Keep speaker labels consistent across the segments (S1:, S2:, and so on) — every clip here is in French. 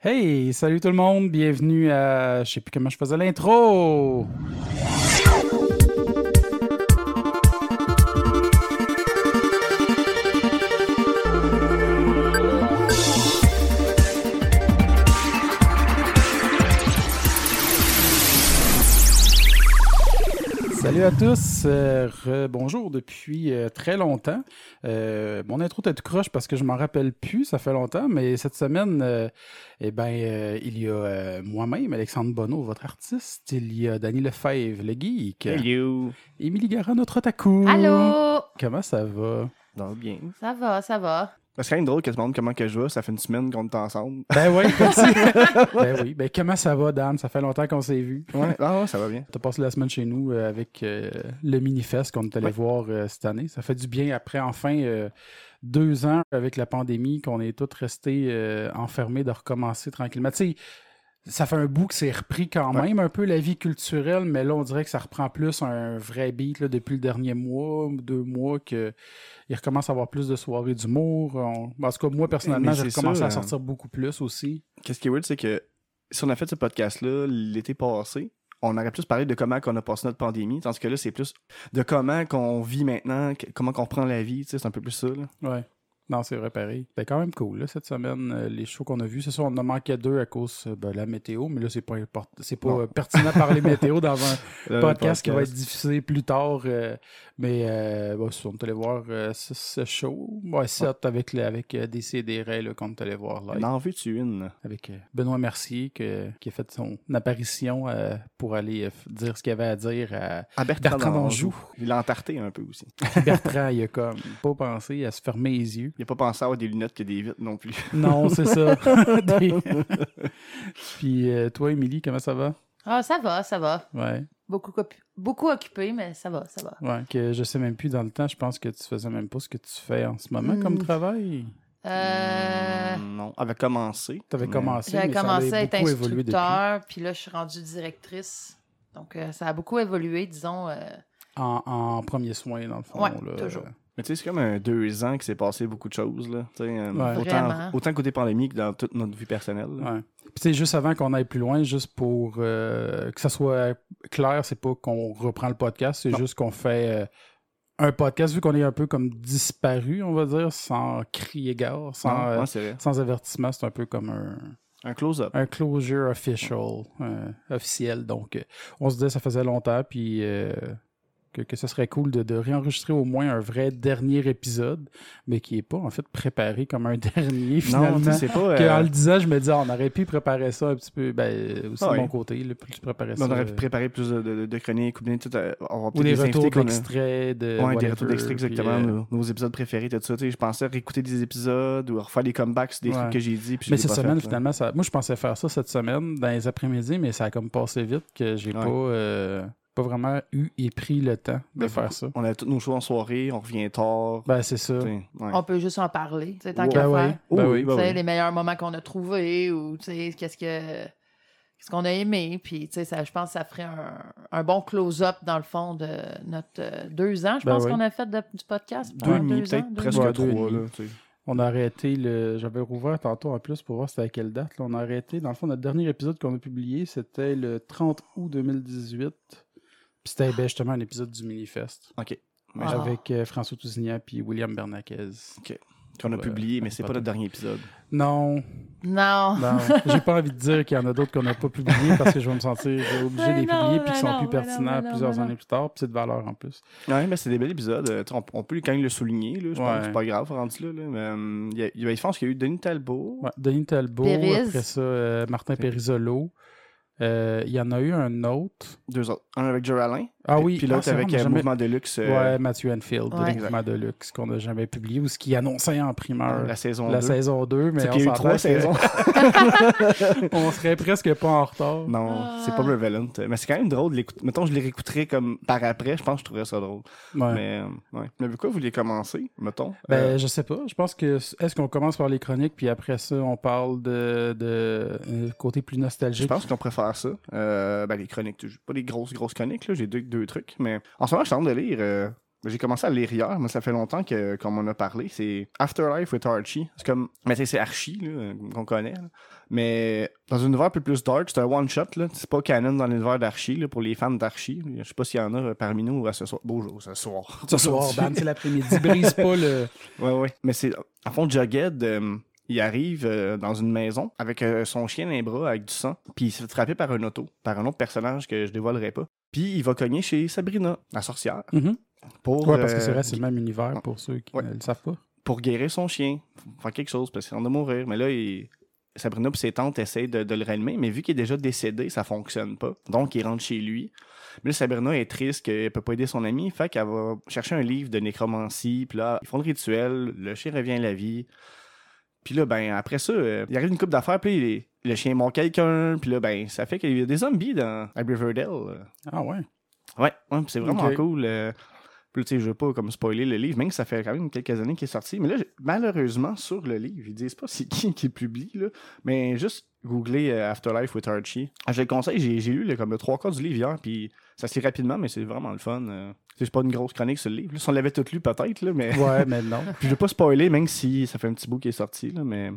S1: Hey, salut tout le monde, bienvenue à. Je sais plus comment je faisais l'intro! Salut à tous, euh, re- bonjour depuis euh, très longtemps. Euh, mon intro était tout croche parce que je m'en rappelle plus, ça fait longtemps, mais cette semaine, euh, eh ben, euh, il y a euh, moi-même, Alexandre Bonneau, votre artiste, il y a Danny Lefebvre, le geek,
S2: Hello.
S1: Émilie Gara, notre otaku.
S3: Allô?
S1: Comment ça va?
S2: Non, bien.
S3: Ça va, ça va.
S2: C'est quand même drôle que tu demandes comment que je vais. Ça fait une semaine qu'on est ensemble.
S1: Ben oui, merci. ben oui, ben comment ça va, Dan? Ça fait longtemps qu'on s'est vu.
S2: Ouais, ah, ouais, ça va bien.
S1: T'as passé la semaine chez nous euh, avec euh, le mini-fest qu'on est allé
S2: Ouais.
S1: voir euh, cette année. Ça fait du bien après enfin euh, deux ans avec la pandémie qu'on est tous restés euh, enfermés de recommencer tranquillement. Tu sais, ça fait un bout que c'est repris quand
S2: Ouais.
S1: même un peu la vie culturelle, mais là on dirait que ça reprend plus un vrai beat là, depuis le dernier mois, ou deux mois que il recommence à avoir plus de soirées d'humour. On- En tout cas, moi personnellement,
S2: Mais
S1: j'ai
S2: c'est
S1: recommencé
S2: sûr,
S1: à
S2: euh,
S1: sortir beaucoup plus aussi.
S2: Qu'est-ce qui est weird, c'est que si on a fait ce podcast-là l'été passé, on aurait plus parlé de comment qu'on a passé notre pandémie, tandis que là, c'est plus de comment qu'on vit maintenant, que- comment qu'on prend la vie. tu sais, C'est un peu plus ça. là.
S1: Ouais. Non, c'est vrai, pareil. C'était quand même cool, là, cette semaine, euh, les shows qu'on a vus. C'est sûr, on en a manqué deux à cause euh, ben, la météo, mais là, c'est pas, import- c'est pas
S2: Non.
S1: euh, pertinent de parler météo dans un
S2: Le
S1: Euh, podcast qui va être diffusé plus tard. euh, mais euh, bon, si on est allé voir euh, ce, ce show. Ouais, certes, avec, le- avec euh, des CDR, là, qu'on est allé voir live.
S2: N'en veux-tu une?
S1: Avec euh, Benoît Mercier, que- qui a fait son apparition euh, pour aller euh, f- dire ce qu'il avait à dire à
S2: À
S1: Bertrand Anjou.
S2: Il l'a entarté un peu aussi.
S1: Bertrand. il a comme pas pensé à se fermer les yeux.
S2: Il n'a pas pensé à avoir des lunettes que des vitres non plus.
S1: Non, c'est ça. Des- Puis euh, toi, Émilie, comment ça va?
S3: Ah, ça va, ça va.
S1: Ouais,
S3: Beaucoup, occupé- beaucoup occupé, mais ça va, ça va.
S1: ouais. Que je sais même plus dans le temps, je pense que tu faisais même pas ce que tu fais en ce moment comme
S3: Hmm.
S1: travail.
S3: Euh,
S2: Mm, Non, avait commencé.
S1: Tu avais
S2: Mais-
S1: commencé,
S3: J'avais
S1: mais ça
S3: commencé à
S1: avait
S3: être
S1: beaucoup évolué depuis.
S3: instructeur, puis là, je suis rendue directrice. Donc, euh, ça a beaucoup évolué, disons. euh,
S1: En, en premier soin, dans le fond.
S3: Ouais,
S1: là.
S3: toujours.
S2: Mais tu sais, c'est comme un deux ans qu'il s'est passé beaucoup de choses. Là. Tu sais, euh,
S1: Ouais.
S2: Autant,
S3: Vraiment.
S2: autant côté pandémie que dans toute notre vie personnelle. là.
S1: Ouais. Puis tu sais, juste avant qu'on aille plus loin, juste pour euh, que ça soit clair, c'est pas qu'on reprend le podcast, c'est
S2: Non.
S1: juste qu'on fait euh, un podcast, vu qu'on est un peu comme disparu, on va dire, sans crier gare, sans...
S2: Non,
S1: euh,
S2: ouais, c'est vrai.
S1: Sans avertissement, c'est un peu comme un,
S2: Un close-up.
S1: un closure official, euh, officiel. Donc, euh, on se disait que ça faisait longtemps, puis euh, que, que ce serait cool de, de réenregistrer au moins un vrai dernier épisode, mais qui n'est pas en fait préparé comme un dernier
S2: Non,
S1: finalement.
S2: tu sais, c'est pas.
S1: Que en
S2: euh,
S1: le disant, je me disais, ah, on aurait pu préparer ça un petit peu, ben, euh, aussi
S2: Ah Ouais.
S1: de mon côté, le plus préparer ça.
S2: on aurait
S1: euh,
S2: pu préparer plus de, de- de chroniques ou bien tout. euh, on va
S1: ou
S2: peut-être
S1: des
S2: les invités
S1: retours
S2: qu'on a-
S1: d'extraits de.
S2: Ouais, des
S1: whatever,
S2: retours d'extraits,
S1: puis,
S2: exactement.
S1: euh,
S2: nos, nos épisodes préférés, tout ça. Tu sais, je pensais réécouter des épisodes ou refaire des comebacks sur des
S1: Ouais.
S2: trucs que j'ai dit. Puis je
S1: Mais
S2: l'ai
S1: cette
S2: pas
S1: semaine,
S2: fait, là.
S1: finalement, ça... moi, je pensais faire ça cette semaine, dans les après-midi, mais ça a comme passé vite que j'ai
S2: Ouais.
S1: pas, euh, pas vraiment eu et pris le temps de
S2: Ben,
S1: faire ça.
S2: On a tous nos shows en soirée, on revient tard.
S1: Ben, c'est ça.
S2: tu sais,
S1: Ben,
S2: ouais.
S3: On peut juste en parler, tu sais, tant
S2: Ouais.
S3: qu'à
S1: oui.
S3: faire.
S1: Ben
S2: Oh,
S1: oui.
S2: ben
S3: Tu sais,
S2: oui.
S3: les meilleurs moments qu'on a trouvés ou, tu sais, qu'est-ce que... Qu'est-ce qu'on a aimé, puis tu sais, ça, je pense que ça ferait un, un bon close-up dans le fond de notre euh, deux ans, je
S1: Ben
S3: pense
S1: oui.
S3: qu'on a fait de- du podcast.
S2: Deux
S3: Ouais,
S2: et demi,
S3: deux ans,
S2: peut-être
S3: deux
S2: presque
S1: Ouais, deux et
S2: trois.
S1: demi.
S2: là, tu sais.
S1: On a arrêté le. J'avais rouvert tantôt en plus pour voir c'était à quelle date. là. On a arrêté. Dans le fond, notre dernier épisode qu'on a publié, c'était le 30 août 2018. Puis c'était ben, justement un épisode du Minifest.
S2: Ok.
S3: Ah.
S1: Avec euh, François Tousignan puis William Bernakez.
S2: Qu'on a
S1: Ouais.
S2: publié, mais c'est pas notre dernier épisode.
S1: Non,
S3: Non.
S1: Non, j'ai pas envie de dire qu'il y en a d'autres qu'on n'a pas publiés parce que je vais me sentir obligé de les
S3: Mais non,
S1: publier puis qui
S3: mais
S1: sont
S3: non,
S1: plus
S3: mais non,
S1: pertinents
S3: mais non,
S1: plusieurs
S3: mais non.
S1: années plus tard, puis c'est de valeur en plus.
S2: Ouais, mais c'est des belles épisodes. Euh, tu sais, On, on peut quand même le souligner, là. Je pense
S1: Ouais.
S2: que c'est pas grave rendu là. là. Mais, euh, il y a- il y a, je pense qu'il y a eu Denis Talbot.
S1: Ouais, Denis Talbot,
S3: Périz.
S1: après ça, euh, Martin
S2: Périz.
S1: Périsolo. Euh, Il y en a eu un autre.
S2: Deux autres. Un avec Joe Alain.
S1: Ah
S2: puis-
S1: oui,
S2: Puis
S1: ah,
S2: l'autre
S1: c'est
S2: avec
S1: vrai, on a
S2: euh,
S1: jamais-
S2: Mouvement de Luxe. euh,
S1: Ouais, Mathieu Enfield,
S3: Ouais.
S1: de Mouvement de Luxe, qu'on n'a jamais publié ou ce qui annonçait en primeur
S2: Ah, la saison.
S1: euh, la,
S2: 2.
S1: saison 2, mais
S2: C'est
S1: on
S2: qu'il y a eu
S1: s'entend
S2: trois
S1: que
S2: saisons.
S1: on serait presque pas en retard.
S2: non, c'est pas
S3: Ah.
S2: Revelant. Mais c'est quand même drôle de l'écouter. Mettons, je les réécouterais comme par après. Je pense que je trouverais ça drôle.
S1: Ouais.
S2: Mais, euh, ouais. mais pourquoi vous voulez commencer, mettons
S1: Ben,
S2: Euh,
S1: je sais pas. Je pense que. Est-ce qu'on commence par les chroniques, puis après ça, on parle de, de euh, côté plus
S2: Je
S1: nostalgique?
S2: pense qu'on préfère ça. Euh, ben, les chroniques, toujours. Pas des grosses, grosses chroniques, là. J'ai deux, deux trucs. Mais en ce moment, je suis en train de lire euh, Ben, J'ai commencé à lire hier, mais ça fait longtemps que, comme on a parlé, c'est Afterlife with Archie. C'est comme, mais tu sais, c'est Archie, là, qu'on connaît. là. Mais dans un univers un peu plus dark, c'est un one-shot, là. C'est pas canon dans l'univers d'Archie, là, pour les fans d'Archie. Je sais pas s'il y en a euh, parmi nous à ce soir. Bonjour, ce soir.
S1: Ce soir, Ben.
S2: Aujourd'hui.
S1: bam, c'est l'après-midi. Brise pas le.
S2: Ouais, ouais. Mais c'est. À fond, Jughead, euh, il arrive euh, dans une maison avec euh, son chien dans les bras avec du sang, puis il se fait frapper par un auto, par un autre personnage que je dévoilerai pas. Puis il va cogner chez Sabrina, la sorcière,
S1: Mhm.
S2: pour,
S1: Ouais, parce
S2: euh,
S1: que c'est vrai, c'est le même univers pour ceux qui
S2: Ouais.
S1: ne le savent pas.
S2: pour guérir son chien, Faut faire quelque chose, parce qu'il est en train de mourir. Mais là, il- Sabrina et ses tantes essayent de, de le ranimer, mais vu qu'il est déjà décédé, ça fonctionne pas. Donc, il rentre chez lui. Mais là, Sabrina est triste qu'elle peut pas aider son ami, fait qu'elle va chercher un livre de nécromancie, puis là, ils font le rituel, le chien revient à la vie. Puis là, ben, après ça, euh, il arrive une coupe d'affaires, puis il- le chien mord quelqu'un, puis là, ben, ça fait qu'il y a des zombies dans à Riverdale. euh.
S1: Ah ouais.
S2: Ouais, ouais, pis c'est vraiment
S1: Ok.
S2: cool. euh, puis tu sais, je veux pas comme spoiler le livre, même que ça fait quand même quelques années qu'il est sorti. Mais là, j'ai- malheureusement, sur le livre, ils disent pas c'est qui qui le publie, là. Mais juste googler euh, Afterlife with Archie. Ah, je le conseille, j'ai, j'ai lu le- comme le trois quarts du livre hier, puis ça s'est rapidement, mais c'est vraiment le fun. euh. Tu sais, C'est pas une grosse chronique sur le livre. là. Si on l'avait tout lu, peut-être, là, mais.
S1: Ouais, mais non.
S2: Puis je vais pas spoiler, même si ça fait un petit bout qu'il est sorti, là, mais.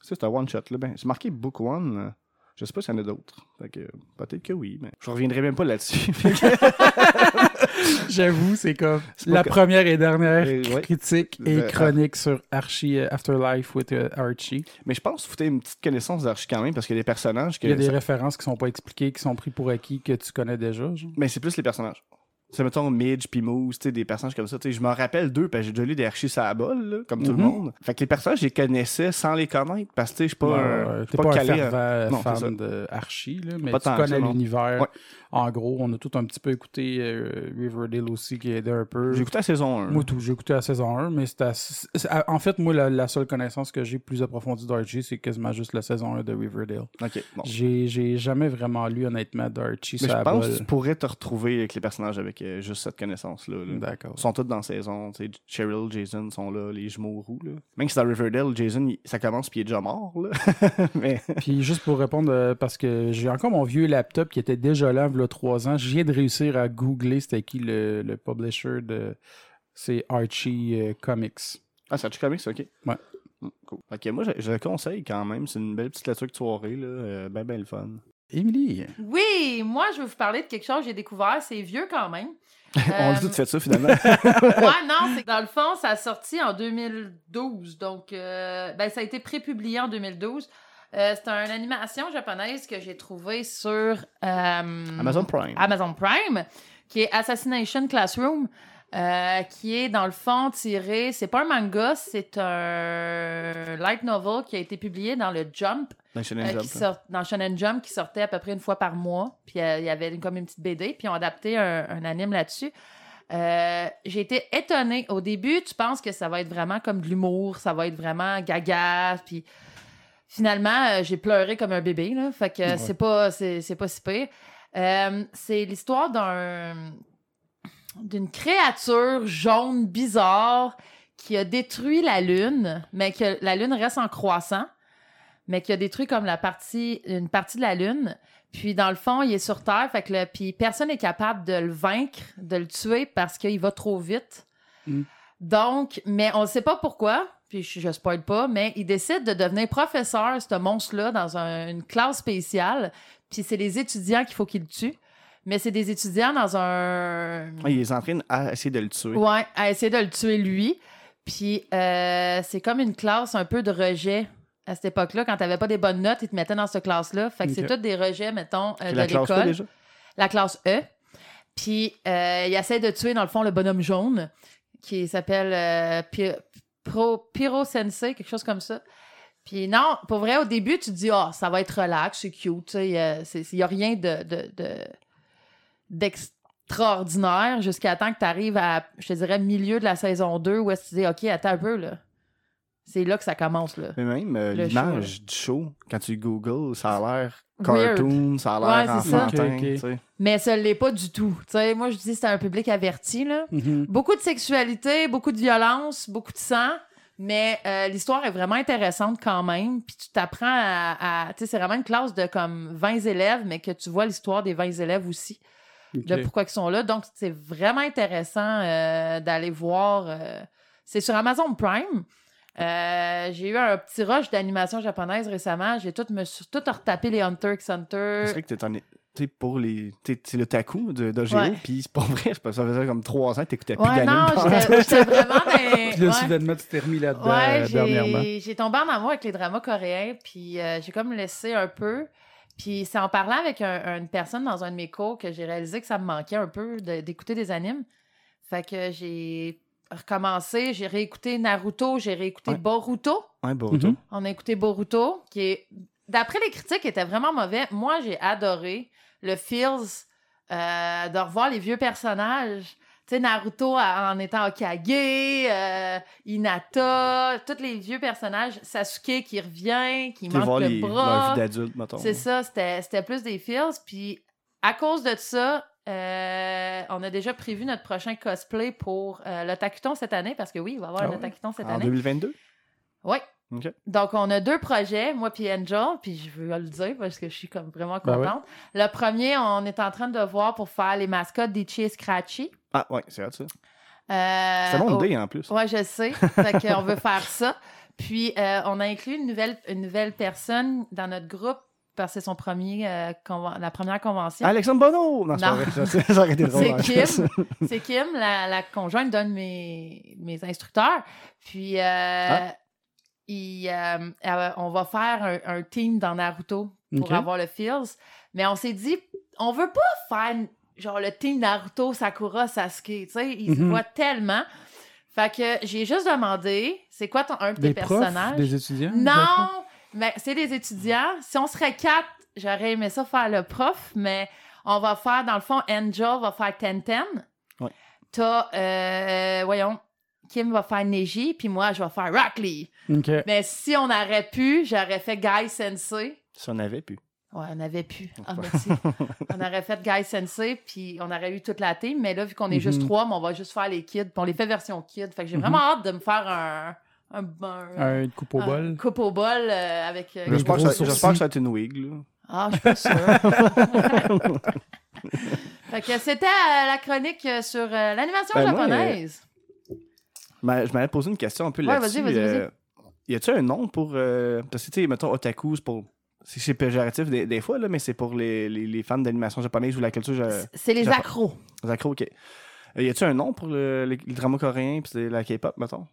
S2: Ça, c'est un one-shot, là. Ben, c'est marqué Book One. euh, Je sais pas s'il y en a d'autres. Fait que, peut-être que oui, mais je reviendrai même pas là-dessus.
S1: J'avoue, c'est comme
S2: C'est pas
S1: la
S2: que-
S1: première et ah. dernière
S2: Euh, ouais.
S1: critique et
S2: Le-
S1: chronique sur Archie euh, Afterlife with euh, Archie.
S2: Mais je pense que vous avez une petite connaissance d'Archie quand même, parce qu'il y a des personnages que.
S1: Il y a des
S2: ça-
S1: références qui sont pas expliquées, qui sont prises pour acquis, que tu connais déjà. genre.
S2: Mais c'est plus les personnages. C'est mettons Midge, puis Moose, tu sais, des personnages comme ça. Tu sais, je m'en rappelle deux, parce que j'ai déjà lu des Archie à la bolle, là, comme tout le
S1: Mhm.
S2: monde. Fait que les personnages, je les connaissais sans les connaître, parce que tu sais, je suis pas.
S1: Ouais,
S2: un- je
S1: ouais,
S2: suis
S1: T'es pas, un
S2: calé
S1: fervent
S2: à-
S1: euh,
S2: Non, c'est ça.
S1: fan de Archie, là, mais
S2: Pas tant
S1: tu
S2: que ça,
S1: connais
S2: non.
S1: l'univers.
S2: Ouais.
S1: En gros, on a tout un petit peu écouté euh, Riverdale aussi qui aidait un peu.
S2: J'ai écouté la saison 1.
S1: Moi, tout. J'ai écouté la saison 1, mais c'était. assez- c'est- En fait, moi, la, la seule connaissance que j'ai plus approfondie d'Archie, c'est quasiment juste la saison 1 de Riverdale.
S2: Ok, bon.
S1: J'ai j'ai jamais vraiment lu, honnêtement, d'Archie.
S2: Mais
S1: ça
S2: je
S1: la
S2: pense que
S1: bolle.
S2: tu pourrais te retrouver avec les personnages avec euh, juste cette connaissance-là. là.
S1: D'accord.
S2: Ils sont tous dans la saison. tu sais, Cheryl, Jason sont là, les jumeaux roux. Là. Même si dans Riverdale, Jason, il- ça commence puis il est déjà mort. Là. Mais
S1: Puis juste pour répondre, euh, parce que j'ai encore mon vieux laptop qui était déjà là, il y a trois ans. Je viens de réussir à googler c'était qui le, le publisher de. C'est Archie euh, Comics.
S2: Ah, c'est Archie Comics, ok.
S1: Ouais.
S2: Mm, Cool. Ok, moi, je, je le conseille quand même. C'est une belle petite lecture de soirée, là. euh, ben, ben le fun.
S1: Émilie.
S3: Oui, moi, je vais vous parler de quelque chose que j'ai découvert. C'est vieux quand même.
S2: On
S3: Euh,
S2: le dit de fait ça, finalement.
S3: ouais, non, c'est que dans le fond, ça a sorti en 2012. Donc, euh, ben, ça a été prépublié en 2012. Euh, c'est une animation japonaise que j'ai trouvée sur euh,
S2: Amazon Prime.
S3: Amazon Prime, qui est Assassination Classroom, euh, qui est dans le fond tiré. C'est pas un manga, c'est un light novel qui a été publié dans le Jump,
S2: Dans Shonen
S3: euh,
S2: Jump,
S3: qui
S2: là.
S3: sort- dans Shonen Jump qui sortait à peu près une fois par mois. Puis euh, il y avait une- comme une petite BD, puis ils ont adapté un, un anime là-dessus. Euh, j'ai été étonnée. Au début, tu penses que ça va être vraiment comme de l'humour, ça va être vraiment gaga, puis finalement, euh, j'ai pleuré comme un bébé, là. Fait que euh,
S1: Ouais.
S3: c'est pas, c'est, c'est pas si pire. Euh, c'est l'histoire d'un, d'une créature jaune bizarre qui a détruit la Lune, mais que la Lune reste en croissant, mais qui a détruit comme la partie, une partie de la Lune. Puis dans le fond, il est sur Terre, fait que le, puis personne n'est capable de le vaincre, de le tuer parce qu'il va trop vite.
S1: Mm.
S3: Donc, mais on ne sait pas pourquoi, puis je, je spoil pas, mais il décide de devenir professeur, ce monstre-là, dans un- une classe spéciale. Puis c'est les étudiants qu'il faut qu'il tue. Mais c'est des étudiants dans un.
S2: Ah, il les entraîne à essayer de le tuer.
S3: Ouais, à essayer de le tuer lui. Puis euh, c'est comme une classe un peu de rejet à cette époque-là. Quand t'avais pas des bonnes notes, ils te mettaient dans cette classe-là. Fait que c'est
S1: Ok.
S3: toutes des rejets, mettons, euh,
S2: C'est
S3: de
S2: la classe quoi,
S3: l'école.
S2: déjà?
S3: La classe E. Puis euh, il essaie de tuer, dans le fond, le bonhomme jaune qui s'appelle euh, Pi- Pro- Piro Sensei, quelque chose comme ça. Puis non, pour vrai, au début, tu te dis, ah, ça va être relax, c'est cute, tu sais, euh, c'est- il n'y a rien de, de- de- d'extraordinaire jusqu'à temps que tu arrives à, je te dirais, milieu de la saison 2 où est-ce que tu dis, OK, attends un peu, là. C'est là que ça commence, là.
S2: Mais même euh,
S3: Le
S2: l'image du show, quand tu googles, ça a l'air
S3: Weird.
S2: cartoon, ça a l'air
S3: Ouais, c'est ça. Euh,
S2: enfantin.
S1: Ok, ok.
S2: tu sais.
S3: Mais ça l'est pas du tout. Tu sais, moi, je dis, c'est un public averti, là.
S1: Mhm.
S3: Beaucoup de sexualité, beaucoup de violence, beaucoup de sang, mais euh, l'histoire est vraiment intéressante quand même. Puis tu t'apprends à. à- tu sais, c'est vraiment une classe de comme 20 élèves, mais que tu vois l'histoire des 20 élèves aussi. de pourquoi ils sont là. Donc, c'est vraiment intéressant euh, d'aller voir. euh, c'est sur Amazon Prime. Euh, j'ai eu un petit rush d'animation japonaise récemment. J'ai tout, me suis tout retapé les Hunter x Hunter.
S2: C'est vrai que t'es en- t'sais, pour les. T'es t'es le taku de, de Géo,
S3: Ouais.
S2: puis c'est pas vrai, c'est parce que ça faisait comme trois ans que t'écoutais plus
S3: Ouais, non,
S2: d'anime.
S3: j'étais j'étais vraiment. dans-
S1: Puis là,
S3: ouais.
S1: soudainement, tu t'es remis là-dedans
S3: Ouais,
S1: euh,
S3: j'ai-
S1: dernièrement.
S3: j'ai tombé en amour avec les dramas coréens, puis euh, j'ai comme laissé un peu. Puis c'est en parlant avec un- une personne dans un de mes cours que j'ai réalisé que ça me manquait un peu de- d'écouter des animes. Fait que j'ai recommencé, j'ai réécouté Naruto, j'ai réécouté
S2: Ouais.
S3: Boruto.
S2: Ouais, Boruto.
S1: Mhm.
S3: On a écouté Boruto, qui est, d'après les critiques, était vraiment mauvais. Moi, j'ai adoré le feels euh, de revoir les vieux personnages. Tu sais, Naruto à- en étant Okage, euh, Hinata, tous les vieux personnages. Sasuke qui revient, qui
S2: T'es voir
S3: manque
S2: les,
S3: le
S2: leur
S3: bras.
S2: vie hein. d'adulte, mettons.
S3: C'est ça, c'était c'était plus des feels. Puis à cause de ça, euh, on a déjà prévu notre prochain cosplay pour euh, le Takuton cette année, parce que oui, il va y avoir
S2: Ah
S3: le
S2: ouais?
S3: Takuton cette
S2: En
S3: année.
S2: 2022.
S3: Oui.
S2: OK.
S3: Donc, on a deux projets, moi puis Angel, puis je veux le dire parce que je suis comme vraiment
S1: Ben
S3: contente. Le premier, on est en train de voir pour faire les mascottes d'Itchy et Scratchy.
S2: Ah, ouais, c'est vrai, ça.
S3: Euh,
S2: C'est un bon
S3: au-
S2: dé, en plus.
S3: Ouais, je sais. fait qu'on veut faire ça. Puis, euh, on a inclus une nouvelle, une nouvelle personne dans notre groupe parce que c'est son premier, euh, conven- la première convention.
S2: Alexandre Bonneau! Non, c'est pas
S3: Non.
S2: vrai, ça, ça aurait été drôle.
S3: C'est
S2: hein.
S3: Kim. C'est Kim, la, la conjointe d'un de mes, mes instructeurs. Puis, euh,
S2: Ah.
S3: il, euh, euh, on va faire un, un team dans Naruto pour
S1: Ok.
S3: avoir le feels. Mais on s'est dit, on veut pas faire genre le team Naruto, Sakura, Sasuke. Tu sais, ils se
S1: Mhm.
S3: voient tellement. Fait que j'ai juste demandé, c'est quoi ton, un de tes
S1: Des profs,
S3: personnages?
S1: des étudiants?
S3: Non, mais c'est des étudiants. Si on serait quatre, j'aurais aimé ça faire le prof, mais on va faire, dans le fond, Angel va faire Tenten.
S2: Ouais.
S3: T'as, euh, voyons, Kim va faire Neji, puis moi, je vais faire Rockley.
S1: des fois? OK.
S3: Mais si on aurait pu, j'aurais fait Guy Sensei.
S2: Si on avait pu.
S3: Ouais, on avait pu. Ah, merci. on aurait fait Guy Sensei, puis on aurait eu toute la team. Mais là, vu qu'on est juste
S1: Mhm.
S3: trois, mais on va juste faire les kids, puis on les fait version kids. Fait que j'ai vraiment hâte de me faire un... un, un-
S1: Un coupe au
S3: un
S1: bol.
S3: Ah, Coupe au bol euh, avec... euh,
S1: Le
S2: J'espère que,
S1: gros
S2: ça- j'espère
S1: sourcil.
S2: que ça va être une wig, là.
S3: Ah, je suis pas sûre. fait que c'était euh, la chronique euh, sur euh, l'animation
S2: Ben, moi,
S3: japonaise.
S2: Mais je m'allais poser une question un peu
S3: Ouais,
S2: là-dessus.
S3: vas-y, vas-y, vas-y.
S2: Euh, y a-tu un nom pour. euh, parce que, tu sais, mettons, otaku, c'est pour. C'est c'est péjoratif des, des fois, là, mais c'est pour les, les, les fans d'animation japonaise ou la culture ja-
S3: C'est- C'est les
S2: euh, Japon.
S3: accros.
S2: accro, ok. Euh, y a-tu un nom pour le, le, le drama coréen puis c'est la K-pop, mettons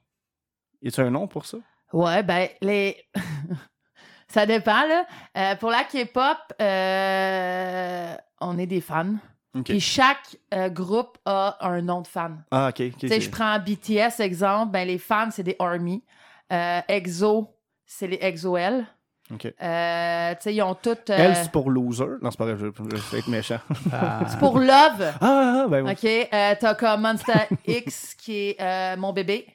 S2: Y a-tu un nom pour ça
S3: Ouais, ben, les. Ça dépend, là. Euh, pour la K-pop, euh, on est des fans.
S2: Ok.
S3: Puis chaque euh, groupe a un nom de fan.
S2: Ah, ok. ok,
S3: Tu sais,
S2: c'est-
S3: je prends BTS exemple, ben les fans, c'est des Army. Euh, EXO, c'est les EXO-L.
S2: Ok.
S3: Euh, tu sais, ils ont toutes. euh,
S2: Elle, c'est pour loser. Non, c'est pas vrai, je, je vais être méchant.
S1: Ah.
S3: pour Love.
S2: Ah, ah, ben oui.
S3: OK. euh, T'as comme Monster X qui est euh, mon bébé.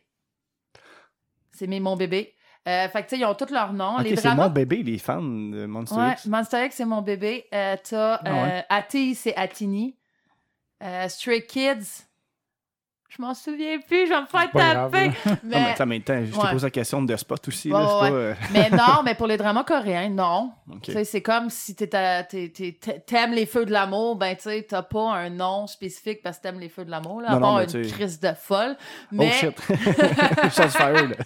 S3: C'est mes mon bébé. Euh, fait que tu sais, ils ont tous leurs noms.
S2: Ah, Ok,
S3: les
S2: c'est mon
S3: dramas.
S2: bébé, les fans de Monster
S3: Ouais,
S2: X.
S3: Monster X, c'est mon bébé. Euh, T'as
S1: Ah ouais.
S3: euh, Ati, c'est Atini. Euh, Stray Kids. Je m'en souviens plus, je vais me faire
S1: C'est pas grave,
S3: taper.
S2: Ah, mais
S3: Mais,
S2: attends, en même temps, je te
S3: Ouais.
S2: pose la question de spot aussi.
S3: Ouais,
S2: là, c'est
S3: ouais,
S2: pas. euh,
S3: mais non, mais pour les dramas coréens, non.
S2: ok.
S3: Tu sais, C'est comme si t'es à- t'es- t'es- t'aimes les feux de l'amour, ben tu sais, t'as pas un nom spécifique parce que t'aimes les feux de l'amour. Là,
S2: Non,
S3: à
S2: non,
S3: part
S2: mais
S3: une
S2: tu sais-
S3: crise de folle.
S2: Oh
S3: Mais, Euh.
S2: shit! Shots fired!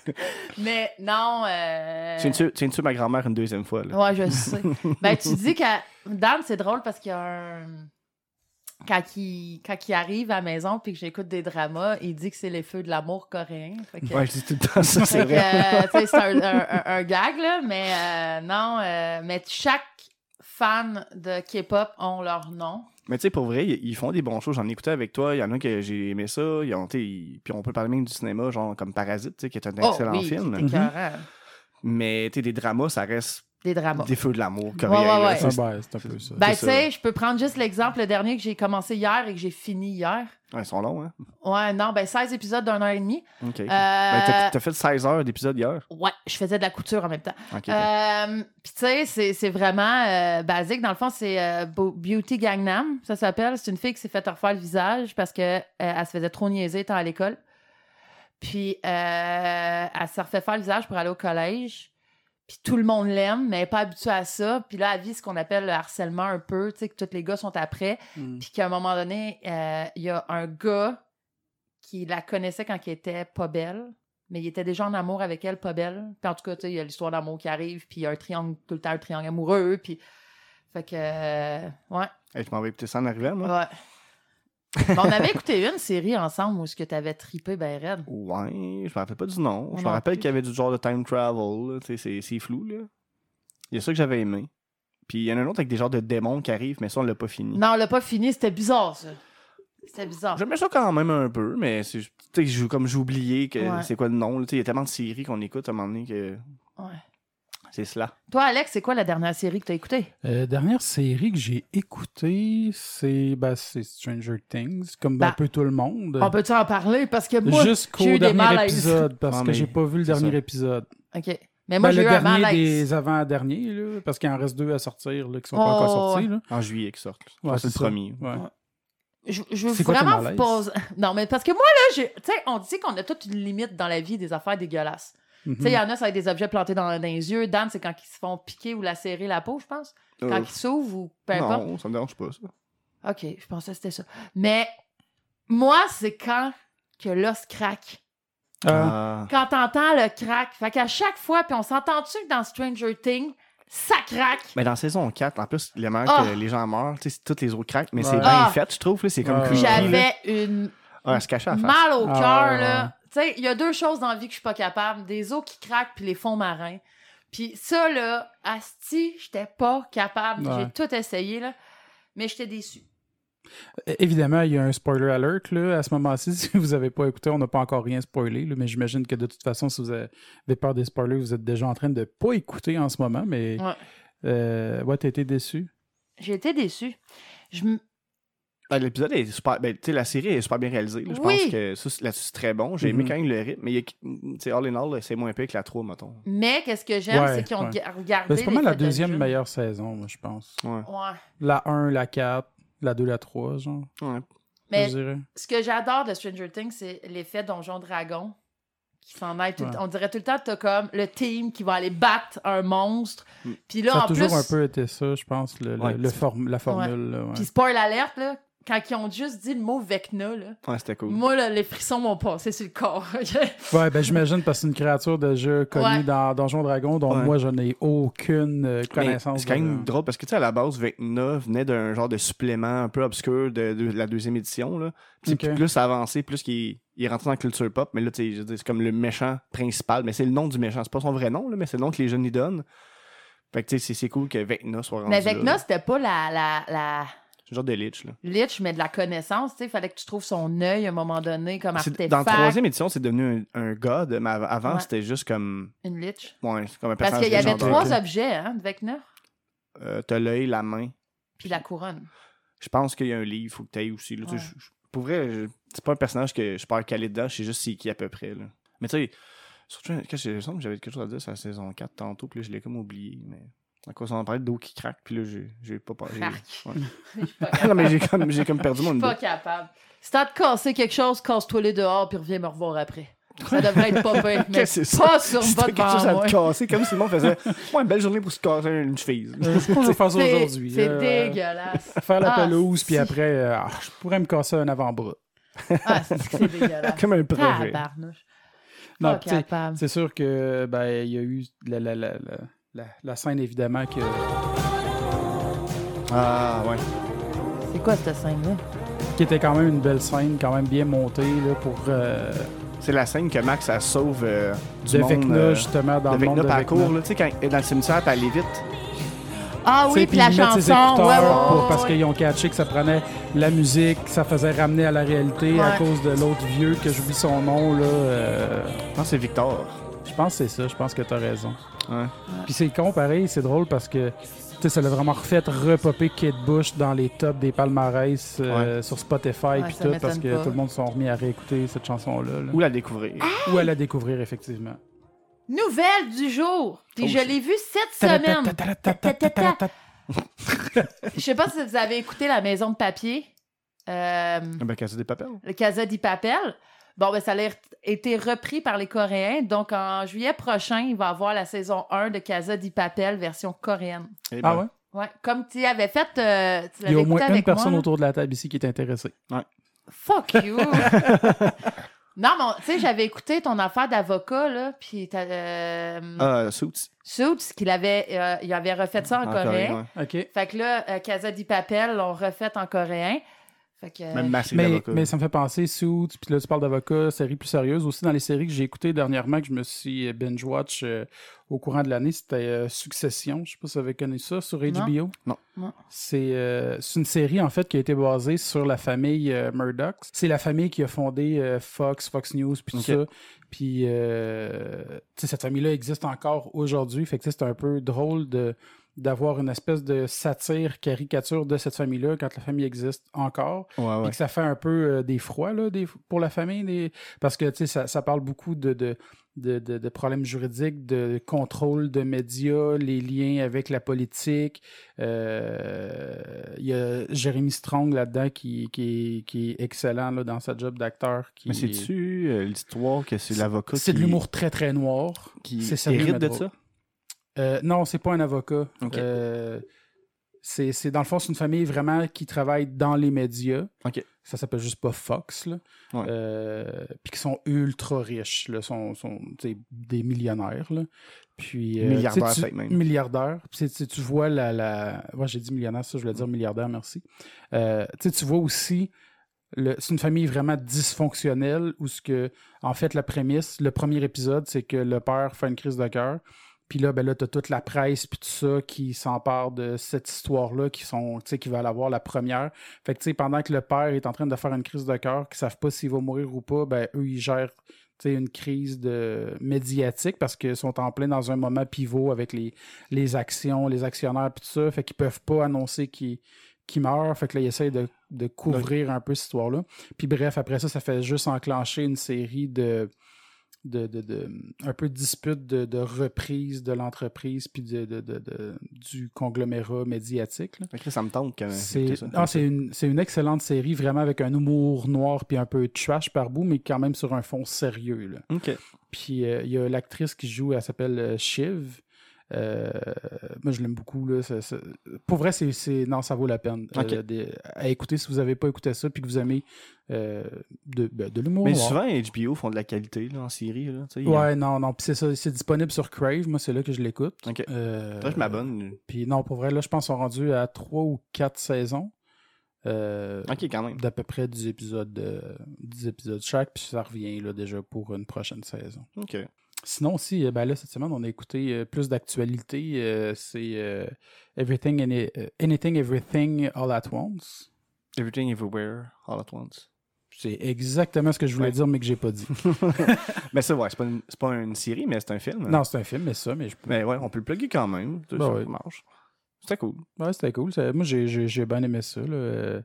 S3: mais non. euh,
S2: Tiens-tu tiens-tu ma grand-mère une deuxième fois? Là?
S3: Ouais, je sais. ben, tu dis que Dan, c'est drôle parce qu'il y a un. Quand il... quand il arrive à la maison puis que j'écoute des dramas, il dit que c'est les feux de l'amour coréen. Fait que-
S2: Ouais, je dis tout le temps ça, c'est
S3: Fait que,
S2: vrai.
S3: euh, tu sais, c'est un, un- un- un gag, là, mais euh, non, euh, mais chaque fan de K-pop ont leur nom.
S2: Mais tu sais, pour vrai, ils ils font des bons shows. J'en ai écouté avec toi. Il y en a que j'ai aimé ça. Ils ont, tu sais, ils- Puis on peut parler même du cinéma, genre comme Parasite, tu sais, qui est un excellent
S3: oh, oui,
S2: film. Mhm.
S3: qui est écœurant.
S2: Mais tu sais, des dramas, ça reste
S3: Des dramas.
S2: des feux de l'amour
S3: Ah, Ouais,
S2: coréen.
S3: ouais,
S2: là.
S1: Ah,
S3: ouais.
S2: Ça, c'est-
S1: ben, c'est un peu ça.
S3: Ben, tu
S2: c'est
S3: sais, je peux prendre juste l'exemple, le dernier que j'ai commencé hier et que j'ai fini hier.
S2: ouais, ils sont longs, hein?
S3: Ouais, non, ben 16 épisodes d'un an et demi.
S2: OK. Ben,
S3: Euh,
S2: t'as t'as fait 16 heures d'épisode hier?
S3: Ouais, je faisais de la couture en même temps.
S2: OK. OK.
S3: Euh, Puis tu sais, c'est- c'est vraiment euh, basique. Dans le fond, c'est euh, Beau- Beauty Gangnam, ça s'appelle. C'est une fille qui s'est fait refaire le visage parce que euh, elle se faisait trop niaiser étant à l'école. Puis euh, elle s'est refait faire le visage pour aller au collège. Puis tout le monde l'aime, mais elle n'est pas habituée à ça. Puis là, elle vit ce qu'on appelle le harcèlement un peu, tu sais, que tous les gars sont après.
S1: Mm.
S3: Puis qu'à un moment donné, euh, il y a un gars qui la connaissait quand elle était pas belle, mais il était déjà en amour avec elle, pas belle. Puis en tout cas, tu sais, il y a l'histoire d'amour qui arrive, puis il y a un triangle, tout le temps un triangle amoureux, puis... Fait que... euh, ouais,
S2: Hey, je m'en vais écouter ça en arrivant, moi.
S3: ouais. Mais on avait écouté une série ensemble où ce que t'avais tripé ben raide.
S2: Ouais, je me rappelle pas du nom.
S3: Moi
S2: Je me
S3: non
S2: rappelle
S3: plus.
S2: qu'il y avait du genre de time travel. là, tu sais, C'est c'est flou, là. Il y a ça que j'avais aimé. Puis il y en a un autre avec des genres de démons qui arrivent, mais ça, on l'a pas fini.
S3: Non, on l'a pas fini, c'était bizarre ça. C'était bizarre.
S2: J'aimais ça quand même un peu, mais c'est tu sais, j'ai- comme j'ai oublié que
S3: Ouais.
S2: c'est quoi le nom. là, tu sais, Il y a tellement de séries qu'on écoute à un moment donné que
S3: Ouais.
S2: c'est cela.
S3: Toi, Alex, c'est quoi la dernière série que t'as écoutée?
S1: Euh, dernière série que j'ai écoutée, c'est ben, c'est Stranger Things, comme
S3: Ben,
S1: un peu tout le monde.
S3: On peut-tu en parler? Parce que moi, j'ai eu
S1: Jusqu'au
S3: des
S1: dernier
S3: malaises.
S1: épisode, parce
S2: Ah,
S1: que
S2: mais
S1: j'ai pas vu le
S2: c'est
S1: dernier
S2: ça.
S1: épisode.
S3: OK. Mais moi,
S1: Ben,
S3: j'ai
S1: le
S3: eu un
S1: dernier
S3: malaise.
S1: des avant-derniers, là, parce qu'il en reste deux à sortir là, qui sont
S3: Oh,
S1: pas encore sortis. là.
S2: En juillet qui sort.
S1: Ouais,
S2: c'est le
S1: c'est ça.
S2: premier.
S1: Ouais.
S3: Je, je veux
S1: C'est quoi ton
S3: vraiment vous
S1: malaise?
S3: poser... Non, mais parce que moi, là, j'ai- tu sais, on dit qu'on a toute une limite dans la vie des affaires dégueulasses.
S1: Mhm.
S3: Tu sais, il y en a, ça va être des objets plantés dans, dans les yeux. Dan, c'est quand ils se font piquer ou lacérer la peau, je pense. Quand
S2: Euh,
S3: ils s'ouvrent ou peu importe.
S2: non, ça me dérange pas, ça.
S3: OK, je pensais que c'était ça. Mais moi, c'est quand que l'os craque.
S2: Ah.
S1: Ah,
S3: Quand t'entends le craque. Fait qu'à chaque fois, puis on s'entend-tu que dans Stranger Things, ça craque?
S2: Mais dans saison 4, en plus, le moment que
S3: Ah.
S2: les gens meurent, tu sais, c'est toutes les autres craques, mais c'est
S1: Ouais.
S2: bien
S3: Ah.
S2: fait, je trouve. là, C'est comme
S1: Ouais.
S2: creepy, là.
S3: J'avais une
S2: Ah, elle se cachait à la face.
S3: mal au
S1: Ah,
S3: cœur,
S1: ouais, ouais.
S3: là. Tu sais, il y a deux choses dans la vie que je suis pas capable. Des eaux qui craquent puis les fonds marins. Puis ça, là, asti, j'étais pas capable.
S1: Ouais.
S3: J'ai tout essayé, là. Mais j'étais déçue.
S1: é- Évidemment, il y a un spoiler alert là, à ce moment-ci. Si vous n'avez pas écouté, on n'a pas encore rien spoilé, là, mais j'imagine que de toute façon, si vous avez peur des spoilers, vous êtes déjà en train de pas écouter en ce moment. Mais
S3: Ouais.
S1: euh, ouais, t'as été déçu.
S3: J'ai été déçue. Je m-
S2: Ben, L'épisode est super. Ben, tu sais, la série est super bien réalisée. là. Je
S3: Oui.
S2: pense que ça, c'est- là-dessus, c'est très bon. J'ai aimé
S1: Mhm.
S2: quand même le rythme, mais il y a- tu sais, all in all, là, c'est moins pire que la 3, mettons.
S3: Mais qu'est-ce que j'aime,
S1: Ouais,
S3: c'est qu'ils ont
S1: ouais.
S3: ga- regardé.
S1: Ben, c'est pas
S3: les
S1: mal la
S3: faits de
S1: deuxième
S3: jeu.
S1: meilleure saison, moi, je pense.
S2: Ouais.
S3: Ouais.
S1: La 1, la 4, la 2, la 3, genre,
S2: Ouais.
S3: Mais
S1: je dirais.
S3: ce que j'adore de Stranger Things, c'est l'effet Donjon Dragon qui s'en aille tout le
S1: Ouais.
S3: temps. On dirait tout le temps que t'as comme le team qui va aller battre un monstre.
S2: Mm.
S3: Puis là,
S1: ça
S3: en
S1: a toujours
S3: plus.
S1: un peu été ça, je pense, le, le-
S2: Ouais,
S1: le
S2: c'est-
S1: form- la formule. là, ouais.
S3: Puis spoil alerte, là, quand ils ont juste dit le mot Vecna, là,
S2: Ouais, c'était cool.
S3: moi, là, les frissons m'ont passé sur le corps.
S1: Ouais, ben j'imagine parce que c'est une créature déjà connue
S3: Ouais.
S1: dans Donjon Dragon dont
S2: Ouais.
S1: moi je n'ai aucune euh,
S2: Mais
S1: connaissance.
S2: C'est quand
S1: de-
S2: même drôle parce que, tu sais, à la base, 29 venait d'un genre de supplément un peu obscur de, de la deuxième édition. Là. Puis
S1: Ok.
S2: Plus ça avançait, plus qu'il il est rentré dans la culture pop. Mais là, tu sais, je veux dire, c'est comme le méchant principal. Mais c'est le nom du méchant. C'est pas son vrai nom, là, mais c'est le nom que les jeunes lui donnent. Fait que, tu sais, c'est- c'est cool que Vecna soit rendu.
S3: Mais
S2: là.
S3: Vecna, c'était pas la, la, la
S2: C'est un genre de Lich. Là.
S3: lich, mais de la connaissance. Il fallait que tu trouves son œil à un moment donné comme
S2: C'est-
S3: artefact.
S2: Dans la troisième édition, c'est devenu un, un god, mais av- avant,
S3: Ouais.
S2: c'était juste comme,
S3: Une lich.
S2: ouais, c'est comme un
S3: Parce
S2: personnage
S3: qu'il y avait
S1: légendaire.
S3: trois
S1: Ok.
S3: objets, hein, de Vecna.
S2: Euh, T'as l'œil, la main.
S3: Puis la couronne.
S2: Je pense qu'il y a un livre, faut que t'ailles aussi. là, tu sais,
S3: Ouais.
S2: je- je- pour vrai, je- c'est pas un personnage que je parle calé dedans, je sais juste c'est qui à peu près. là. Mais tu sais, surtout, qu'est-ce que j'ai- il me semble que j'avais quelque chose à dire sur la saison 4 tantôt, puis là, je l'ai comme oublié. Mais à quoi ça en parlait d'eau qui craque, puis là, j'ai j'ai pas parlé.
S3: Craque.
S2: Ouais.
S3: Je suis pas
S2: non, mais j'ai comme, j'ai comme perdu mon idée.
S3: Pas capable. Si t'as de casser quelque chose, casse-toi les dehors puis reviens me revoir après. Ça devrait être pas pire, mais
S2: Qu'est-ce que c'est
S3: pas sur
S2: Si
S3: votre
S2: t'as quelque chose à
S3: moi.
S2: te casser, comme Simon faisait. Ouais, une belle journée pour se casser une cheville.
S1: Euh, c'est ce qu'on va faire ça
S3: C'est-
S1: aujourd'hui.
S3: C'est
S1: euh,
S3: dégueulasse.
S1: Faire la
S3: Ah,
S1: pelouse, puis
S3: si.
S1: après, euh, ah, je pourrais me casser un avant-bras.
S3: Ah, c'est c'est dégueulasse.
S2: Comme un projet.
S3: Tabarnouche.
S1: Non,
S3: Pas
S1: tu sais,
S3: capable.
S1: C'est sûr que ben il y a eu la, la, la, la, la- la scène évidemment que
S2: Ah, ouais.
S3: C'est quoi cette scène-là?
S1: qui était quand même une belle scène, quand même bien montée là, pour euh,
S2: C'est la scène que Max ça sauve euh, du
S1: de
S2: monde.
S1: Vecna
S2: euh,
S1: justement dans
S2: de
S1: le monde
S2: Vecna
S1: de
S2: parcours,
S1: Vecna.
S2: là, tu sais, quand elle est dans le cimetière, puis elle est vite.
S3: Ah
S1: Tu
S3: oui,
S1: sais,
S3: puis la
S1: ils mettent ses
S3: chanson.
S1: écouteurs
S3: ouais, ouais,
S1: pour-
S3: ouais,
S1: parce
S3: ouais.
S1: qu'ils ont catché que ça prenait la musique, que ça faisait ramener à la réalité à
S3: Ouais.
S1: cause de l'autre vieux que j'oublie son nom. Là, euh,
S2: Je pense que c'est Victor.
S1: je pense que c'est ça, je pense que t'as raison.
S2: Ouais.
S1: Puis c'est con pareil, c'est drôle parce que tu sais, ça l'a vraiment refait repopper Kate Bush dans les tops des palmarès euh, sur Spotify
S3: Ouais,
S1: puis
S3: ça
S1: tout
S3: m'étonne
S1: parce que
S3: pas.
S1: tout le monde s'en remis à réécouter cette chanson-là. là.
S2: Ou la découvrir.
S1: Ou à la découvrir effectivement.
S3: Nouvelle du jour. Puis
S2: Oh,
S3: je
S2: c'est-
S3: l'ai vue cette semaine.
S1: Ta-ta-ta-ta-ta-ta-ta-ta-ta.
S3: Je sais pas si vous avez écouté La Maison de Papier.
S2: Ah,
S3: Euh,
S2: Ben, Casa des Papels.
S3: le Casa di Papel. Bon, ben, ça a été repris par les Coréens. Donc, en juillet prochain, il va y avoir la saison 1 de Casa di Papel version coréenne.
S2: Eh ben,
S1: Ah ouais?
S3: Ouais, comme tu avais fait, euh, tu
S1: Il y a
S3: l'avais
S1: au moins
S3: écouté
S1: une
S3: avec moi.
S1: personne
S3: là.
S1: autour de la table ici qui est intéressée.
S3: Fuck you! non, mais tu sais, j'avais écouté ton affaire d'avocat, là, puis t'as, euh,
S2: Ah, Suits.
S3: Suits, qu'il avait, euh, il avait refait ça en,
S2: En
S3: coréen.
S2: coréen, ouais.
S1: OK.
S3: Fait que là, euh, Casa di Papel l'ont refait en coréen. Fait que... euh,
S2: Même Massé
S1: Mais,
S2: d'avocat.
S1: mais ça me fait penser, Suits, puis là, tu parles d'avocats, séries plus sérieuses. Aussi, dans les séries que j'ai écoutées dernièrement, que je me suis euh, binge-watch euh, au courant de l'année, c'était euh, Succession. Je sais pas si vous avez connu ça sur HBO.
S2: Non.
S3: Non.
S1: C'est euh, c'est une série, en fait, qui a été basée sur la famille euh, Murdoch. C'est la famille qui a fondé euh, Fox, Fox News, puis tout
S2: Ok.
S1: ça. Puis, euh, tu sais, cette famille-là existe encore aujourd'hui. Fait que, tu sais, c'est un peu drôle de d'avoir une espèce de satire, caricature de cette famille-là quand la famille existe encore
S2: Ouais, ouais.
S1: puis que ça fait un peu euh, des froids là, des, pour la famille. Des, parce que tu sais, ça, ça parle beaucoup de, de, de, de- de problèmes juridiques, de contrôle de médias, les liens avec la politique. Euh, Il y a Jérémy Strong là-dedans qui, qui, est- qui est excellent là, dans sa job d'acteur. qui-
S2: Mais c'est-tu euh, l'histoire que c'est l'avocat
S1: C'est de
S2: qui-
S1: l'humour très très noir.
S2: qui
S1: C'est sérieux,
S2: hérite
S1: mais
S2: de
S1: drôle.
S2: ça?
S1: Euh, non, c'est pas un avocat.
S2: Ok.
S1: Euh, c'est c'est- dans le fond, c'est une famille vraiment qui travaille dans les médias.
S2: Ok.
S1: Ça s'appelle juste pas Fox. là.
S2: Ouais.
S1: Euh, puis qui sont ultra riches. Là, sont, sont tu sais, des millionnaires. là. Puis, euh,
S2: Milliardaires, ben,
S1: tu sais, tu-
S2: peut-être même.
S1: Milliardaires. Puis, tu sais, tu vois la. la... ouais, J'ai dit millionnaire, ça, je voulais dire milliardaire, merci. Euh, tu sais, tu vois aussi. le- C'est une famille vraiment dysfonctionnelle où ce que, en fait, la prémisse, le premier épisode, c'est que le père fait une crise de cœur, puis là, ben là, t'as toute la presse puis tout ça qui s'empare de cette histoire-là, qui sont, tu sais, qui va avoir la première. Fait que tu sais, pendant que le père est en train de faire une crise de cœur, qu'ils savent pas s'il va mourir ou pas, ben eux, ils gèrent tu sais, une crise de médiatique parce qu'ils sont en plein dans un moment pivot avec les, les actions, les actionnaires puis tout ça. Fait qu'ils peuvent pas annoncer qu'ils qu'ils meurent. Fait que là, ils essayent de, de couvrir un peu cette histoire-là. Puis bref, après ça, ça fait juste enclencher une série de. De, de- de- un peu de dispute de, de reprise de l'entreprise puis de, de- de- de- du conglomérat médiatique. là.
S2: Fait que ça me tente quand même.
S1: C'est
S2: Euh, ça.
S1: ah, c'est une, c'est une excellente série, vraiment avec un humour noir puis un peu trash par bout, mais quand même sur un fond sérieux. là.
S2: OK.
S1: Puis euh, il y a l'actrice qui joue, elle s'appelle euh, Shiv. Euh, moi, je l'aime beaucoup. Là, ça- ça- Pour vrai, c'est, c'est- non, ça vaut la peine euh,
S2: Ok.
S1: de- à écouter si vous n'avez pas écouté ça puis que vous aimez euh, de, ben, de l'humour.
S2: Mais
S1: noir.
S2: souvent, HBO font de la qualité là, en série. Là, tu sais,
S1: Ouais, non, non. Puis c'est ça, c'est disponible sur Crave. Moi, c'est là que je l'écoute.
S2: Ok.
S1: Euh,
S2: Là, je m'abonne.
S1: Puis non, pour vrai, là, je pense qu'on est rendu à trois ou quatre saisons. Euh,
S2: OK, quand même.
S1: d'à peu près 10 épisodes, euh, 10 épisodes chaque, puis ça revient là, déjà pour une prochaine saison.
S2: OK.
S1: Sinon aussi, euh, ben là, cette semaine, on a écouté euh, plus d'actualités. euh, c'est euh, Everything, Any- euh, Anything, Everything, All at Once.
S2: Everything Everywhere All at Once.
S1: C'est exactement ce que je voulais
S2: Ouais.
S1: dire, mais que j'ai pas dit.
S2: Mais ça, ouais, c'est pas, une- c'est pas une série, mais c'est un film.
S1: non, c'est un film, mais ça, mais je...
S2: Mais ouais, on peut le plugger quand même. Ça,
S1: Ben
S2: ça
S1: ouais.
S2: marche. C'était cool.
S1: ouais, c'était cool. ça- Moi, j'ai j'ai- j'ai bien aimé ça, là, euh,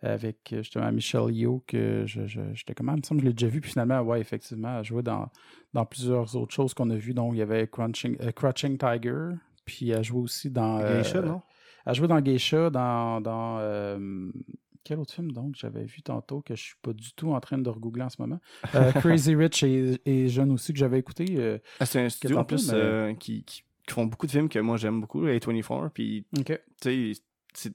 S1: avec euh, justement Michelle Yeoh, que je- je- j'étais comment, il me semble que je l'ai déjà vu, puis finalement, ouais, effectivement, elle jouait dans, dans plusieurs autres choses qu'on a vues. Donc, il y avait Crunching, euh, Crouching Tiger, puis elle jouait aussi dans... euh,
S2: Geisha, non?
S1: Elle jouait dans Geisha, dans... dans euh, quel autre film, donc, j'avais vu tantôt, que je suis pas du tout en train de regoogler en ce moment. Euh, Crazy Rich et, et Jeune aussi, que j'avais écouté. euh,
S2: Ah, c'est un studio en
S1: Captain
S2: plus
S1: Film,
S2: euh, qui, qui- qui font beaucoup de films que moi j'aime beaucoup, A24. Puis, tu sais, c'est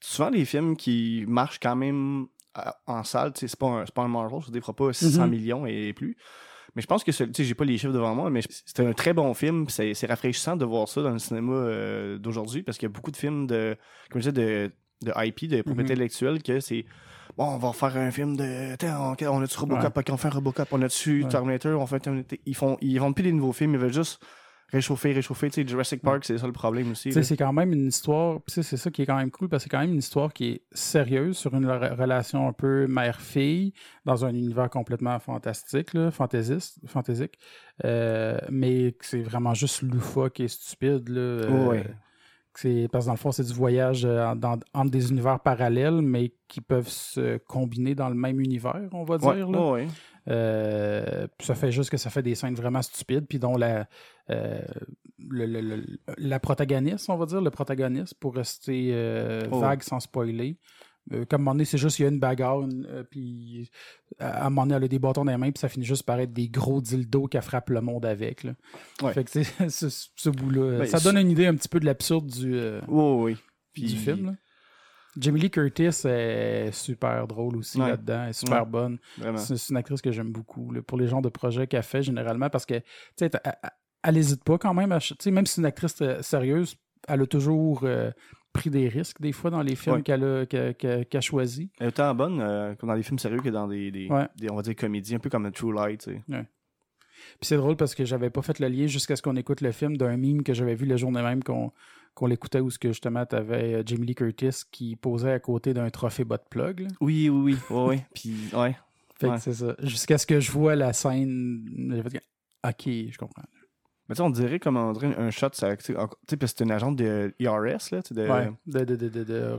S2: souvent les films qui marchent quand même à- en salle. Tu sais, c'est pas, un- c'est pas un Marvel, ça ne fera pas 600
S1: Mhm.
S2: millions et plus. Mais je pense que, ce- tu sais, j'ai pas les chiffres devant moi, mais c'était un très bon film. puis C'est c'est rafraîchissant de voir ça dans le cinéma euh, d'aujourd'hui parce qu'il y a beaucoup de films de, comme je disais, de, de IP, de propriété
S1: Mhm.
S2: intellectuelle, que c'est. Bon, on va faire un film de. Attends, on, on a-tu Robocop? Ok, on fait un Robocop. On a-tu
S1: Ouais.
S2: Terminator? On fait un Terminator. Ils, font, ils vendent plus des nouveaux films, ils veulent juste réchauffer, réchauffer. Tu sais, Jurassic Park, c'est ça le problème aussi.
S1: Tu sais,
S2: là.
S1: c'est quand même une histoire, puis tu sais, c'est ça qui est quand même cool, parce que c'est quand même une histoire qui est sérieuse sur une re- relation un peu mère-fille, dans un univers complètement fantastique, là, fantaisiste, fantaisique, Euh, mais que c'est vraiment juste loufoque et stupide. Là, Euh,
S2: Ouais.
S1: que c'est- Parce que dans le fond, c'est du voyage euh, en- dans- entre des univers parallèles, mais qui peuvent se combiner dans le même univers, on va dire.
S2: Ouais,
S1: là.
S2: ouais, ouais.
S1: Euh, puis ça fait juste que ça fait des scènes vraiment stupides, puis dont la, euh, le- le- le- la protagoniste, on va dire, le protagoniste, pour rester euh,
S2: Oh.
S1: vague sans spoiler, euh, comme à un moment donné, c'est juste, il y a une bagarre, une- euh, puis à à un moment donné, elle a des bâtons dans les mains, puis ça finit juste par être des gros dildos qu'elle frappe le monde avec. Là.
S2: Ouais.
S1: Fait que c'est ce, ce bout-là. euh,
S2: Ben,
S1: ça
S2: c'est-
S1: donne une idée un petit peu de l'absurde du, euh,
S2: Oui, oui. Puis,
S1: du film. là. Jamie Lee Curtis est super drôle aussi
S2: Ouais.
S1: là-dedans, elle est super
S2: Ouais.
S1: bonne.
S2: Vraiment.
S1: C'est c'est une actrice que j'aime beaucoup là, pour les genres de projets qu'elle fait généralement parce que, tu sais, elle- elle- elle n'hésite pas quand même. à ch- tu sais, même si c'est une actrice euh, sérieuse, elle a toujours euh, pris des risques des fois dans les films
S2: Ouais.
S1: qu'elle a, que- que- qu'elle choisit.
S2: Elle est autant bonne euh, comme dans des films sérieux que dans des, des,
S1: Ouais.
S2: des- on va dire, comédies, un peu comme True Light. tu sais.
S1: Puis c'est drôle parce que j'avais pas fait le lien jusqu'à ce qu'on écoute le film d'un mime que j'avais vu le jour même qu'on qu'on l'écoutait où ce que justement t'avais euh, Jamie Lee Curtis qui posait à côté d'un trophée bot plug. là.
S2: Oui, oui, oui. oui, oui. Puis, ouais.
S1: Fait
S2: Ouais.
S1: que c'est ça. Jusqu'à ce que je vois la scène, j'ai fait que, OK, je comprends.
S2: Mais tu sais, on dirait comme on dirait un shot, ça, tu sais, en- tu sais, parce que c'est une agente de IRS, là, tu sais, de-
S1: Ouais, Euh, de, de, de, de, de-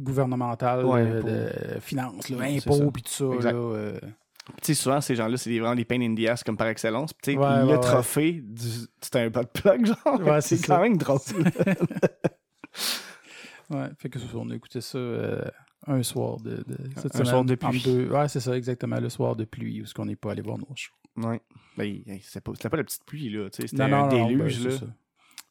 S1: gouvernemental,
S2: Ouais,
S1: de,
S2: impôts.
S1: de finance, là,
S2: Ouais, c'est
S1: impôts,
S2: ça.
S1: puis tout ça.
S2: Exact.
S1: là, euh,
S2: Puis, tu sais, souvent, ces gens-là, c'est vraiment les pain in the ass comme par excellence. Puis, tu sais,
S1: Ouais,
S2: le
S1: ouais, ouais.
S2: trophée, du... c'est un pot de plug, genre.
S1: Ouais, c'est
S2: c'est
S1: ça.
S2: quand même drôle.
S1: ouais, fait que c'est ça, on a écouté ça euh, un soir de, de cette
S2: un
S1: semaine,
S2: soir de
S1: entre
S2: pluie.
S1: deux- ouais, c'est ça, exactement, le soir de pluie, où ce qu'on n'est pas allé voir nos shows.
S2: ouais. Ben, hey, c'était pas, c'était pas la petite pluie, là. tu sais, C'était
S1: Non, non,
S2: un
S1: non,
S2: déluge,
S1: ben,
S2: là.
S1: c'est ça.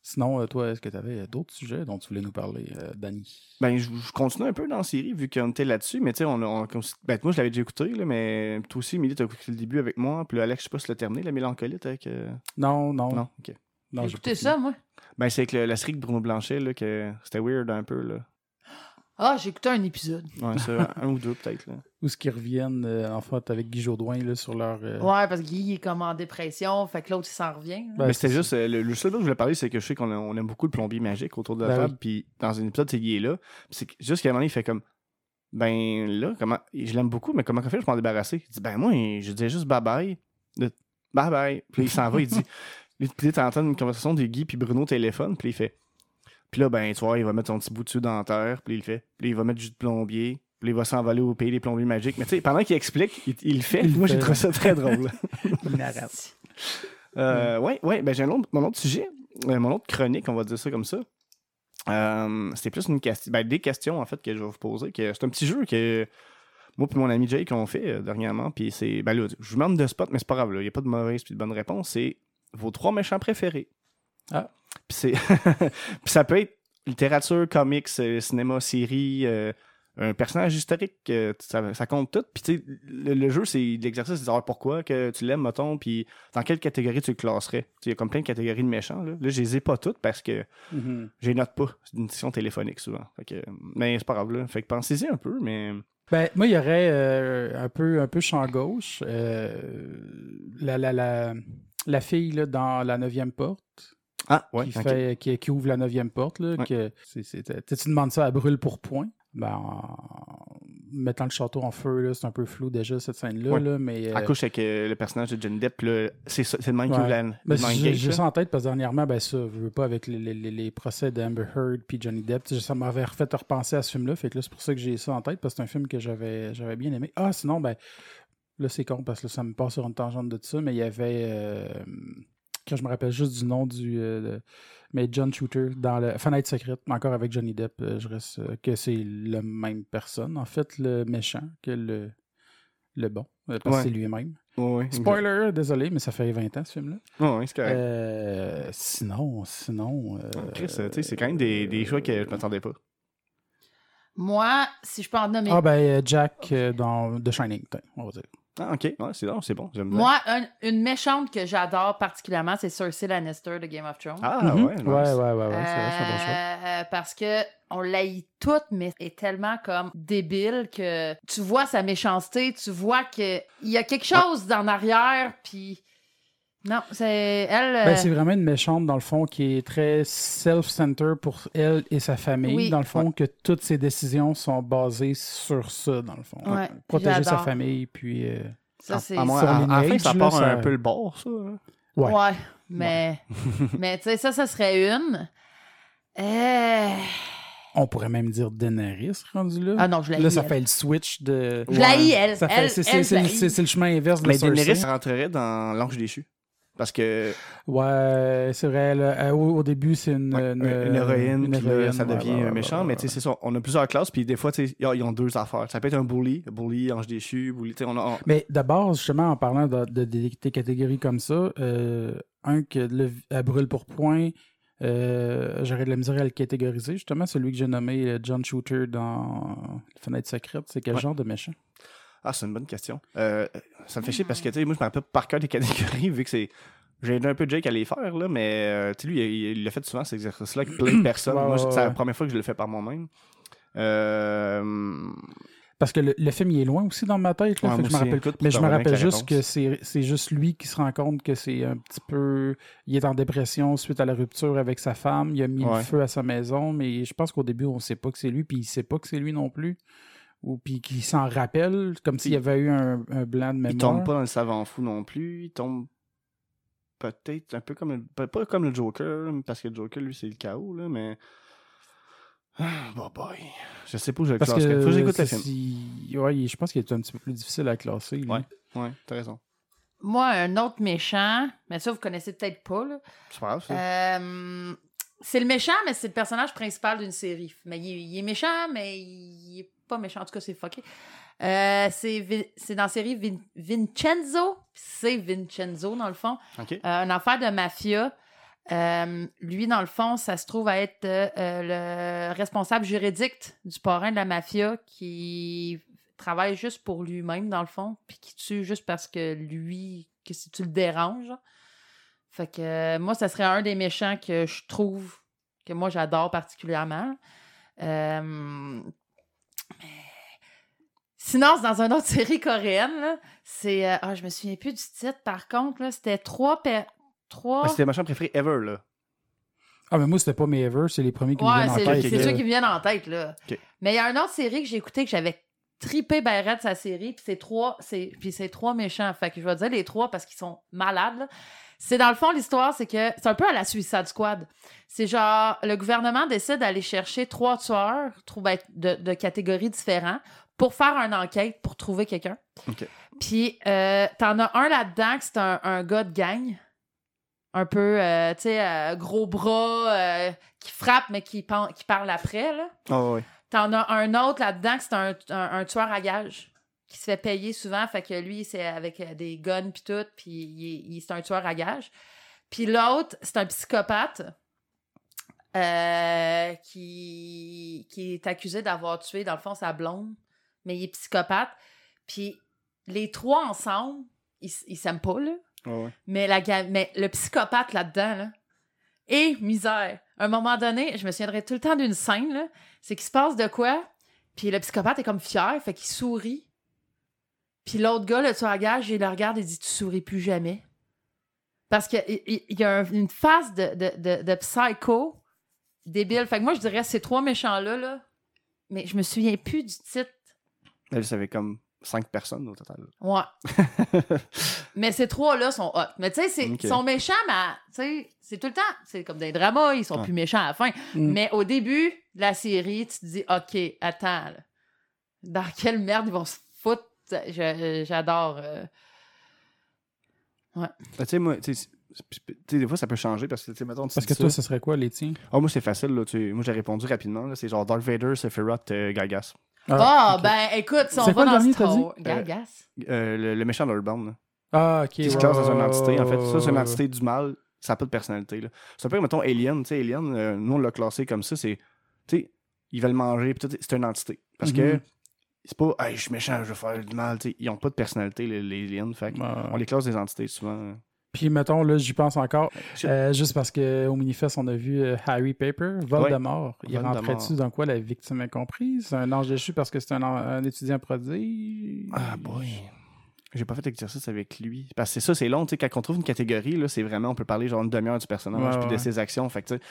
S1: Sinon, euh, toi, est-ce que tu avais d'autres sujets dont tu voulais nous parler, euh, Danny?
S2: Ben, je, je continue un peu dans la série, vu qu'on était là-dessus, mais tu sais, on, a- on a consi- ben, moi, je l'avais déjà écouté, là, mais toi aussi, Milly, t'as écouté le début avec moi, puis là, Alex, je sais pas si tu l'as terminé, la mélancolite avec. euh,
S1: Non, non, non.
S2: Non, ok.
S1: j'ai
S3: Écoutez
S1: pas
S3: ça, moi.
S2: Ben, c'est avec le- la série de Bruno Blanchet, là, que c'était weird un peu, là.
S3: Ah, j'ai écouté un épisode.
S2: Ouais, ça, un ou deux, peut-être, là.
S1: fini. Ou ce qu'ils reviennent, euh, en fait, avec Guy Jourdouin, là, sur leur... euh,
S3: Ouais, parce que Guy il est comme en dépression, fait que l'autre, il s'en revient. là.
S1: ben,
S2: mais c'était
S1: c'est-
S2: juste, euh, le, le seul truc que je voulais parler, c'est que je sais qu'on a- on aime beaucoup le plombier magique autour de la
S1: Ben
S2: table, puis dans un épisode, c'est il est là, puis c'est que- juste qu'à un moment, donné, il fait comme. Ben là, comment. Je l'aime beaucoup, mais comment qu'on fait pour m'en débarrasser? Il dit, ben moi, je disais juste bye bye. De- Bye bye. Puis il s'en va, il dit. Puis là, t'entends une conversation de Guy puis Bruno au téléphone, puis il fait. Puis là, ben, tu vois, il va mettre son petit bout de dessus dentaire, puis il le fait. Puis là, il va mettre du jus de plombier, puis là, il va s'envoler au pays des plombiers magiques. Mais tu sais, pendant qu'il explique, il, il le fait.
S1: Il le
S2: puis moi,
S1: fait,
S2: j'ai trouvé
S1: ouais.
S2: ça très drôle.
S1: Inarrête.
S2: Euh, ouais, ouais, ben j'ai un autre, mon autre sujet, euh, mon autre chronique, on va dire ça comme ça. Euh, c'était plus une question, ben, des questions en fait que je vais vous poser. Que c'est un petit jeu que moi puis mon ami Jay qu'on fait euh, dernièrement, puis c'est, ben là, je vous demande de spot, mais c'est pas grave, là, il y a pas de mauvaise puis de bonne réponse. C'est vos trois méchants préférés.
S1: Ah.
S2: Puis c'est, puis ça peut être littérature, comics, euh, cinéma, série. euh, un personnage historique, euh, ça, ça compte tout. Puis, tu sais, le, le jeu, c'est l'exercice de savoir pourquoi que tu l'aimes, mettons, puis dans quelle catégorie tu le classerais. Tu sais, Il y a comme plein de catégories de méchants. Là, là je les ai pas toutes parce que
S1: Mhm.
S2: je les note pas. C'est une discussion téléphonique souvent. Fait que, mais c'est pas grave. Là. Fait que pensez-y un peu, mais.
S1: Ben, moi, il y aurait euh, un peu un peu champ gauche. euh, la, la, la, la fille là, dans la neuvième porte,
S2: Ah, ouais.
S1: qui,
S2: ok.
S1: fait, euh, qui, qui ouvre la neuvième porte. Là,
S2: Ouais.
S1: que c'est- c'est- tu sais, tu demandes ça à brûle pour point. Ben, en mettant le château en feu, là, c'est un peu flou déjà cette scène-là.
S2: Ouais.
S1: Là, mais, euh,
S2: Elle couche avec euh, le personnage de Johnny Depp. puis là, C'est ça- c'est le même qui
S1: Ouais.
S2: ouvre la-
S1: Ben,
S2: le mind
S1: j'ai-
S2: gate,
S1: j'ai
S2: là.
S1: ça en tête parce que dernièrement, ben ça, je veux pas avec les, les- les- les procès d'Amber Heard puis Johnny Depp, tu sais, ça m'avait refait repenser à ce film-là. Fait que là, c'est pour ça que j'ai ça en tête parce que c'est un film que j'avais j'avais bien aimé. Ah, sinon, ben là, c'est con parce que là, ça me passe sur une tangente de ça, mais il y avait. euh, que je me rappelle juste du nom du. euh, de- mais John Shooter dans le Fenêtre secrète, mais encore avec Johnny Depp, euh, je reste. euh, que c'est la même personne, en fait, le méchant que le, le bon. euh, Parce
S2: Ouais.
S1: que c'est lui-même.
S2: Ouais, ouais, exact.
S1: Spoiler, désolé, mais ça fait 20 ans ce film-là.
S2: Ouais, ouais, c'est correct.
S1: Euh, sinon, sinon. euh,
S2: Ouais, Chris, euh, tu sais, c'est quand même des, des choix que je m'attendais pas.
S3: Moi, si je peux en nommer.
S1: Ah, ben, euh, Jack euh, dans The Shining, tiens, on va dire.
S2: Ah, ok. Ouais, c'est bon, c'est bon. J'aime bien.
S3: Moi, un- une méchante que j'adore particulièrement, c'est Cersei Lannister de Game of Thrones.
S2: Ah,
S1: Mhm.
S2: ouais. nice.
S1: ouais, ouais, ouais, ouais, c'est vrai, c'est un bon choix.
S3: Euh, euh, parce que on l'aïe toute, mais elle est tellement comme débile que tu vois sa méchanceté, tu vois que il y a quelque chose en arrière, puis non, c'est elle. euh,
S1: Ben, c'est vraiment une méchante, dans le fond, qui est très self-centered pour elle et sa famille.
S3: Oui.
S1: Dans le fond, que toutes ses décisions sont basées sur ça, dans le fond.
S3: euh, Ouais,
S1: Protéger sa
S3: j'adore.
S1: famille, puis. euh,
S3: ça,
S2: À-
S3: c'est
S2: à, moi,
S1: sur
S2: à-
S1: les
S2: à la fin,
S1: nuages,
S2: ça
S1: là,
S2: part
S1: ça-
S2: un peu le bord, ça. hein.
S1: Ouais.
S3: Ouais. mais mais tu sais ça, ça serait une. Euh,
S1: On pourrait même dire Daenerys, rendu là.
S3: Ah non, je la
S1: là,
S3: hais,
S1: ça
S3: elle.
S1: fait le switch de.
S3: Je la hais, elle.
S1: Ça fait-
S3: Elle-
S1: c'est-
S3: elle,
S1: C'est
S3: je la
S1: c'est-
S3: hais.
S1: c'est- c'est le chemin inverse de
S2: Mais
S1: Cersei.
S2: Daenerys rentrerait dans l'ange déchu. Parce que
S1: Ouais, c'est vrai. le- euh, au, au début, c'est une,
S2: Ouais,
S1: une,
S2: une héroïne,
S1: une
S2: puis là,
S1: héroïne,
S2: ça
S1: ouais,
S2: devient
S1: ouais,
S2: un
S1: ouais,
S2: méchant,
S1: ouais,
S2: mais
S1: ouais.
S2: tu sais, c'est ça, on a plusieurs classes, puis des fois, tu sais, ils ont- ils ont deux affaires. Ça peut être un bully, bully, ange déchu, bully, tu sais, on a... on-
S1: Mais d'abord, justement, en parlant de, de- de- des catégories comme ça, euh, un que le, à brûle pour point, euh, j'aurais de la misère à le catégoriser. Justement, celui que j'ai nommé euh, John Shooter dans Fenêtre secrète, c'est quel
S2: Ouais.
S1: genre de méchant?
S2: Ah, c'est une bonne question. Euh, ça me fait chier parce que, tu sais, moi, je me rappelle par cœur des catégories, vu que c'est... J'ai aidé un peu Jake à les faire, là, mais, euh, tu sais, lui, il- il l'a fait souvent, cet exercice-là, avec plein de personnes.
S1: Ouais,
S2: Moi,
S1: ouais,
S2: c'est la
S1: ouais.
S2: première fois que je le fais par moi-même. Euh...
S1: Parce que le, le film, il est loin aussi dans ma tête. là,
S2: Ouais,
S1: fait
S2: moi
S1: que je me
S2: aussi.
S1: rappelle,
S2: Écoute,
S1: mais je me
S2: t'as bien
S1: rappelle
S2: que la
S1: juste que c'est c'est juste lui qui se rend compte que c'est un petit peu. Il est en dépression suite à la rupture avec sa femme. Il a mis le
S2: Ouais.
S1: feu à sa maison, mais je pense qu'au début, on ne sait pas que c'est lui, puis il ne sait pas que c'est lui non plus. Ou puis qu'il s'en rappelle, comme s'il y avait eu un, un blanc de mémoire.
S2: Il tombe pas dans le savant fou non plus. Il tombe peut-être un peu comme le- pas- pas comme le Joker, parce que le Joker, lui, c'est le chaos, là, mais. Ah, bah, boy. Je sais pas où je le
S1: Parce que,
S2: classerais. Faut que j'écoute le
S1: c'est-
S2: film.
S1: si- ouais, il- je pense qu'il est un petit peu plus difficile à classer. lui.
S2: Ouais, t'as raison.
S3: Moi, un autre méchant, mais ça, vous connaissez peut-être pas, là.
S2: C'est pas grave, ça.
S3: Euh, c'est le méchant, mais c'est le personnage principal d'une série. Mais il, est- il est méchant, mais il est pas méchant. En tout cas, c'est fucké. Euh, c'est Vin- c'est dans la série Vin- Vincenzo. C'est Vincenzo, dans le fond.
S2: Ok.
S3: Euh, une affaire de mafia. Euh, lui, dans le fond, ça se trouve à être euh, euh, le responsable juridique du parrain de la mafia qui travaille juste pour lui-même, dans le fond, puis qui tue juste parce que lui, que si tu le déranges. genre. Fait que euh, moi, ça serait un des méchants que je trouve, que moi j'adore particulièrement. Euh, mais- Sinon, c'est dans une autre série coréenne, là. C'est. euh, ah, je me souviens plus du titre, par contre, là. C'était trois. per-
S2: Ah,
S3: trois...
S2: C'était ma chambre préférée ever, là.
S1: Ah, mais moi, c'était pas mes Ever, c'est les premiers qui me
S3: Ouais,
S1: viennent en
S3: c'est
S1: tête. euh,
S3: c'est
S1: là.
S3: ceux qui me viennent en tête, là.
S2: Ok.
S3: Mais il y a une autre série que j'ai écoutée que j'avais tripé Barrette sa série, puis c'est trois, c'est, puis c'est trois méchants. Fait que je vais dire les trois parce qu'ils sont malades, là. C'est dans le fond, l'histoire, c'est que c'est un peu à la Suicide Squad. C'est genre, le gouvernement décide d'aller chercher trois tueurs trou- ben, de, de catégories différentes pour faire une enquête, pour trouver quelqu'un.
S2: Ok.
S3: Puis, euh, t'en as un là-dedans que c'est un, un gars de gang. Un peu, euh, tu sais, euh, gros bras, euh, qui frappe, mais qui, pen- qui parle après, là.
S2: Ah, ouais.
S3: T'en as un autre là-dedans que c'est un, un- un tueur à gage qui se fait payer souvent. Fait que lui, c'est avec euh, des guns puis tout, puis il, il- c'est un tueur à gage. Puis l'autre, c'est un psychopathe euh, qui, qui est accusé d'avoir tué, dans le fond, sa blonde, mais il est psychopathe. Puis les trois ensemble, ils s- ils s'aiment pas, là.
S2: Ah Ouais, ouais.
S3: Mais, la ga- mais le psychopathe là-dedans, là, et misère. À un moment donné, je me souviendrai tout le temps d'une scène, là, c'est qu'il se passe de quoi, puis le psychopathe est comme fier, fait qu'il sourit. Puis l'autre gars, le tueur à gage, il le regarde et dit Tu souris plus jamais. Parce qu'il y a un- une phase de, de, de, de psycho débile. Fait que moi, je dirais ces trois méchants-là, là, mais je me souviens plus du titre.
S2: Elle, ça fait comme cinq personnes au total.
S3: Ouais. Mais ces trois-là sont hot. Mais tu sais, c'est-
S2: Ok.
S3: ils sont méchants, mais tu sais, c'est tout le temps. C'est comme des dramas, ils sont
S2: Ouais.
S3: plus méchants à la fin.
S1: Mm.
S3: Mais au début de la série, tu te dis, OK, attends, là. dans quelle merde ils vont se foutre? Je- J'adore. euh.
S2: Ah, tu sais, moi, tu sais, c'est- c'est- tu sais, des fois, ça peut changer parce que, tu sais, mettons, tu
S1: Parce que
S2: dis
S1: toi,
S2: ça.
S1: ce serait quoi, les tiens?
S2: Ah, moi, c'est facile, là. tu sais. Moi, j'ai répondu rapidement, là. C'est genre Dark Vader, Sephiroth, euh, Gagas.
S3: Ah,
S1: ok.
S3: ben écoute, si on
S1: C'est
S3: va
S1: quoi le
S3: dans ce
S1: dernier, t'as dit?
S3: trop. Gagas.
S2: Euh, le, le méchant d'Urban, là.
S1: Ah, ok.
S2: qui se
S1: ouais,
S2: classe dans une
S1: ouais,
S2: entité. En fait,
S1: ouais,
S2: ça, c'est une
S1: ouais,
S2: entité du mal. Ça n'a pas de personnalité. là. C'est un peu, mettons, Alien. Tu sais, Alien, euh, nous, on l'a classé comme ça. C'est, tu sais, ils veulent manger. puis tout, c'est une entité. Parce
S1: Mhm.
S2: que c'est pas, hey, je suis méchant, je veux faire du mal. Tu sais, ils n'ont pas de personnalité, les, les aliens. Fait que
S1: ouais. Ouais.
S2: on les classe des entités souvent.
S1: Puis mettons, là, j'y pense encore.
S2: Shit.
S1: Euh, juste parce qu'au Minifest, on a vu euh, Harry Paper, Voldemort. Il
S2: Voldemort.
S1: rentrait-tu dans quoi la victime incomprise? Un ange déchu parce que c'est un, en- un étudiant prodige?
S2: Ah, boy. J'ai pas fait d'exercice avec lui. Parce que c'est ça, c'est long. Tu sais, quand on trouve une catégorie, là, c'est vraiment, on peut parler genre une demi-heure du
S1: Ouais,
S2: personnage puis
S1: ouais.
S2: de ses actions. Fait que, tu sais,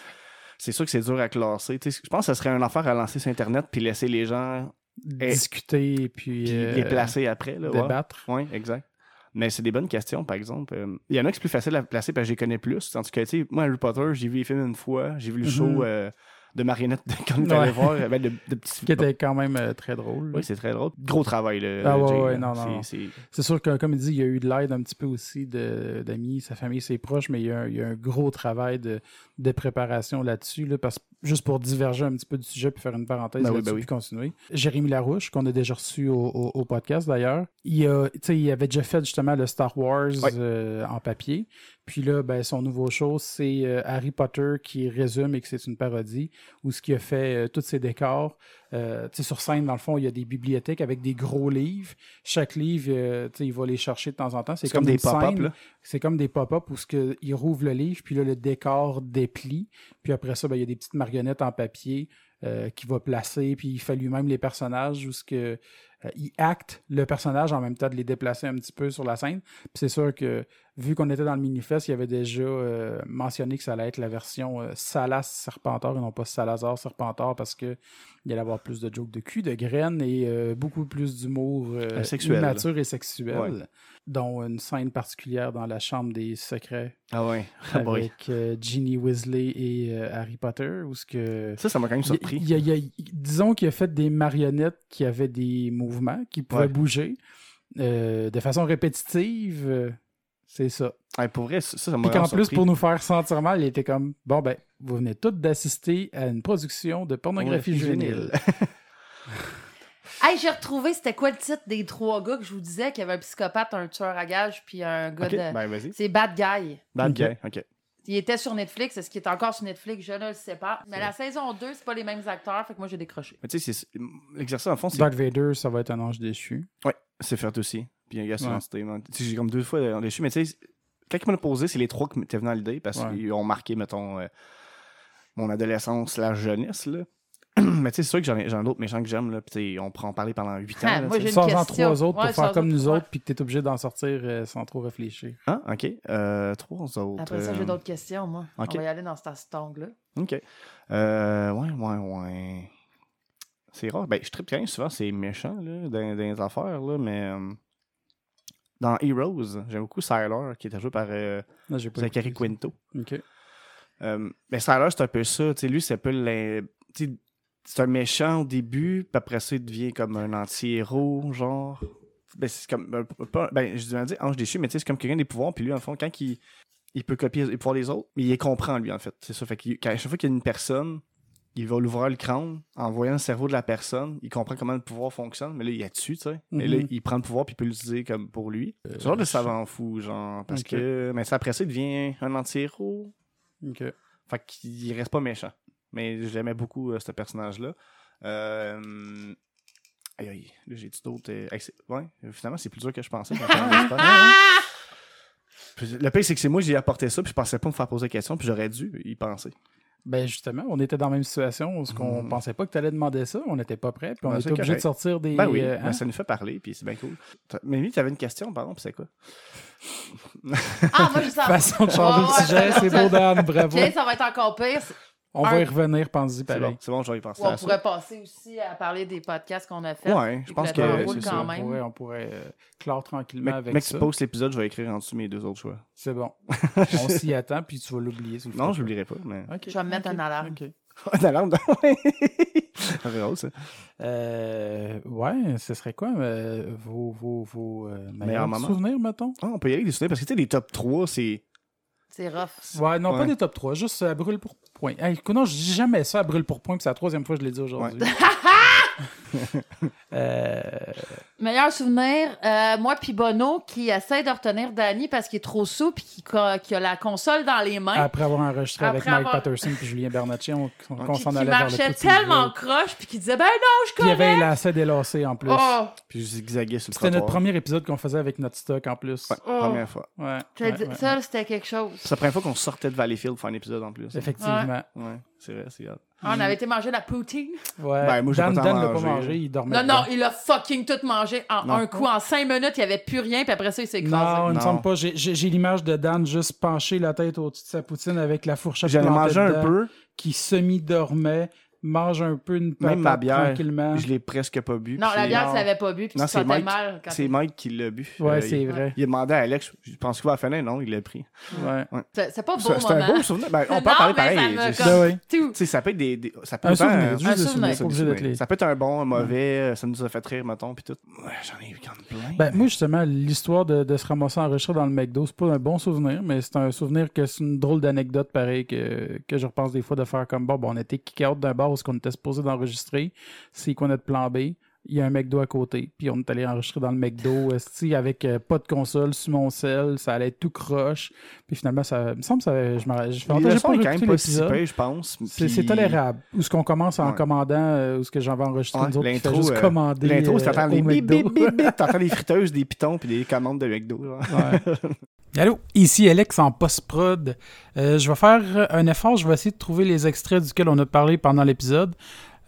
S2: c'est sûr que c'est dur à classer. Tu sais, je pense que ce serait une affaire à lancer sur Internet puis laisser les gens
S1: Discuter, puis,
S2: puis
S1: euh,
S2: les placer après. Là, ouais.
S1: débattre.
S2: Oui, exact. Mais c'est des bonnes questions, par exemple. Euh, Il y en a qui sont plus faciles à placer parce que j'y connais plus. Tandis que, tu sais, moi, Harry Potter, j'ai vu les films une fois, j'ai vu le
S1: Mhm.
S2: show euh, de marionnettes de, quand t'allais
S1: Ouais.
S2: voir, ben, de, de petits.
S1: qui était quand même euh, très drôle.
S2: Oui, c'est très drôle. Gros travail, là.
S1: Ah, ouais,
S2: Jay,
S1: ouais,
S2: là.
S1: non, non,
S2: C'est-
S1: non.
S2: c'est-
S1: C'est sûr que, comme il dit, il y a eu de l'aide un petit peu aussi de- d'amis, sa famille, ses proches, mais il y a un, il y a un gros travail de, de préparation là-dessus, là, parce juste pour diverger un petit peu du sujet puis faire une parenthèse
S2: Ben oui,
S1: là-dessus
S2: ben oui.
S1: puis continuer. Jérémy Larouche, qu'on a déjà reçu au, au- au podcast d'ailleurs, il, a- tu sais, il avait déjà fait justement le Star Wars
S2: Ouais.
S1: euh, en papier. Puis là, ben, son nouveau show, c'est euh, Harry Potter qui résume et que c'est une parodie, où ce qui a fait euh, tous ses décors. Euh, tu sais, sur scène, dans le fond, il y a des bibliothèques avec des gros livres. Chaque livre, euh, tu sais, il va les chercher de temps en temps. C'est
S2: c'est comme, des
S1: une
S2: pop-up,
S1: scène.
S2: là.
S1: C'est comme des pop-up où ce que, il rouvre le livre, puis là, le décor déplie. Puis après ça, ben, il y a des petites marionnettes en papier euh, qu'il va placer. Puis il fait lui-même les personnages où ce que, euh, il acte le personnage en même temps de les déplacer un petit peu sur la scène. Puis c'est sûr que, vu qu'on était dans le manifeste, il avait déjà euh, mentionné que ça allait être la version euh, Salas Serpentor et non pas Salazar Serpentor parce que il allait avoir plus de jokes de cul, de graines et euh, beaucoup plus d'humour euh,
S2: Sexuel.
S1: immature et sexuel
S2: Ouais.
S1: dont une scène particulière dans la chambre des secrets
S2: Ah, ouais. Ah, boy.
S1: avec euh, Ginny Weasley et euh, Harry Potter, où ce que...
S2: Ça, ça m'a quand même surpris.
S1: Il- il- il- il- il- disons qu'il a fait des marionnettes qui avaient des mouvements, qui pouvaient
S2: Ouais.
S1: bouger euh, de façon répétitive. euh, c'est ça.
S2: Ouais, pour vrai, ça, ça m'a
S1: Puis qu'en
S2: vraiment
S1: plus,
S2: surpris.
S1: pour nous faire sentir mal, il était comme Bon, ben, vous venez toutes d'assister à une production de pornographie
S2: Pornographie
S1: juvénile.
S3: Hey, j'ai retrouvé, c'était quoi le titre des trois gars que je vous disais, qu'il y avait un psychopathe, un tueur à gages, puis un gars
S2: Ok,
S3: de...
S2: ben vas-y.
S3: C'est Bad Guy.
S2: Bad
S1: Ok.
S2: guy, ok.
S3: Il était sur Netflix, est-ce qu'il est encore sur Netflix? Je ne le sais pas. Mais la saison 2, c'est pas les mêmes acteurs, fait que moi j'ai décroché.
S2: Mais tu sais, c'est- l'exercice, en fond, c'est
S1: Darth Vader, ça va être un ange déchu.
S2: Ouais, c'est fait aussi. Puis un gars sur
S1: Ouais.
S2: l'entité, man. Tu sais, J'ai comme deux fois euh, déchu, mais tu sais, quand ils m'ont posé, c'est les trois qui m'étaient venus à l'idée parce
S1: Ouais.
S2: qu'ils ont marqué, mettons, euh, mon adolescence, la jeunesse, là. mais tu sais, c'est sûr que j'en ai, j'en ai d'autres méchants que j'aime, là. Puis tu sais, on prend en parler pendant huit ans.
S3: Ah,
S2: là, tu
S3: moi,
S2: sais.
S3: J'ai une
S1: Sors-en
S3: question.
S1: trois autres pour
S3: Ouais,
S1: faire
S3: sors-en
S1: comme nous
S3: trois.
S1: autres, puis que t'es obligé d'en sortir euh, sans trop réfléchir.
S2: Ah, ok. Euh, trois autres.
S3: Après ça,
S2: euh,
S1: hein.
S3: j'ai d'autres questions, moi.
S2: ok.
S3: On va y aller dans cet, cet angle-là.
S2: Ok. Euh, ouais, ouais, ouais. C'est rare. Ben, je tripe quand même souvent, c'est méchant, là, dans, dans les affaires, là, mais. euh, Dans Heroes, j'aime beaucoup Sailor, qui était joué par euh,
S1: Là, j'ai pas
S2: Zachary
S1: écouté
S2: Quinto.
S1: ça. Ok.
S2: Euh, mais Sailor, c'est un peu ça. Tu sais, lui, c'est un peu l'in- tu sais, C'est un méchant au début, puis après ça, il devient comme un anti-héros, genre. Ben, c'est comme. un- pas- ben, je dois dire ange déchu, mais tu sais, c'est comme quelqu'un des pouvoirs, puis lui, en fond, quand il, il peut copier les pouvoirs des autres, mais il les comprend, lui, en fait. C'est ça. Fait qu'il- qu'à chaque fois qu'il y a une personne, il va l'ouvrir le crâne en voyant le cerveau de la personne, il comprend comment le pouvoir fonctionne, mais là, il y a dessus, tu sais. Mais là,
S1: Mhm.
S2: il prend le pouvoir, puis il peut l'utiliser comme pour lui.
S1: Euh,
S2: C'est genre de
S1: je-
S2: savant fou, genre. Parce
S1: Ok.
S2: que. Mais ça, après ça, il devient un anti-héros.
S1: Ok.
S2: Fait qu'il reste pas méchant. Mais j'aimais beaucoup euh, ce personnage-là. Euh... Aïe, aïe. Là, j'ai-tu d'autres. euh, hey, c'est- Ouais, finalement, c'est plus dur que je pensais. quand on parle de sport.
S1: Ah!
S2: Puis Le pire, c'est que c'est moi, j'ai apporté ça, puis je pensais pas me faire poser la question, puis j'aurais dû y penser.
S1: Ben justement, on était dans la même situation où ce qu'on
S2: Mhm.
S1: pensait pas que tu allais demander ça, on n'était pas prêt, puis on
S2: Ben, c'est
S1: était obligé
S2: correct.
S1: de sortir des.
S2: Ben oui,
S1: euh,
S2: ben,
S1: hein?
S2: ça nous fait parler, puis c'est bien cool. T'as- Mimi, t'avais une question, pardon, puis c'est quoi
S3: Ah, moi je sais.
S1: Façon de changer
S3: Ouais, ouais,
S1: de sujet,
S3: ça-
S1: c'est beau Dan, bravo.
S3: Ok, ça va être encore pire.
S1: On
S3: un-
S1: va y revenir, pense-y
S2: C'est
S1: pareil.
S2: bon, c'est bon, je vais y penser.
S3: Ou on
S2: à ça.
S3: pourrait passer aussi à parler des podcasts qu'on a fait.
S2: Ouais, je pense
S3: Et
S2: que
S3: que le temps roule
S2: c'est
S3: quand
S2: ça.
S3: même.
S1: On pourrait, on pourrait, euh, clore tranquillement
S2: Mec,
S1: avec
S2: mec, tu
S1: ça.
S2: postes l'épisode, je vais écrire en dessous mes deux autres choix.
S1: C'est bon. on s'y attend, puis tu vas l'oublier. sur le
S2: Non,
S1: front.
S2: je l'oublierai pas, mais.
S1: Ok,
S3: Je vais me mettre
S1: ok,
S3: un alarme.
S1: ok.
S2: T'as l'air de- Ça fait drôle, ça.
S1: Euh, ouais, ce serait quoi euh, vos, vos, vos euh, meilleurs
S2: Meilleurs moments.
S1: souvenirs, mettons?
S2: Ah, on peut y aller avec des souvenirs parce que tu sais, les top 3, c'est.
S3: C'est rough.
S1: Ouais, non, pas
S2: Ouais.
S1: des top 3, juste euh, à brûle pour point. Hey, écoute, non, je dis jamais ça à brûle pour point, puis c'est la troisième fois que je l'ai dit aujourd'hui. Euh,
S3: Meilleur souvenir, euh, moi puis Bono qui essaie de retenir Danny parce qu'il est trop souple et qui, a la console dans les mains.
S1: Après avoir enregistré
S3: Après
S1: avec Mike
S3: avoir-
S1: Patterson puis Julien Bernatchez, on, on- qu'on
S3: qui,
S1: s'en
S3: qui
S1: allait vers le
S3: marchait
S1: petit
S3: tellement
S1: jeu.
S3: croche puis qui disait ben non je
S1: Puis il y
S3: connais.
S1: avait la scène délassée en plus.
S3: Oh,
S2: Puis je zigzaguais sur le
S1: C'était notre
S2: trottoir.
S1: premier épisode qu'on faisait avec notre stock en plus.
S2: Ouais,
S3: Oh.
S2: première fois.
S1: Ouais,
S3: je
S1: ouais,
S3: te dis-
S1: ouais.
S3: ça c'était quelque chose.
S2: C'est la première fois qu'on sortait de Valleyfield pour faire un épisode en plus.
S1: Effectivement.
S2: Ouais, c'est vrai, c'est hot.
S3: Ah, on avait été manger la poutine.
S1: Ouais.
S2: Ben, moi, j'ai
S1: Dan,
S2: pas tant
S1: Dan l'a pas
S2: mangé.
S1: mangé, il dormait.
S3: Non, non,
S1: dedans.
S3: il a fucking tout mangé en
S2: Non.
S3: un coup. En cinq minutes, il n'y avait plus rien, puis après ça, il s'est écrasé.
S1: Non, il me
S2: Non.
S1: semble pas. J'ai- J'ai j'ai l'image de Dan juste pencher la tête au-dessus de sa poutine avec la fourchette
S2: J'en ai
S1: plantée
S2: mangé un
S1: dedans,
S2: peu.
S1: qui semi-dormait, mange un peu une patate
S2: ma bière,
S1: tranquillement.
S2: Je l'ai presque pas bu.
S3: Non,
S2: puis
S3: la
S2: c'est-
S3: bière,
S1: non.
S3: tu l'avais pas bu, puis
S2: Non,
S3: tu te
S2: c'est
S3: sentais
S2: Mike.
S3: mal. quand
S2: C'est
S3: t'es-
S2: Mike qui l'a bu.
S1: Ouais,
S2: Euh,
S1: c'est
S2: il,
S1: vrai.
S2: il a demandé à Alex, je pense qu'il va à la fenêtre, non, il l'a pris.
S1: Ouais.
S3: C'est c'est pas beau
S2: C'est
S3: moment.
S2: c'est un beau souvenir. Ben, on peut
S3: Non,
S2: en parler
S3: mais ça
S2: pareil.
S3: me
S2: Je-
S3: Comme-
S1: Ben oui.
S3: Tout.
S2: Tu sais, ça peut être des. des- ça peut
S1: Un
S2: autant-
S1: souvenir, juste
S3: un
S1: un souvenir,
S3: souvenir,
S1: pas obligé d'être les-
S2: Ça peut être un bon, un mauvais, euh, ça nous a fait rire, mettons, puis tout. Ouais, J'en ai eu quand même plein.
S1: Ben, moi, justement, l'histoire de, de se ramasser enregistré dans le McDo, c'est pas un bon souvenir, mais c'est un souvenir que c'est une drôle d'anecdote, pareil, que, que je repense des fois de faire comme bon, ben, on était kick-out d'un bar où on était supposé d'enregistrer, c'est qu'on a de plan B, il y a un McDo à côté, puis on est allé enregistrer dans le McDo, esti, avec euh, pas de console, sur mon sel, ça allait être tout croche, puis finalement, ça il me semble, que ça, je m'en je fais
S2: Les
S1: longtemps que j'ai
S2: leçons est quand même
S1: réécouté
S2: pas si
S1: l'épisode.
S2: pires, je pense.
S1: C'est
S2: puis-
S1: c'est tolérable. Ou ce qu'on commence en
S2: Ouais.
S1: commandant, euh, ou ce que j'en vais enregistrer
S2: Ouais,
S1: nous autres, puis fait
S2: l'intro,
S1: juste
S2: euh,
S1: commander.
S2: L'intro,
S1: euh,
S2: c'est t'entends
S1: au
S2: des bip,
S1: McDo.
S2: bip, bip, bip. T'entends des friteuses, des pitons, puis des commandes de McDo. genre.
S1: Allô, ici Alex en post-prod. Euh, je vais faire euh, un effort, je vais essayer de trouver les extraits duquel on a parlé pendant l'épisode.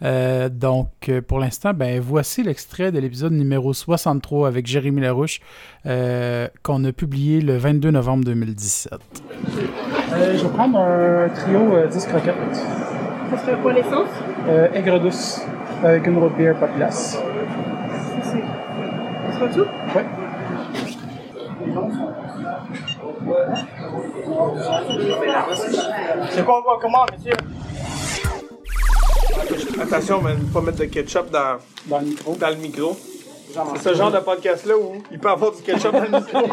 S1: Euh, donc, euh, pour l'instant, ben, voici l'extrait de l'épisode numéro 63 avec Jérémy Larouche euh, qu'on a publié le 22 novembre 2017. Euh, je vais prendre un trio euh, 10 croquettes.
S4: Ça serait quoi l'essence?
S1: Euh, aigre douce avec une root beer pas de glace.
S4: Ça, C'est c'est pas tout?
S1: Ouais.
S5: C'est quoi on voit comment, monsieur? Attention, mais ne pas mettre de ketchup dans,
S1: Dans le micro.
S5: dans le micro. C'est ce genre de podcast-là où il peut avoir du ketchup dans le micro.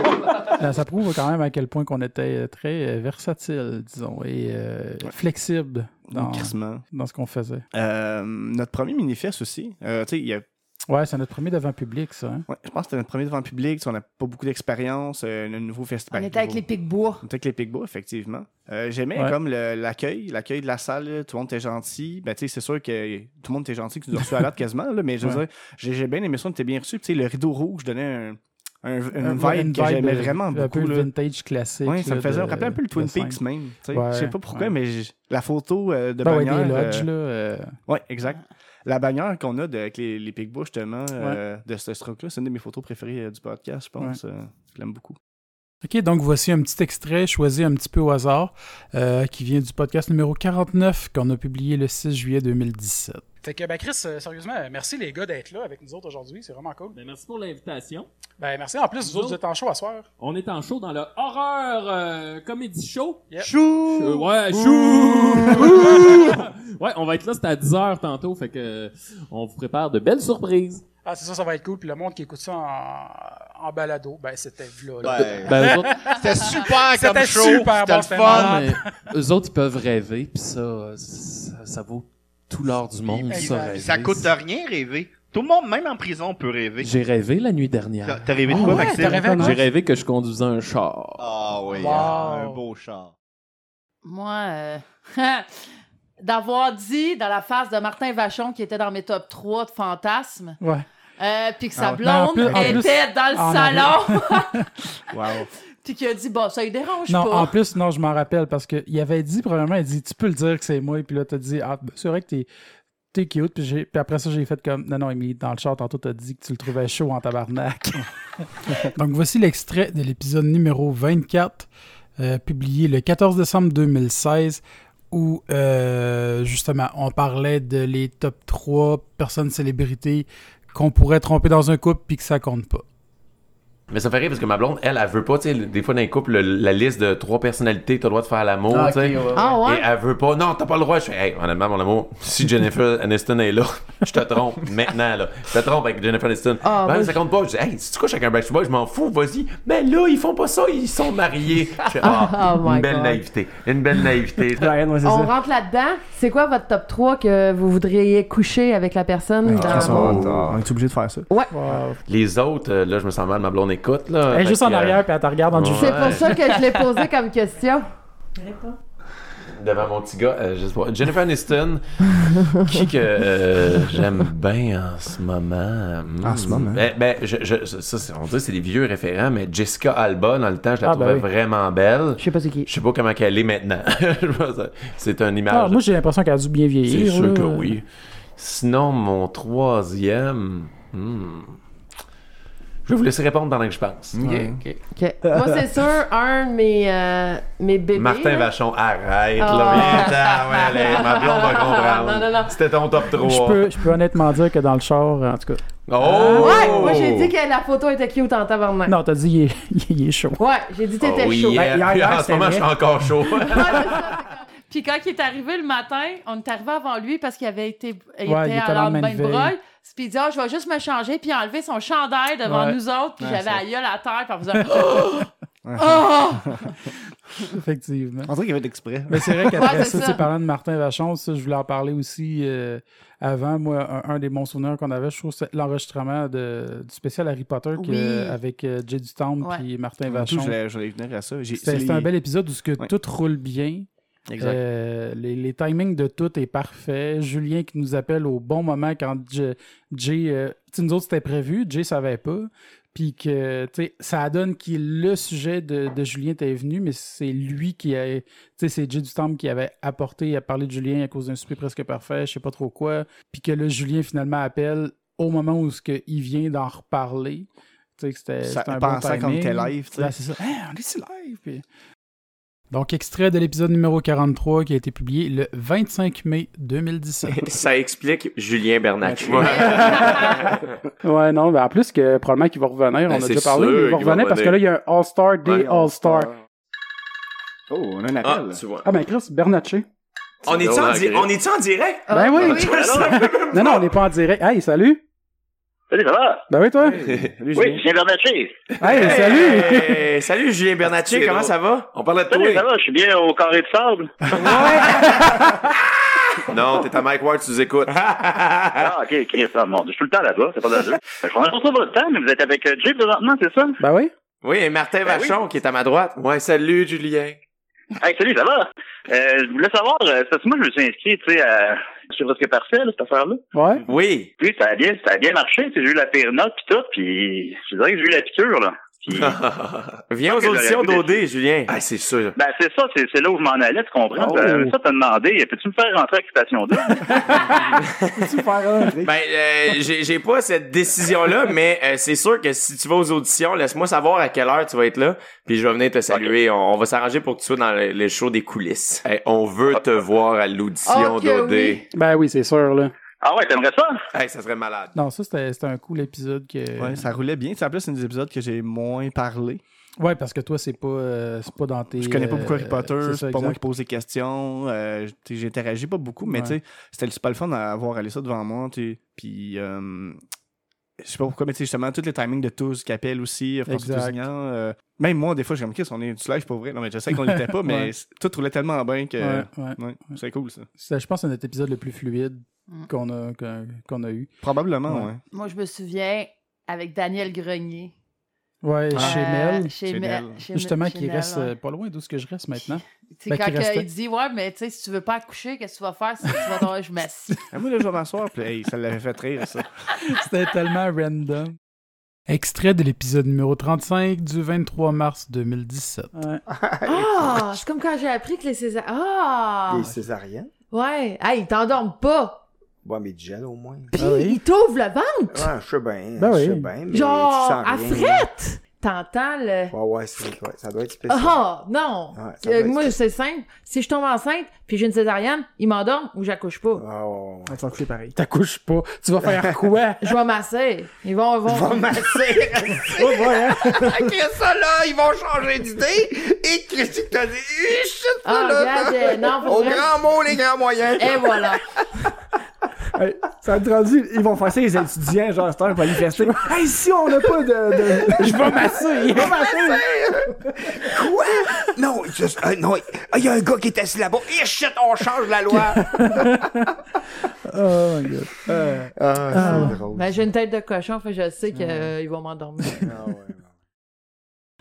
S1: Ben, ça prouve quand même à quel point qu'on était euh, très euh, versatile, disons, et euh, flexible dans,
S2: Crissement.
S1: dans ce qu'on faisait.
S2: Euh, notre premier manifeste aussi. Euh, tu sais, il y a-
S1: Ouais, c'est notre premier devant public, ça. hein.
S2: ouais, je pense que c'était notre premier devant public. tu sais, On n'a pas beaucoup d'expérience. euh, le nouveau
S3: On
S2: festival.
S3: était avec les Pic-Bois.
S2: On était avec les Pigbois, effectivement. Euh, J'aimais
S1: Ouais.
S2: comme le- l'accueil, l'accueil de la salle. là, Tout le monde était gentil. Ben, tu sais, c'est sûr que tout le monde était gentil, que tu nous as reçus à l'heure quasiment. là, mais je veux
S1: Ouais.
S2: dire, j'ai j'ai bien aimé ça, on était bien reçus. Puis, tu sais, le rideau rouge donnait un, un- une vibe
S1: Ouais,
S2: que j'aimais
S1: euh,
S2: vraiment
S1: un
S2: beaucoup.
S1: peu
S2: là.
S1: vintage classique.
S2: Ouais, ça me
S1: là,
S2: faisait
S1: de-
S2: me rappeler un peu le
S1: euh, de
S2: Twin
S1: scène.
S2: Peaks même. tu sais.
S1: Ouais,
S2: je sais pas pourquoi,
S1: ouais.
S2: mais j- la photo euh, de
S1: Ben ouais,
S2: bannière.
S1: des lodges,
S2: euh,
S1: là. euh,
S2: Oui, exact. La bannière qu'on a de- avec les, les Pigbois, justement, euh, de ce stroke-là, c'est une de mes photos préférées euh, du podcast, je pense. Euh, je l'aime beaucoup.
S1: OK, donc voici un petit extrait choisi un petit peu au hasard euh, qui vient du podcast numéro 49 qu'on a publié le 6 juillet 2017. Fait que, ben Chris, sérieusement, merci les gars d'être là avec nous autres aujourd'hui, c'est vraiment cool.
S6: Ben, merci pour l'invitation.
S1: Ben merci, en plus,
S6: vous autres, vous êtes
S1: en show à soir.
S6: On est en show dans le horreur euh, comedy show.
S1: Yep.
S6: Chou! ouais, chou! ouais, on va être là, c'est à 10h tantôt, fait que euh, on vous prépare de belles surprises.
S1: Ah, c'est ça, ça va être cool. Puis le monde qui écoute ça en, en balado, ben c'était v'là. là.
S7: Ouais.
S6: Ben, eux autres, ah,
S7: C'était super
S1: C'était
S7: comme show.
S1: super bon,
S7: C'était le
S1: c'était
S7: fun.
S1: malade.
S6: mais eux autres, ils peuvent rêver, puis ça, euh, ça, ça vaut tout l'or du monde,
S1: Exact.
S6: ça,
S1: Puis euh,
S6: rêver.
S7: Ça coûte de rien rêver. Tout le monde, même en prison, peut rêver.
S6: J'ai rêvé la nuit
S7: T'as
S6: dernière.
S7: t'as rêvé de
S6: Ah
S7: quoi,
S1: ouais,
S7: Maxime?
S1: t'as rêvé hein? à quoi?
S6: J'ai rêvé que je conduisais un char.
S7: Ah oui,
S1: Wow.
S7: un beau char.
S3: Moi, euh, d'avoir dit dans la face de Martin Vachon qui était dans mes top 3 de fantasmes,
S1: Ouais.
S3: euh, puis que
S2: Ah
S3: sa
S2: ouais.
S1: Ben, en
S3: blonde
S1: plus- en plus-
S3: était dans le
S1: en
S3: salon,
S2: Wow.
S3: puis qui a dit Bon, ça ne dérange
S1: Non,
S3: pas.
S1: en plus, non, je m'en rappelle parce qu'il avait dit, probablement, il dit, tu peux le dire que c'est moi. Puis là, t'as dit, ah, ben, c'est vrai que t'es. T'es cute, puis, j'ai- puis après ça, j'ai fait comme. Non, non, Émilie, dans le chat, tantôt, t'as dit que tu le trouvais chaud en tabarnak. Donc, voici l'extrait de l'épisode numéro 24, euh, publié le 14 décembre 2016, où euh, justement, on parlait de les top 3 personnes célébrités qu'on pourrait tromper dans un couple, puis que ça compte pas.
S8: Mais ça fait rire parce que ma blonde, elle, elle veut pas, tu sais, des fois dans les couples, le- la liste de trois personnalités, t'as le droit de faire l'amour, tu sais.
S3: Ah
S8: Et elle veut pas. Non, t'as pas le droit. Je fais, hey, honnêtement, mon amour, si Jennifer Aniston est là, je te trompe maintenant, là. Je te trompe avec Jennifer Aniston.
S3: Ah,
S8: Ben,
S3: moi,
S8: ça compte pas. Je dis, hey, si tu couches avec un Backstreet Boy, je m'en fous, vas-y. Mais là, ils font pas ça, ils sont mariés. Je fais, ah,
S3: Oh my
S8: une belle
S3: God.
S8: naïveté. Une belle naïveté.
S3: On rentre là-dedans. C'est quoi votre top 3 que vous voudriez coucher avec la personne dans...
S2: Ah, On est obligé de faire ça.
S8: Les autres, euh, là, je me sens mal, ma blonde écoute, là.
S1: Elle est
S8: Fait
S1: juste en
S8: que, euh,
S1: arrière, puis elle te regarde en
S8: ouais.
S1: dessous.
S3: C'est pour ça que je l'ai posé comme question.
S8: devant mon petit gars, euh, je sais pas. Jennifer Aniston, qui que euh, j'aime bien en ce moment. Hmm.
S2: En ce moment.
S8: Ben, ben, je, je- ça, c'est- on dirait que c'est des vieux référents, mais Jessica Alba, dans le temps, je la
S1: Ah, ben
S8: trouvais
S1: oui.
S8: vraiment belle.
S3: Je sais pas c'est qui.
S8: Je sais pas comment elle est maintenant. Je pense que c'est un
S1: Ah,
S8: image.
S1: moi, j'ai l'impression qu'elle a dû bien
S8: c'est
S1: vieillir.
S8: sûr
S1: là.
S8: que oui. Sinon, mon troisième. hmm. Je
S9: vais vous laisser répondre pendant que je pense.
S10: Ok. Moi, c'est sûr, un de mes, euh, mes bébés.
S9: Martin
S10: là.
S9: Vachon, arrête,
S10: Ah.
S9: là, viens-t'en, ouais, allez, ma blonde va comprendre.
S10: Non, non, non.
S9: C'était ton top 3.
S1: Je peux, je peux honnêtement dire que dans le char, en tout cas.
S9: Oh!
S10: Ouais, moi, j'ai dit que la photo était cute en tabarnak.
S1: Non, t'as dit, il est, il est chaud.
S10: Ouais, j'ai dit t'étais
S8: Ah
S9: Oh,
S10: chaud.
S8: euh,
S9: oui,
S1: Ben, hier,
S9: yeah.
S1: hier,
S9: en ce
S1: c'était
S9: moment, je suis
S1: vrai.
S9: encore chaud.
S3: Puis quand il est arrivé le matin, on est arrivé avant lui parce qu'il avait été, il
S1: Ouais, il
S3: était
S1: était
S3: à
S1: dans le
S3: l'âme
S1: même
S3: de
S1: veille.
S3: broye. Puis il dit, Ah, je vais juste me changer, puis enlever son chandail devant
S1: Ouais.
S3: nous autres. Puis
S2: Ouais,
S3: j'avais
S2: ça.
S3: la gueule à terre, puis en faisant Oh! Oh!
S1: Effectivement.
S2: On dirait qu'il va être exprès.
S1: Mais c'est vrai qu'après
S3: Ouais, c'est
S1: ça,
S3: ça.
S1: tu sais, parlant de Martin Vachon, ça, je voulais en parler aussi euh, avant. Moi, un, un des bons souvenirs qu'on avait, je trouve, c'est l'enregistrement de- du spécial Harry Potter que-
S3: Oui.
S1: avec euh, Jay Dutombe
S3: Ouais.
S1: puis Martin
S2: Avant tout,
S1: Vachon.
S2: je voulais- je voulais venir à ça. J'ai-
S1: C'était
S2: c'est
S1: c'était un
S2: les-
S1: bel épisode où ce que
S2: Ouais.
S1: tout roule bien.
S2: Exact.
S1: Euh, les, les timings de tout est parfait. Julien qui nous appelle au bon moment quand J- Jay. euh, tu sais, nous autres, c'était prévu. Jay savait pas. Puis que, tu sais, ça donne que le sujet de, de Julien était venu, mais c'est lui qui a. Tu sais, c'est Jay Dutombe qui avait apporté, il a parlé de Julien à cause d'un souper presque parfait, je sais pas trop quoi. Puis que là, Julien finalement appelle au moment où ce que il vient d'en reparler. Tu sais, que c'était
S2: Ça-
S1: c'était un bon
S2: pensant
S1: timing.
S2: qu'on était live, tu sais.
S1: Ouais, c'est ça. Hey, on est sur live. puis- Donc, extrait de l'épisode numéro 43 qui a été publié le 25 mai 2017.
S8: Ça explique Julien Bernatchez.
S1: ouais, non, ben en plus, que probablement qu'il va revenir.
S8: Ben,
S1: on a
S8: c'est
S1: déjà parlé,
S8: sûr
S1: mais il va
S8: qu'il va Ben,
S1: revenir parce que là, il y a un All-Star des
S8: Ouais,
S1: All-Stars.
S2: Oh, on a un
S8: Ah,
S2: appel.
S8: tu vois.
S1: Ah, ben Chris, Bernatchez.
S8: On est-tu en, di- on est en direct?
S1: Ben oui.
S8: Tu vois, ça fait même
S1: Non, non,
S8: pas.
S1: on n'est pas en direct. Hey, salut.
S5: Salut, ça va?
S1: Ben oui, toi.
S2: Salut,
S5: Oui,
S2: Julien.
S5: je viens Bernatchez.
S1: Hey, salut.
S8: Hey, salut Julien Bernatchez,
S9: C'est
S8: comment
S9: drôle.
S8: ça va?
S9: On parlait de
S5: Salut, ça
S9: toi.
S5: va? Je suis bien au carré de sable.
S8: Non, t'es à Mike Ward, tu nous écoutes.
S5: Ah, ok, Chris, ah, mon Dieu, je suis tout le temps là-bas, c'est pas dangereux. Je prends un retrouve votre temps, mais vous êtes avec euh, Jay présentement, c'est ça?
S1: Ben oui.
S8: Oui, et Martin
S1: Ben
S8: Vachon qui est à ma droite. Ouais, salut Julien.
S5: Hey, salut, ça va? Euh, je voulais savoir, euh, parce que moi, je me suis inscrit, tu sais, à sur presque parfait, là, cette affaire-là.
S1: Ouais.
S8: Oui.
S5: Puis, ça a bien, ça a bien marché, tu sais, j'ai eu la pire note, pis tout, pis je dirais que j'ai eu la piqûre, là. Puis,
S8: Viens aux
S1: ben,
S5: Ok,
S8: auditions
S5: j'aurais
S8: d'OD, Julien. Ah, c'est sûr.
S5: ben, c'est ça, c'est, c'est là où je m'en allais, tu comprends?
S1: Oh.
S5: Ben, ça, t'as demandé, peux-tu me faire rentrer à Station 2?
S1: Super
S8: Ben, euh, j'ai j'ai pas cette décision-là, mais euh, c'est sûr que si tu vas aux auditions, laisse-moi savoir à quelle heure tu vas être là, puis je vais venir te saluer. On, on va s'arranger pour que tu sois dans le, le show des coulisses.
S9: Hey, on veut te voir à l'audition
S3: Oh, que
S9: d'OD.
S3: oui.
S1: Ben oui, c'est sûr, là.
S5: ah ouais, t'aimerais ça?
S8: Hey, ça serait malade.
S1: Non, ça, c'était c'était un cool épisode que.
S2: Ouais, ça roulait bien. Tu sais, En plus, c'est un des épisodes que j'ai moins parlé.
S1: Ouais, parce que toi, c'est pas, euh, c'est pas dans tes.
S2: Je connais pas beaucoup Harry
S1: euh,
S2: Potter,
S1: c'est ça,
S2: c'est pas
S1: exact.
S2: moi qui pose des questions, euh, tu sais, j'interagis pas beaucoup, mais
S1: Ouais.
S2: tu sais, c'était super le fun d'avoir allé ça devant moi, tu sais. puis euh, je sais pas pourquoi, mais tu sais, justement, tous les timings de tous qui appellent aussi, euh, François
S1: Exact.
S2: Tousignan, euh, même moi, des fois, je suis comme, Chris, on est du live pour vrai, non, mais je sais qu'on l'était pas, mais
S1: Ouais.
S2: c- tout roulait tellement bien que,
S1: Ouais,
S2: ouais,
S1: ouais.
S2: c'est cool, ça.
S1: C'est- Je pense que c'est notre épisode le plus fluide
S3: Mm.
S1: qu'on a, qu'on qu'on a eu.
S2: Probablement,
S1: Ouais.
S2: ouais.
S3: Moi, je me souviens avec Daniel Grenier.
S1: Ouais, chez
S3: Euh,
S1: Mel.
S3: Chez
S2: Chez
S3: Mel.
S2: Mel.
S3: Chez
S1: Justement,
S3: Mel-
S1: qui
S3: chez Mel,
S1: reste
S3: ouais.
S1: euh, pas loin d'où ce que je reste maintenant.
S3: Tu sais,
S1: Ben,
S3: quand
S1: qui
S3: que-
S1: restait.
S3: il dit, ouais, mais tu sais, si tu veux pas accoucher, qu'est-ce que tu vas faire? Si tu vas dans je m'assis.
S2: Ah, moi, là, je vais m'asseoir, puis hey, ça l'avait fait rire, ça.
S1: C'était tellement random. Extrait de l'épisode numéro 35 du 23 mars 2017.
S10: Ah, c'est comme quand j'ai appris que les César. Ah!
S11: Des césariennes.
S10: Ouais. Ah, ils t'endorment pas.
S11: Bon, mais du gel au moins.
S10: Puis
S1: Ah oui?
S10: ils t'ouvrent le ventre.
S11: Ah, je sais bien.
S1: Ben
S11: Je
S1: oui.
S11: sais bien, mais
S10: Genre,
S11: tu sens
S10: à
S11: rien.
S10: frette. T'entends le.
S11: Ouais, ouais, c'est- ouais, ça doit être spécial.
S10: Ah, non.
S11: Ouais, ça doit
S10: Euh,
S11: être-
S10: moi, c'est simple. Si je tombe enceinte, puis j'ai une césarienne, ils m'endorment ou j'accouche pas.
S11: Ah, ouais, ouais.
S1: On s'en fout, pareil. T'accouches pas. Tu vas faire quoi?
S10: Je vais masser. Ils vont, ils vont-
S11: Va masser!
S1: Ouais, ouais, hein?
S11: Avec ça, là, ils vont changer d'idée! Et Christy t'a dit, Eh, shit,
S10: Ah,
S11: ça, là!
S10: regarde, euh, non, pour
S11: Au
S10: vrai.
S11: grand mot, les grands moyens!
S10: Et voilà.
S4: Hey, ça me traduit, ils vont faire ça les étudiants, genre, c'est un manifester. Hey, si on n'a pas de. de... Je vais masser! Je vais masser!
S11: Quoi? Non, juste, euh, non, ah, il y a un gars qui est assis là-bas. Eh, shit, on change la loi!
S12: Ah,
S1: Oh my god. Euh,
S11: Ah, c'est drôle.
S10: Ben, j'ai une tête de cochon, fait que je sais qu'ils vont m'endormir.
S11: Ah, ouais, ouais.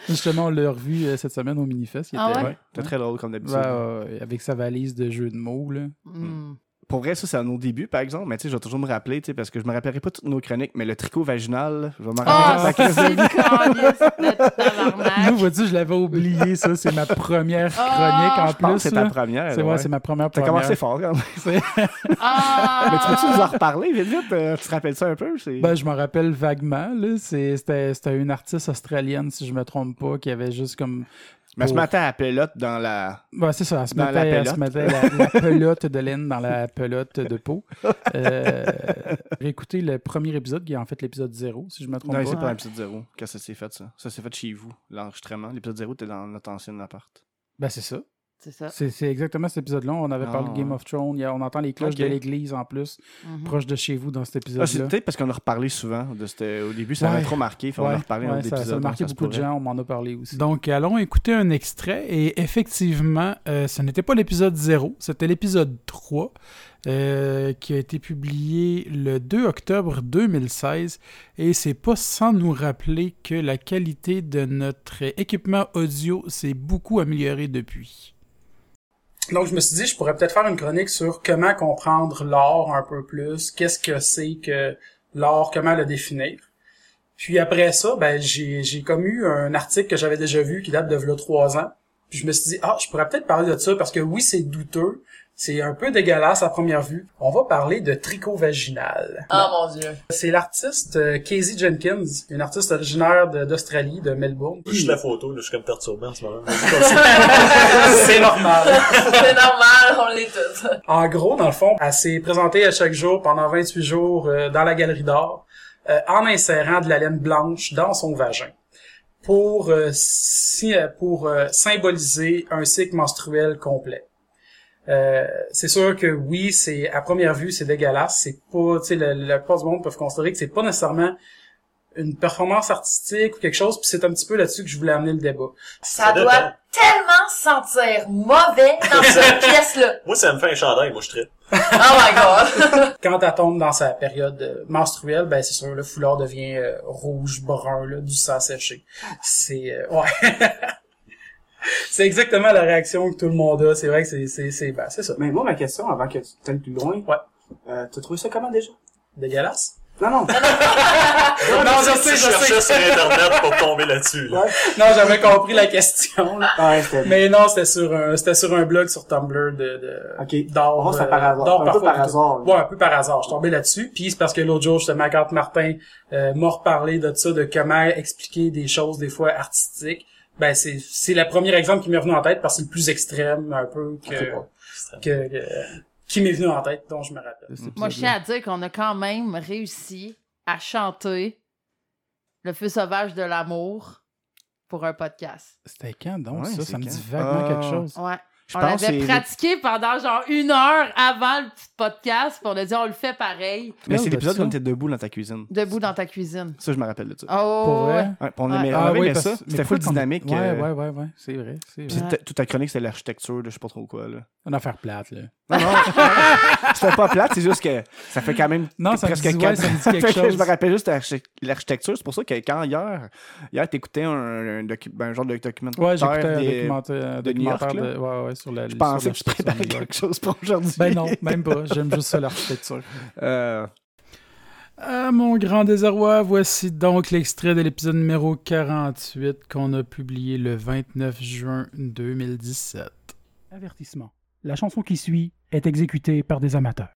S1: justement, on l'a revu euh, cette semaine au Minifest. Il
S3: Ah
S1: était-
S2: Ouais, c'était très drôle, comme d'habitude.
S1: Ouais, ouais, ouais, avec sa valise de jeux de mots. Là.
S3: Hmm.
S2: Pour vrai, ça, c'est à nos débuts, par exemple. Mais tu sais, je vais toujours me rappeler, tu sais, parce que je me rappellerai pas toutes nos chroniques, mais le tricot vaginal, je vais m'en rappeler.
S1: Ah,
S2: toute ma
S1: c'est
S2: crise de vie.
S3: Ah,
S1: Nous, vois-tu, je l'avais oublié, ça. C'est ma première chronique en
S2: Je
S1: plus.
S2: pense que c'est ta
S1: là.
S2: première.
S1: C'est
S2: là,
S1: ouais,
S2: ouais.
S1: c'est ma première
S2: T'as
S1: première.
S2: commencé fort, quand même. C'est-
S3: Ah,
S2: Mais tu peux-tu nous en reparler vite, vite? Euh, tu te rappelles ça un peu? C'est-
S1: Ben, je m'en rappelle vaguement. là. C'est- C'était c'était une artiste australienne, si je me trompe pas, qui avait juste comme.
S2: Mais ce
S1: pour-
S2: matin, à pelote dans la.
S1: Ouais, c'est ça. Elle se
S2: Dans
S1: mettait,
S2: la
S1: elle se
S2: pelote.
S1: mettait la, la pelote de laine dans la pelote de peau. Euh, réécoutez le premier épisode, qui est en fait l'épisode 0, si je me trompe
S2: Non,
S1: pas.
S2: c'est pas l'épisode 0. Quand ça s'est fait, ça. Ça s'est fait chez vous, l'enregistrement. L'épisode 0, t'es dans notre ancien appart.
S1: Ben, c'est ça.
S3: C'est ça.
S1: C'est c'est exactement cet épisode-là. On avait
S2: Ah,
S1: parlé de Game
S2: ouais.
S1: of Thrones. Il y a- On entend les cloches
S2: Ok.
S1: de l'église en plus,
S2: Mhm.
S1: proche de chez vous dans cet
S2: Ah, c'est
S1: épisode-là.
S2: peut-être parce qu'on a reparlé souvent de ce- au début, ça
S1: Ouais.
S2: m'avait trop marqué. Fait on
S1: Ouais,
S2: a reparlé dans
S1: ouais,
S2: des
S1: ça-
S2: épisodes.
S1: Ça a marqué
S2: donc se
S1: beaucoup de
S2: pourrait.
S1: gens, on m'en a parlé aussi. Donc, allons écouter un extrait. Et effectivement, euh, ce n'était pas l'épisode 0, c'était l'épisode 3, euh, qui a été publié le 2 octobre 2016. Et c'est pas sans nous rappeler que la qualité de notre équipement audio s'est beaucoup améliorée depuis. Donc, je me suis dit, je pourrais peut-être faire une chronique sur comment comprendre l'art un peu plus, qu'est-ce que c'est que l'art, comment le définir. Puis après ça, ben, j'ai, j'ai comme eu un article que j'avais déjà vu qui date de v'là trois ans. Puis je me suis dit, ah, je pourrais peut-être parler de ça parce que oui, c'est douteux. C'est un peu dégueulasse à première vue. On va parler de tricot vaginal.
S3: Ah mon dieu.
S1: C'est l'artiste euh, Casey Jenkins, une artiste originaire de- d'Australie, de Melbourne.
S13: Juste la photo, là, je suis comme perturbé en ce moment.
S1: C'est normal.
S3: C'est normal, on l'est tous.
S1: En gros, dans le fond, elle s'est présentée à chaque jour pendant 28 jours euh, dans la galerie d'art euh, en insérant de la laine blanche dans son vagin pour, euh, si- euh, pour euh, symboliser un cycle menstruel complet. Euh, c'est sûr que oui, c'est à première vue, c'est dégueulasse. C'est pas, tu sais, la, la plupart du monde peuvent considérer que c'est pas nécessairement une performance artistique ou quelque chose. Puis c'est un petit peu là-dessus que je voulais amener le débat.
S3: Ça doit tellement sentir mauvais dans cette pièce-là.
S13: Moi, ça me fait un chandail, moi, je traite.
S3: Oh my god.
S1: Quand elle tombe dans sa période euh, menstruelle, ben c'est sûr, le foulard devient euh, rouge, brun, là, du sang séché. C'est euh, ouais. c'est exactement la réaction que tout le monde a. C'est vrai que c'est c'est c'est ben, c'est ça.
S14: Mais moi, ma question, avant que tu t'ailles plus loin,
S1: ouais.
S14: euh, t'as trouvé ça comment déjà?
S1: Dégueulasse.
S14: Non, non.
S1: Non,
S13: Tu
S1: je sais, je
S13: cherchais
S1: sais.
S13: sur Internet pour tomber là-dessus. là.
S1: non, j'avais compris la question. là.
S4: Ah,
S1: Mais non, c'était sur un c'était sur un blog sur Tumblr de de d'or,
S14: Oh, c'est par
S1: euh,
S14: hasard.
S1: d'or
S14: Un peu
S1: parfois,
S14: par
S1: plutôt.
S14: hasard, oui.
S1: Ouais, un peu par hasard. Je suis tombé là-dessus, puis c'est parce que l'autre jour, justement, quand Martin euh, m'a reparlé de ça, de comment expliquer des choses des fois artistiques, ben c'est c'est le premier exemple qui m'est venu en tête parce que c'est le plus extrême un peu que que, que- qui m'est venu en tête dont je me rappelle.
S3: Moi, je tiens à dire qu'on a quand même réussi à chanter le feu sauvage de l'amour pour un podcast.
S1: C'était quand donc
S2: Ouais,
S1: ça
S2: c'est
S1: Ça me
S2: quand?
S1: dit vaguement quelque
S2: Ah.
S1: chose.
S3: Ouais.
S2: Je
S3: on
S2: pense que
S3: l'avait
S2: c'est-
S3: pratiqué pendant genre une heure avant le petit podcast, puis on a dit on le fait pareil.
S2: Mais c'est l'épisode où on était debout dans ta cuisine.
S3: Debout dans ta cuisine.
S2: Ça, je me rappelle de ça.
S3: Oh, Pour vrai? ouais.
S2: Ouais, puis on
S3: Ouais.
S2: aimait, on
S3: Ah
S2: aimait
S3: oui,
S2: bien
S1: parce-
S2: ça.
S1: mais
S2: C'était
S1: pourquoi
S2: full
S1: qu'on-
S2: dynamique.
S1: Ouais,
S2: euh,
S1: ouais, ouais, ouais, c'est vrai. C'est
S2: puis
S1: vrai.
S2: c'était- toute ta chronique, c'était l'architecture, de je sais pas trop quoi. Là.
S1: Une affaire plate, là.
S2: Non, non, c'était pas plate, c'est juste que ça fait quand même
S1: Non, ça me
S2: presque
S1: dit- ouais,
S2: quatre-
S1: ça me dit quelque
S2: Fait que
S1: chose.
S2: Je me rappelle juste l'archi- l'architecture. C'est pour ça que quand hier, hier t'écoutais un, un, docu- ben, un genre de documentaire.
S1: Ouais, j'écoutais un
S2: des-
S1: documentaire, un
S2: de New York,
S1: documentaire
S2: là.
S1: de- ouais, ouais, sur la-
S2: Je
S1: sur
S2: pensais
S1: la-
S2: que je
S1: sur
S2: préparais
S1: New York.
S2: quelque chose pour aujourd'hui.
S1: Ben non, même pas. J'aime juste ça, l'architecture.
S2: Euh,
S1: Ah, mon grand désarroi, voici donc l'extrait de l'épisode numéro 48 qu'on a publié le 29 juin 2017. Avertissement. La chanson qui suit est exécutée par des amateurs.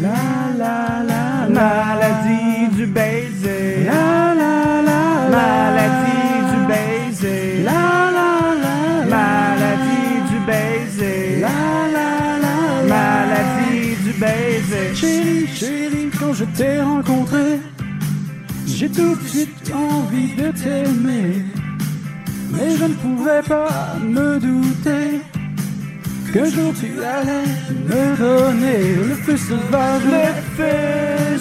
S4: La la la maladie du baiser. La la la maladie du baiser. La la la maladie du baiser. La la la maladie du baiser. Chérie, chérie, quand je t'ai rencontré, j'ai tout de suite envie de t'aimer. Mais je ne pouvais pas me douter que jour tu allais me donner le feu sauvage, le feu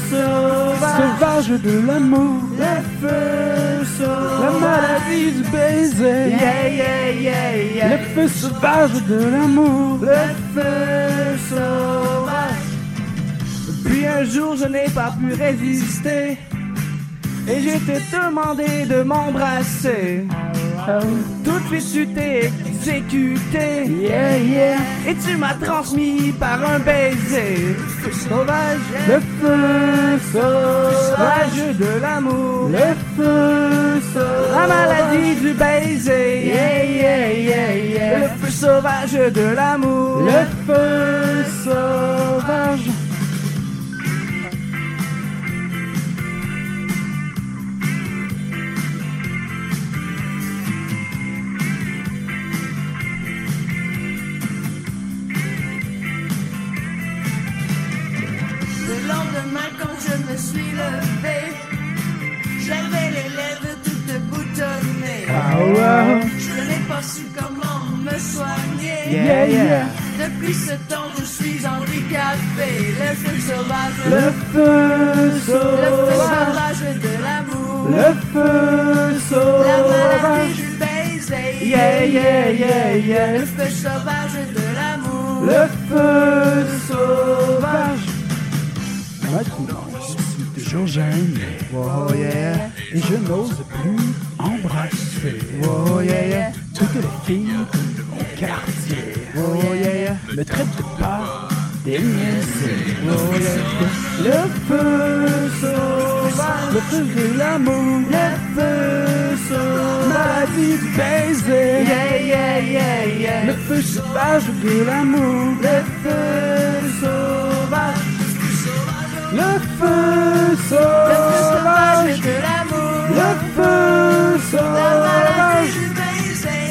S4: sauvage, de l'amour, le feu sauvage, la maladie du baiser,
S14: Yeah, yeah, yeah, yeah.
S4: le feu sauvage de l'amour, le feu sauvage. Puis un jour, je n'ai pas pu résister. Et j'ai te demandé de m'embrasser. Tout de suite, t'es exécuté.
S15: Yeah, yeah.
S4: Et tu m'as transmis par un baiser. Le feu sauvage. Le
S15: feu
S4: sauvage de l'amour. Le feu sauvage. La maladie du baiser.
S15: Yeah, yeah, yeah, yeah.
S4: Le feu sauvage de l'amour.
S15: Le
S4: feu sauvage.
S15: Le lendemain, quand je me suis levée, j'avais les lèvres toutes boutonnées.
S4: Ah ouais.
S15: Je n'ai pas su comment me soigner.
S4: Yeah, yeah.
S15: Depuis ce temps, je suis handicapée. Le feu sauvage.
S4: Le feu
S15: Le feu
S4: sauvage.
S15: sauvage de l'amour.
S4: Le feu
S15: La maladie
S4: sauvage.
S15: du baiser.
S4: Yeah, yeah, yeah, yeah.
S15: Le feu sauvage de l'amour.
S4: Le feu sauvage.
S1: Je suis toujours jeune.
S4: Oh yeah.
S1: Et je n'ose plus embrasser.
S4: Oh yeah, yeah.
S1: Toutes les filles de mon quartier.
S4: Oh yeah, yeah.
S1: Me traite de pas des niaiseries.
S4: Oh yeah. Le feu sauvage. Le feu de l'amour. Le feu sauvage. Maladie du baiser.
S15: Yeah, yeah, yeah, yeah.
S4: Le feu sauvage de l'amour. Le feu sauvage. Le feu sauvage.
S15: de l'amour.
S4: Le feu sauvage.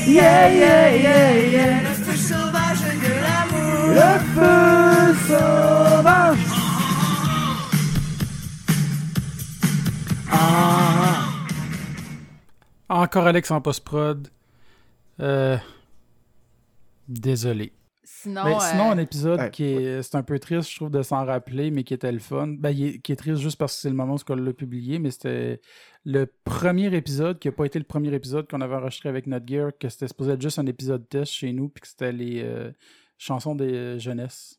S4: Yeah, yeah, yeah, yeah.
S15: Le feu sauvage de l'amour.
S4: Le feu sauvage.
S1: Encore Alex en post-prod. Euh, Désolé.
S3: Sinon,
S1: Mais Ben, sinon,
S3: euh,
S1: un épisode qui est, c'est un peu triste, je trouve, de s'en rappeler, mais qui était le fun. Ben, il est- qui est triste juste parce que c'est le moment où on l'a publié, mais c'était le premier épisode qui n'a pas été le premier épisode qu'on avait enregistré avec notre gear, que c'était supposé être juste un épisode test chez nous, puis que c'était les euh, chansons des euh, jeunesses.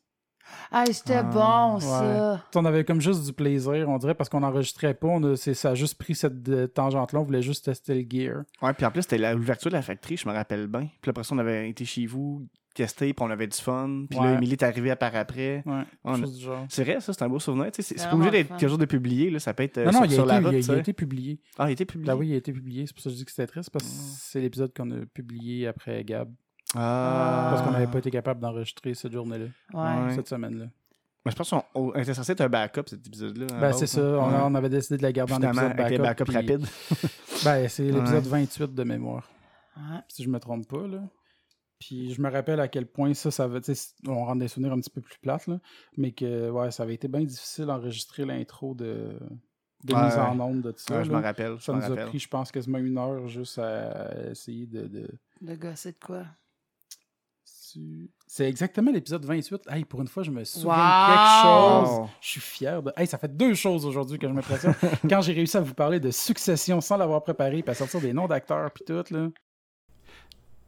S3: Ah, c'était bon, ça.
S1: On avait comme juste du plaisir, on dirait, parce qu'on n'enregistrait pas. On a- c'est, ça a juste pris cette euh, tangente-là. On voulait juste tester le gear.
S2: Ouais, puis en plus, c'était la- l'ouverture de la factory, je me rappelle bien. Puis après ça, on avait été chez vous, testé, puis on avait du fun. Puis
S1: Ouais.
S2: là, Emily est arrivée à part après.
S1: Ouais,
S2: On a-
S1: chose du genre.
S2: C'est vrai, ça, c'est un beau souvenir. tu sais, C'est c'est pas
S1: Vraiment
S2: obligé
S1: le
S2: d'être
S1: fun.
S2: quelque chose de publié, là. ça peut être euh,
S1: Non, non,
S2: sur,
S1: il,
S2: sur
S1: a
S2: la
S1: été,
S2: route.
S1: il a- il a,
S2: ça.
S1: été publié.
S2: Ah, il a été publié.
S1: Ben oui, il a été publié. C'est pour ça que je dis que c'était triste, parce que
S2: Mm.
S1: c'est l'épisode qu'on a publié après Gab.
S2: Ah.
S1: Parce qu'on n'avait pas été capable d'enregistrer cette journée-là.
S2: Ouais.
S1: Cette semaine-là.
S2: Mais je pense qu'on on était censé être un backup, cet épisode-là. à
S1: Ben,
S2: base,
S1: c'est ça.
S2: hein.
S1: On,
S2: Ouais.
S1: a- on avait décidé de la garder
S2: Finalement,
S1: en épisode
S2: avec les
S1: backup.
S2: backups rapides.
S1: ben, c'est l'épisode
S2: Ouais.
S1: 28 de mémoire. Si je me trompe pas, là. Puis je me rappelle à quel point ça, ça va. tu sais, On rentre des souvenirs un petit peu plus plates, là. Mais que, ouais, ça avait été bien difficile d'enregistrer l'intro de. De
S2: Ouais,
S1: mise en
S2: ouais.
S1: onde de tout ça.
S2: Ouais, je
S1: là.
S2: m'en rappelle, je
S1: Ça
S2: m'en
S1: nous a
S2: rappelle.
S1: pris, je pense, quasiment une heure juste à essayer de- de,
S3: Le gars, c'est de quoi?
S1: Tu- C'est exactement l'épisode 28. Hey, pour une fois, je me souviens
S3: Wow!
S1: de quelque chose. Je suis fier de. Hey, ça fait deux choses aujourd'hui que je m'impressionne. Quand j'ai réussi à vous parler de succession sans l'avoir préparé, puis à sortir des noms d'acteurs, puis tout, là.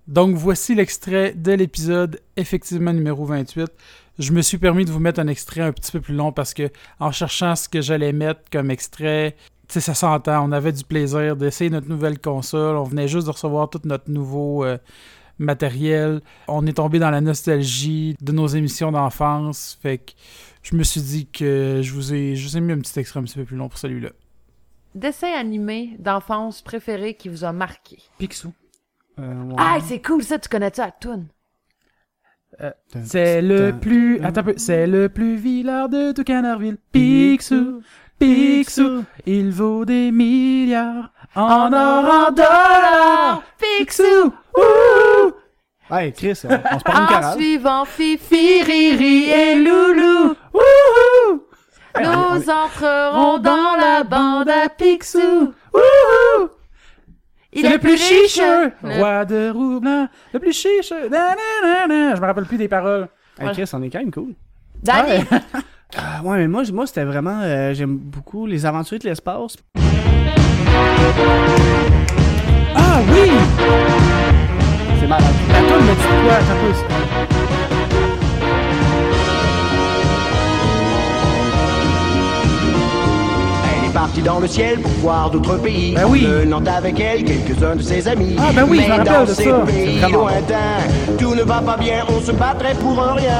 S1: Donc, voici l'extrait de l'épisode, effectivement numéro 28. Je me suis permis de vous mettre un extrait un petit peu plus long parce que, en cherchant ce que j'allais mettre comme extrait, tu sais, ça s'entend. On avait du plaisir d'essayer notre nouvelle console. On venait juste de recevoir tout notre nouveau euh, matériel. On est tombé dans la nostalgie de nos émissions d'enfance. Fait que je me suis dit que je vous ai, je vous ai mis un petit extrait un petit peu plus long pour celui-là.
S3: Dessin animé d'enfance préféré qui vous a marqué.
S1: Picsou.
S3: Ah, c'est cool ça, tu connais-tu à Toon?
S1: C'est le plus. Attends un peu. C'est le plus vilard de tout Canardville. Picsou. Picsou. Il vaut des milliards. En or, en dollars. Picsou. Ouh.
S2: Hey, Chris, on, on se parle une
S3: En
S2: canale.
S3: suivant Fifi, Riri et Loulou,
S1: Wouhou! Ben,
S3: nous entrerons dans la bande à Picsou.
S1: Wouhou!
S3: Il
S1: C'est
S3: est
S1: le plus
S3: riche.
S1: chicheux,
S3: Le-
S1: roi de Roublin, le plus chicheux. Na, na, na, na. Je me rappelle plus des paroles.
S3: Voilà.
S1: Chris,
S4: on est quand même cool.
S3: Danny!
S4: Ah ouais, mais moi, moi c'était vraiment. euh, J'aime beaucoup les aventuriers de l'espace.
S1: Ah oui!
S4: C'est malade.
S1: La toune me dit quoi? Attends un peu.
S4: parti dans le ciel pour voir d'autres pays.
S5: Ben oui.
S4: Menant avec elle quelques-uns de ses amis.
S5: Ah, ben oui, je me
S4: Mais
S5: rappelle
S4: dans
S5: de
S4: ces
S5: ça. C'est
S4: pays
S5: vraiment bon.
S4: lointains, tout ne va pas bien, on se battrait pour un rien.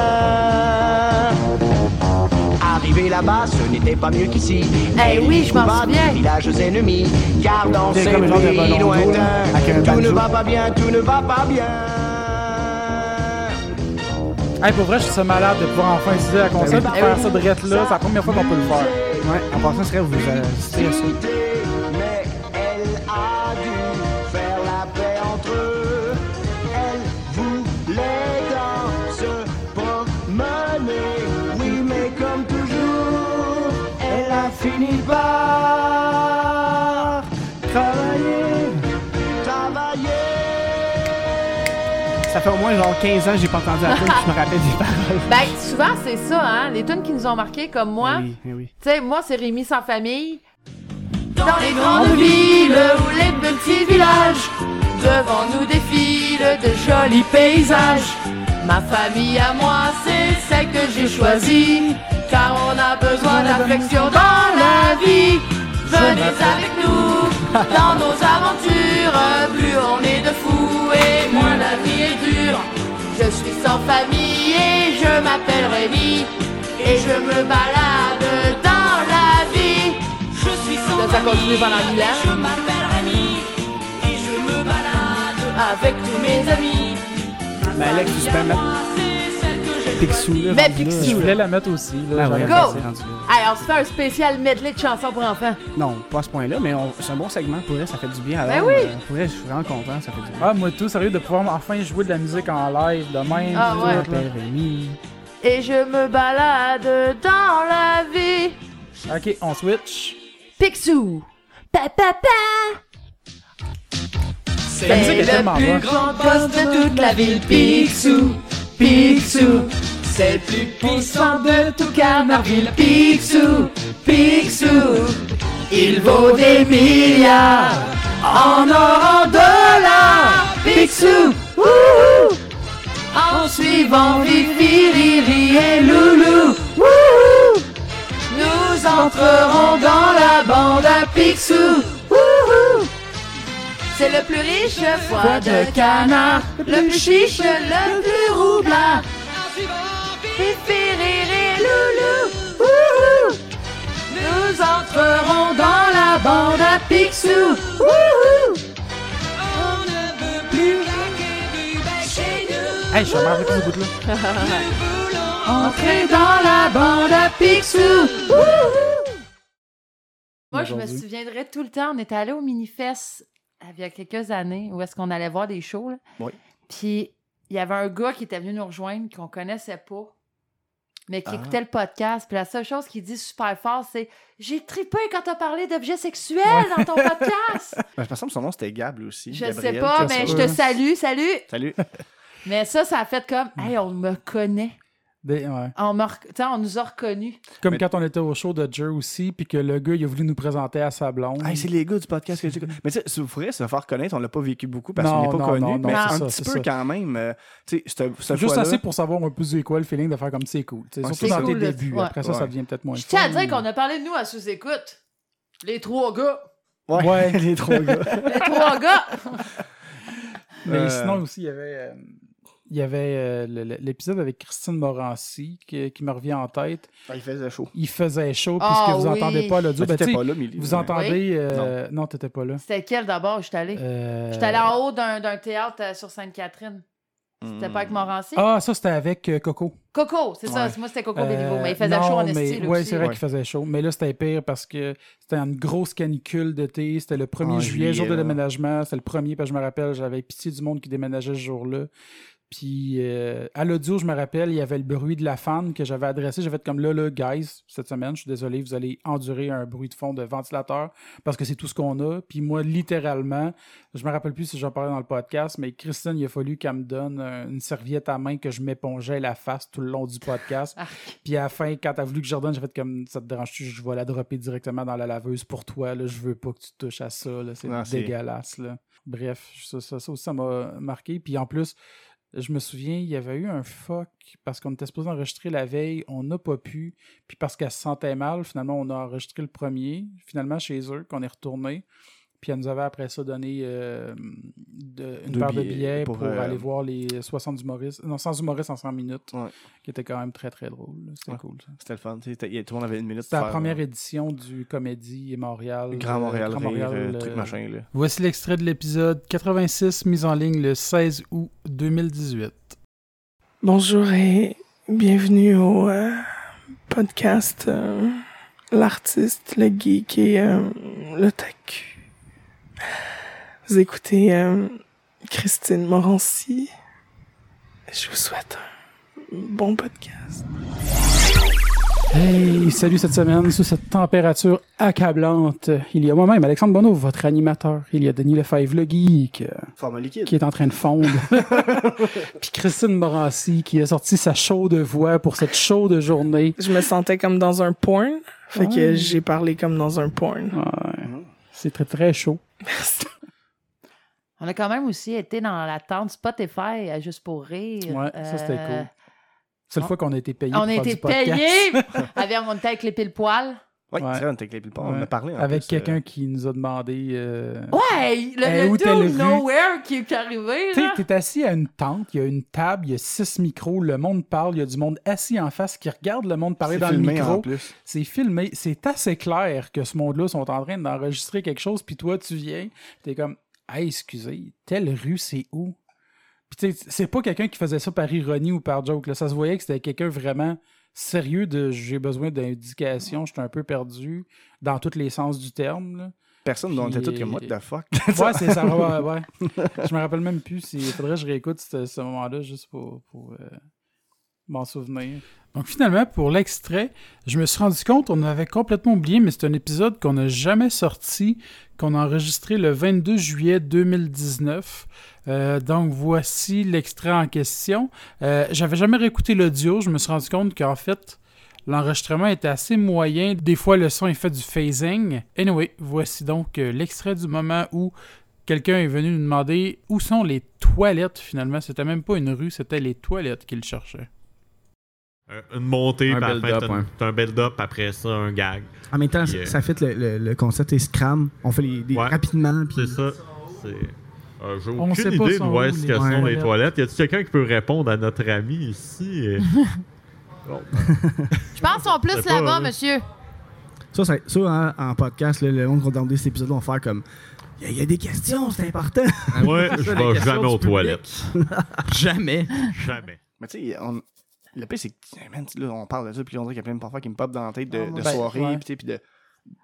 S4: Arrivé là-bas, ce n'était pas mieux qu'ici.
S15: Eh oui, je m'en
S4: Combat des
S15: souviens.
S4: Villages ennemis, car dans
S5: C'est
S4: ces
S5: comme le genre de
S4: pays
S5: Bellondo, là,
S4: lointains,
S5: avec un
S4: tout ne
S5: banjo.
S4: va pas bien, tout ne va pas bien.
S1: Hey, pour vrai, je suis ça malade de pouvoir enfin utiliser la console
S3: Ben oui.
S1: et faire ça de rette là. C'est la première fois qu'on peut le faire.
S3: Ouais, en passant, ce serait vous ajustez à ça.
S4: Mais elle a dû faire la paix entre eux. Elle voulait dans se promener. Oui, mais comme toujours, elle a fini par travailler. Travailler.
S3: Ça fait au moins genre 15 ans que j'ai pas entendu la tune puis je me rappelle des paroles.
S15: Ben, souvent, c'est ça, hein. Les tunes qui nous ont marqué, comme moi.
S3: Oui, oui, oui.
S15: Tu sais, moi, c'est Rémi sans famille. Dans les
S16: grandes
S15: grandes villes ou les petits villages, devant nous défilent de jolis paysages. Ma famille à moi, c'est celle que j'ai choisie, car on a besoin d'affection dans la vie. Venez avec nous dans nos aventures, plus on est de fous et moins la vie est dure. Je suis sans famille et je m'appelle Rémi, et je me balade dans la vie. Je suis sans ça, continue pendant mille ans. Je m'appelle Rémi et je me balade avec tous mes amis.
S3: Mais Alex, tu peux mettre Picsou là.
S15: Mais
S3: rendu là.
S15: Picsou.
S1: Je voulais la mettre aussi. Là,
S3: Ah ouais,
S1: j'aurais
S3: ben,
S1: pensé.
S3: c'est rendu là.
S15: Alors, c'est un spécial medley de chansons pour enfants.
S3: Non, pas à ce point-là, mais on- c'est un bon segment pour elle, ça fait du bien à
S15: Ben
S3: l'âme,
S15: oui.
S3: euh, Pour elle, je suis vraiment content, ça fait du bien.
S1: Ah, moi tout, sérieux, de pouvoir enfin jouer de la musique en live de même.
S15: Ah,
S1: tout,
S15: ouais.
S1: là.
S3: Père Rémi.
S15: Et je me balade dans la vie.
S1: Ok, on switch.
S15: Picsou. Pa, pa, pa.
S1: C'est La musique est tellement bonne.
S15: poste de toute la ville, Picsou, Picsou. C'est le plus puissant de tout Camarville, Picsou, Picsou. Il vaut des milliards en or, en dollars, Picsou, wouhou. En suivant Vivi, Riri et Loulou, wouhou. Nous entrerons dans la bande à Picsou, wouhou. C'est le plus riche foie de canard, le plus chiche, le plus roublard. Pipiriri, loulou, wouhou. Nous entrerons dans la bande à Picsou, wouhou. On ne veut plus chez nous.
S1: Hey, je suis marre avec ce bout-là.
S15: Entrez dans la bande à Picsou, wouhou. Moi, je me
S1: Aujourd'hui.
S15: souviendrai tout le temps, on était allé au Minifest euh, il y a quelques années, où est-ce qu'on allait voir des shows. là.
S2: Oui.
S15: Puis il y avait un gars qui était venu nous rejoindre qu'on connaissait pas, mais qui
S2: Ah.
S15: écoutait le podcast. Puis la seule chose qu'il dit super fort, c'est J'ai trippé quand t'as parlé d'objets sexuels dans ton podcast.
S2: Ben, je me semble que son nom c'était Gable aussi.
S15: Je
S2: Gabriel,
S15: sais pas,
S2: quelque
S15: mais je
S2: chose.
S15: te salue, salut.
S2: Salut.
S15: Mais ça, ça a fait comme Hey, on me connaît.
S1: Des- ouais.
S15: On, me rec- tu sais, on nous a reconnus.
S1: Comme quand on était au show de Joe aussi, puis que le gars, il a voulu nous présenter à sa blonde.
S2: Hey, c'est les gars du podcast que j'ai. Mais tu sais, c'est vrai, se faire connaître, on l'a pas vécu beaucoup parce
S1: Non,
S2: qu'on n'est pas
S1: non,
S2: connu,
S1: non, non,
S2: mais
S1: c'est
S2: un
S1: ça,
S2: petit
S1: c'est
S2: peu
S1: ça.
S2: quand même. euh, tu sais, cette, cette
S1: Juste
S2: fois-là-
S1: assez pour savoir un peu c'est quoi le feeling de faire comme c'est cool. tu sais,
S2: Ouais,
S1: surtout
S2: c'est
S1: dans
S2: ça.
S1: tes
S2: Cool,
S15: là,
S1: débuts.
S15: ouais.
S1: Après ça,
S2: Ouais.
S1: ça devient peut-être moins
S15: Je tiens à
S1: fun.
S15: dire qu'on a parlé de nous à sous-écoute. Les trois gars.
S2: Ouais,
S1: Ouais.
S2: les trois gars.
S15: Les trois gars.
S1: Mais
S2: Euh,
S1: sinon aussi, il y avait, euh, il y avait euh, le- le- l'épisode avec Christine Morancy qui, qui me revient en tête.
S2: Ah, il faisait chaud.
S1: Il faisait chaud,
S15: Ah
S1: puisque vous
S15: oui.
S1: n'entendez pas l'audio.
S2: Ben,
S1: Ben,
S2: t'étais
S1: tu sais,
S2: pas là, Milly.
S1: Vous
S2: Ouais.
S1: entendez... euh, non, t'étais pas là.
S15: C'était quel d'abord? Je suis allée.
S1: Euh,
S15: Je suis allée en haut d'un d'un théâtre euh, sur Sainte-Catherine. C'était
S2: Hmm.
S15: pas avec Morancy?
S1: Ah, ça, c'était avec euh, Coco.
S15: Coco, c'est ça.
S1: Ouais.
S15: Moi, c'était Coco
S1: Euh,
S15: Béliveau. Mais il faisait
S1: non,
S15: chaud en
S1: mais-
S15: esti, là,
S1: ouais,
S15: aussi.
S1: c'est vrai qu'il faisait chaud. Mais là, c'était pire parce que c'était une grosse canicule d'été. C'était le 1er
S2: En
S1: juillet, jour
S2: juillet,
S1: de
S2: là.
S1: déménagement. C'était le premier, parce que je me rappelle, j'avais pitié du monde qui déménageait ce jour-là. Puis euh, à l'audio, je me rappelle, il y avait le bruit de la fan que j'avais adressé. J'avais fait comme là, là, guys, cette semaine, je suis désolé, vous allez endurer un bruit de fond de ventilateur parce que c'est tout ce qu'on a. Puis moi, littéralement, je me rappelle plus si j'en parlais dans le podcast, mais Christine, il a fallu qu'elle me donne un- une serviette à main que je m'épongeais la face tout le long du podcast. Puis à la fin, quand elle a voulu que je redonne, j'ai fait comme ça te dérange-tu, je vais la dropper directement dans la laveuse pour toi. Là, je veux pas que tu touches à ça. là, C'est
S2: Non, c'est-
S1: dégueulasse. Là. Bref, ça, ça, ça aussi, ça m'a marqué. Puis en plus, je me souviens, il y avait eu un fuck parce qu'on était supposé enregistrer la veille, on n'a pas pu, puis parce qu'elle se sentait mal, finalement, on a enregistré le premier, finalement, chez eux, qu'on est retourné. Puis elle nous avait après ça donné euh, de- une
S2: Deux
S1: paire de
S2: billets
S1: billets pour,
S2: pour, euh,
S1: aller voir les 60 humoristes, non, 100 humoristes en 100 minutes, qui était quand même très très drôle. là. C'était
S2: Ouais.
S1: cool. ça.
S2: C'était le fun. tu sais, t'as- y a- Tout le monde avait une minute.
S1: C'était
S2: pour
S1: la
S2: faire- euh,
S1: première édition du Comédie et Montréal.
S2: Grand
S1: euh,
S2: Montréal Rire, euh, truc machin, là.
S1: Voici l'extrait de l'épisode 86, mis en ligne le 16 août 2018.
S17: Bonjour et bienvenue au euh, podcast euh, L'artiste, le geek et euh, le tech. Vous écoutez euh, Christine Morancy. Je vous souhaite un bon podcast.
S1: Hey, salut cette semaine, sous cette température accablante, il y a moi-même, Alexandre Bonneau, votre animateur. Il y a Denis Lefebvre, le geek, euh,
S2: Forme liquide.
S1: qui est en train de fondre. Puis Christine Morancy, qui a sorti sa chaude voix pour cette chaude journée.
S17: Je me sentais comme dans un porn, fait
S1: Ouais.
S17: que j'ai parlé comme dans un porn.
S1: C'est très, très chaud.
S3: On a quand même aussi été dans la tente Spotify
S15: euh,
S3: à Juste pour rire.
S1: Ouais, ça c'était
S3: Euh,
S1: cool. C'est
S3: on-
S1: le fois qu'on a été payé
S3: On a
S1: pour faire
S3: été
S1: du podcast.
S3: payés! avec, on était avec les pile poils.
S2: Ouais, c'est vrai, on était avec les Pilpons, on en
S1: Ouais.
S2: a parlé. en
S1: Avec
S2: plus, euh,
S1: quelqu'un qui nous a demandé. euh,
S3: Ouais, le,
S1: Eh,
S3: le
S1: où t'es le
S3: dude
S1: rue?
S3: Nowhere qui est arrivé,
S1: Tu sais,
S3: là.
S1: t'es assis à une tente, il y a une table, il y a six micros, le monde parle, il y a du monde assis en face qui regarde le monde parler
S2: C'est
S1: dans le
S2: filmé,
S1: micro.
S2: en plus.
S1: C'est filmé, c'est assez clair que ce monde-là sont en train d'enregistrer quelque chose, puis toi tu viens, t'es comme, hey, excusez, telle rue c'est où? Puis tu sais, c'est pas quelqu'un qui faisait ça par ironie ou par joke, là. ça se voyait que c'était quelqu'un vraiment sérieux de j'ai besoin d'indications, je suis un peu perdu dans tous les sens du terme. là.
S2: Personne, on était tous comme, What the fuck?
S1: Ouais, c'est ça. Ouais, ouais. je me rappelle même plus. Il faudrait que je réécoute ce, ce moment-là juste pour, pour euh, m'en souvenir. Donc finalement, pour l'extrait, je me suis rendu compte, on avait complètement oublié, mais c'est un épisode qu'on n'a jamais sorti, qu'on a enregistré le 22 juillet 2019. Euh, donc voici l'extrait en question. Euh, J'avais jamais réécouté l'audio, je me suis rendu compte qu'en fait, l'enregistrement était assez moyen. Des fois, le son est fait du phasing. Anyway, voici donc euh, l'extrait du moment où quelqu'un est venu nous demander où sont les toilettes finalement. C'était même pas une rue, c'était les toilettes qu'il cherchait.
S18: Un- Euh, Une montée,
S19: Un
S18: puis à la fin,
S19: build-up,
S18: t'as une-
S19: ouais.
S18: t'as un build-up, après ça, un gag.
S19: En même temps,
S18: Puis,
S19: ça-
S18: euh,
S19: ça fait le, le- le concept est scram. On fait les, les- rapidement. puis-
S18: C'est ça. C'est- euh, J'ai
S19: On
S18: aucune
S19: sait pas
S18: idée de
S19: sont
S18: où
S19: où
S18: est-ce
S19: les
S18: que sont les
S19: toilettes.
S18: toilettes. Y a-t-il quelqu'un qui peut répondre à notre ami ici? Euh, bon,
S3: Je pense qu'ils sont
S18: C'est
S3: plus
S18: pas, là.
S3: là-bas, monsieur.
S19: Ça, ça, ça, hein, en podcast, là, le monde qui va regarder cet épisode va faire comme Il y, a des questions, c'est important.
S18: Ouais,
S19: Ça,
S18: je
S19: les
S18: vais
S19: questions
S18: jamais
S19: du
S18: aux
S19: public.
S18: toilettes.
S19: jamais.
S18: Jamais.
S2: Mais tu sais, on- le pire, c'est que, man, là, on parle de ça, puis on dirait qu'il y a plein de parfois qui me pop dans la tête de, de
S1: Ben,
S2: soirée,
S1: ouais.
S2: puis tu sais, puis de.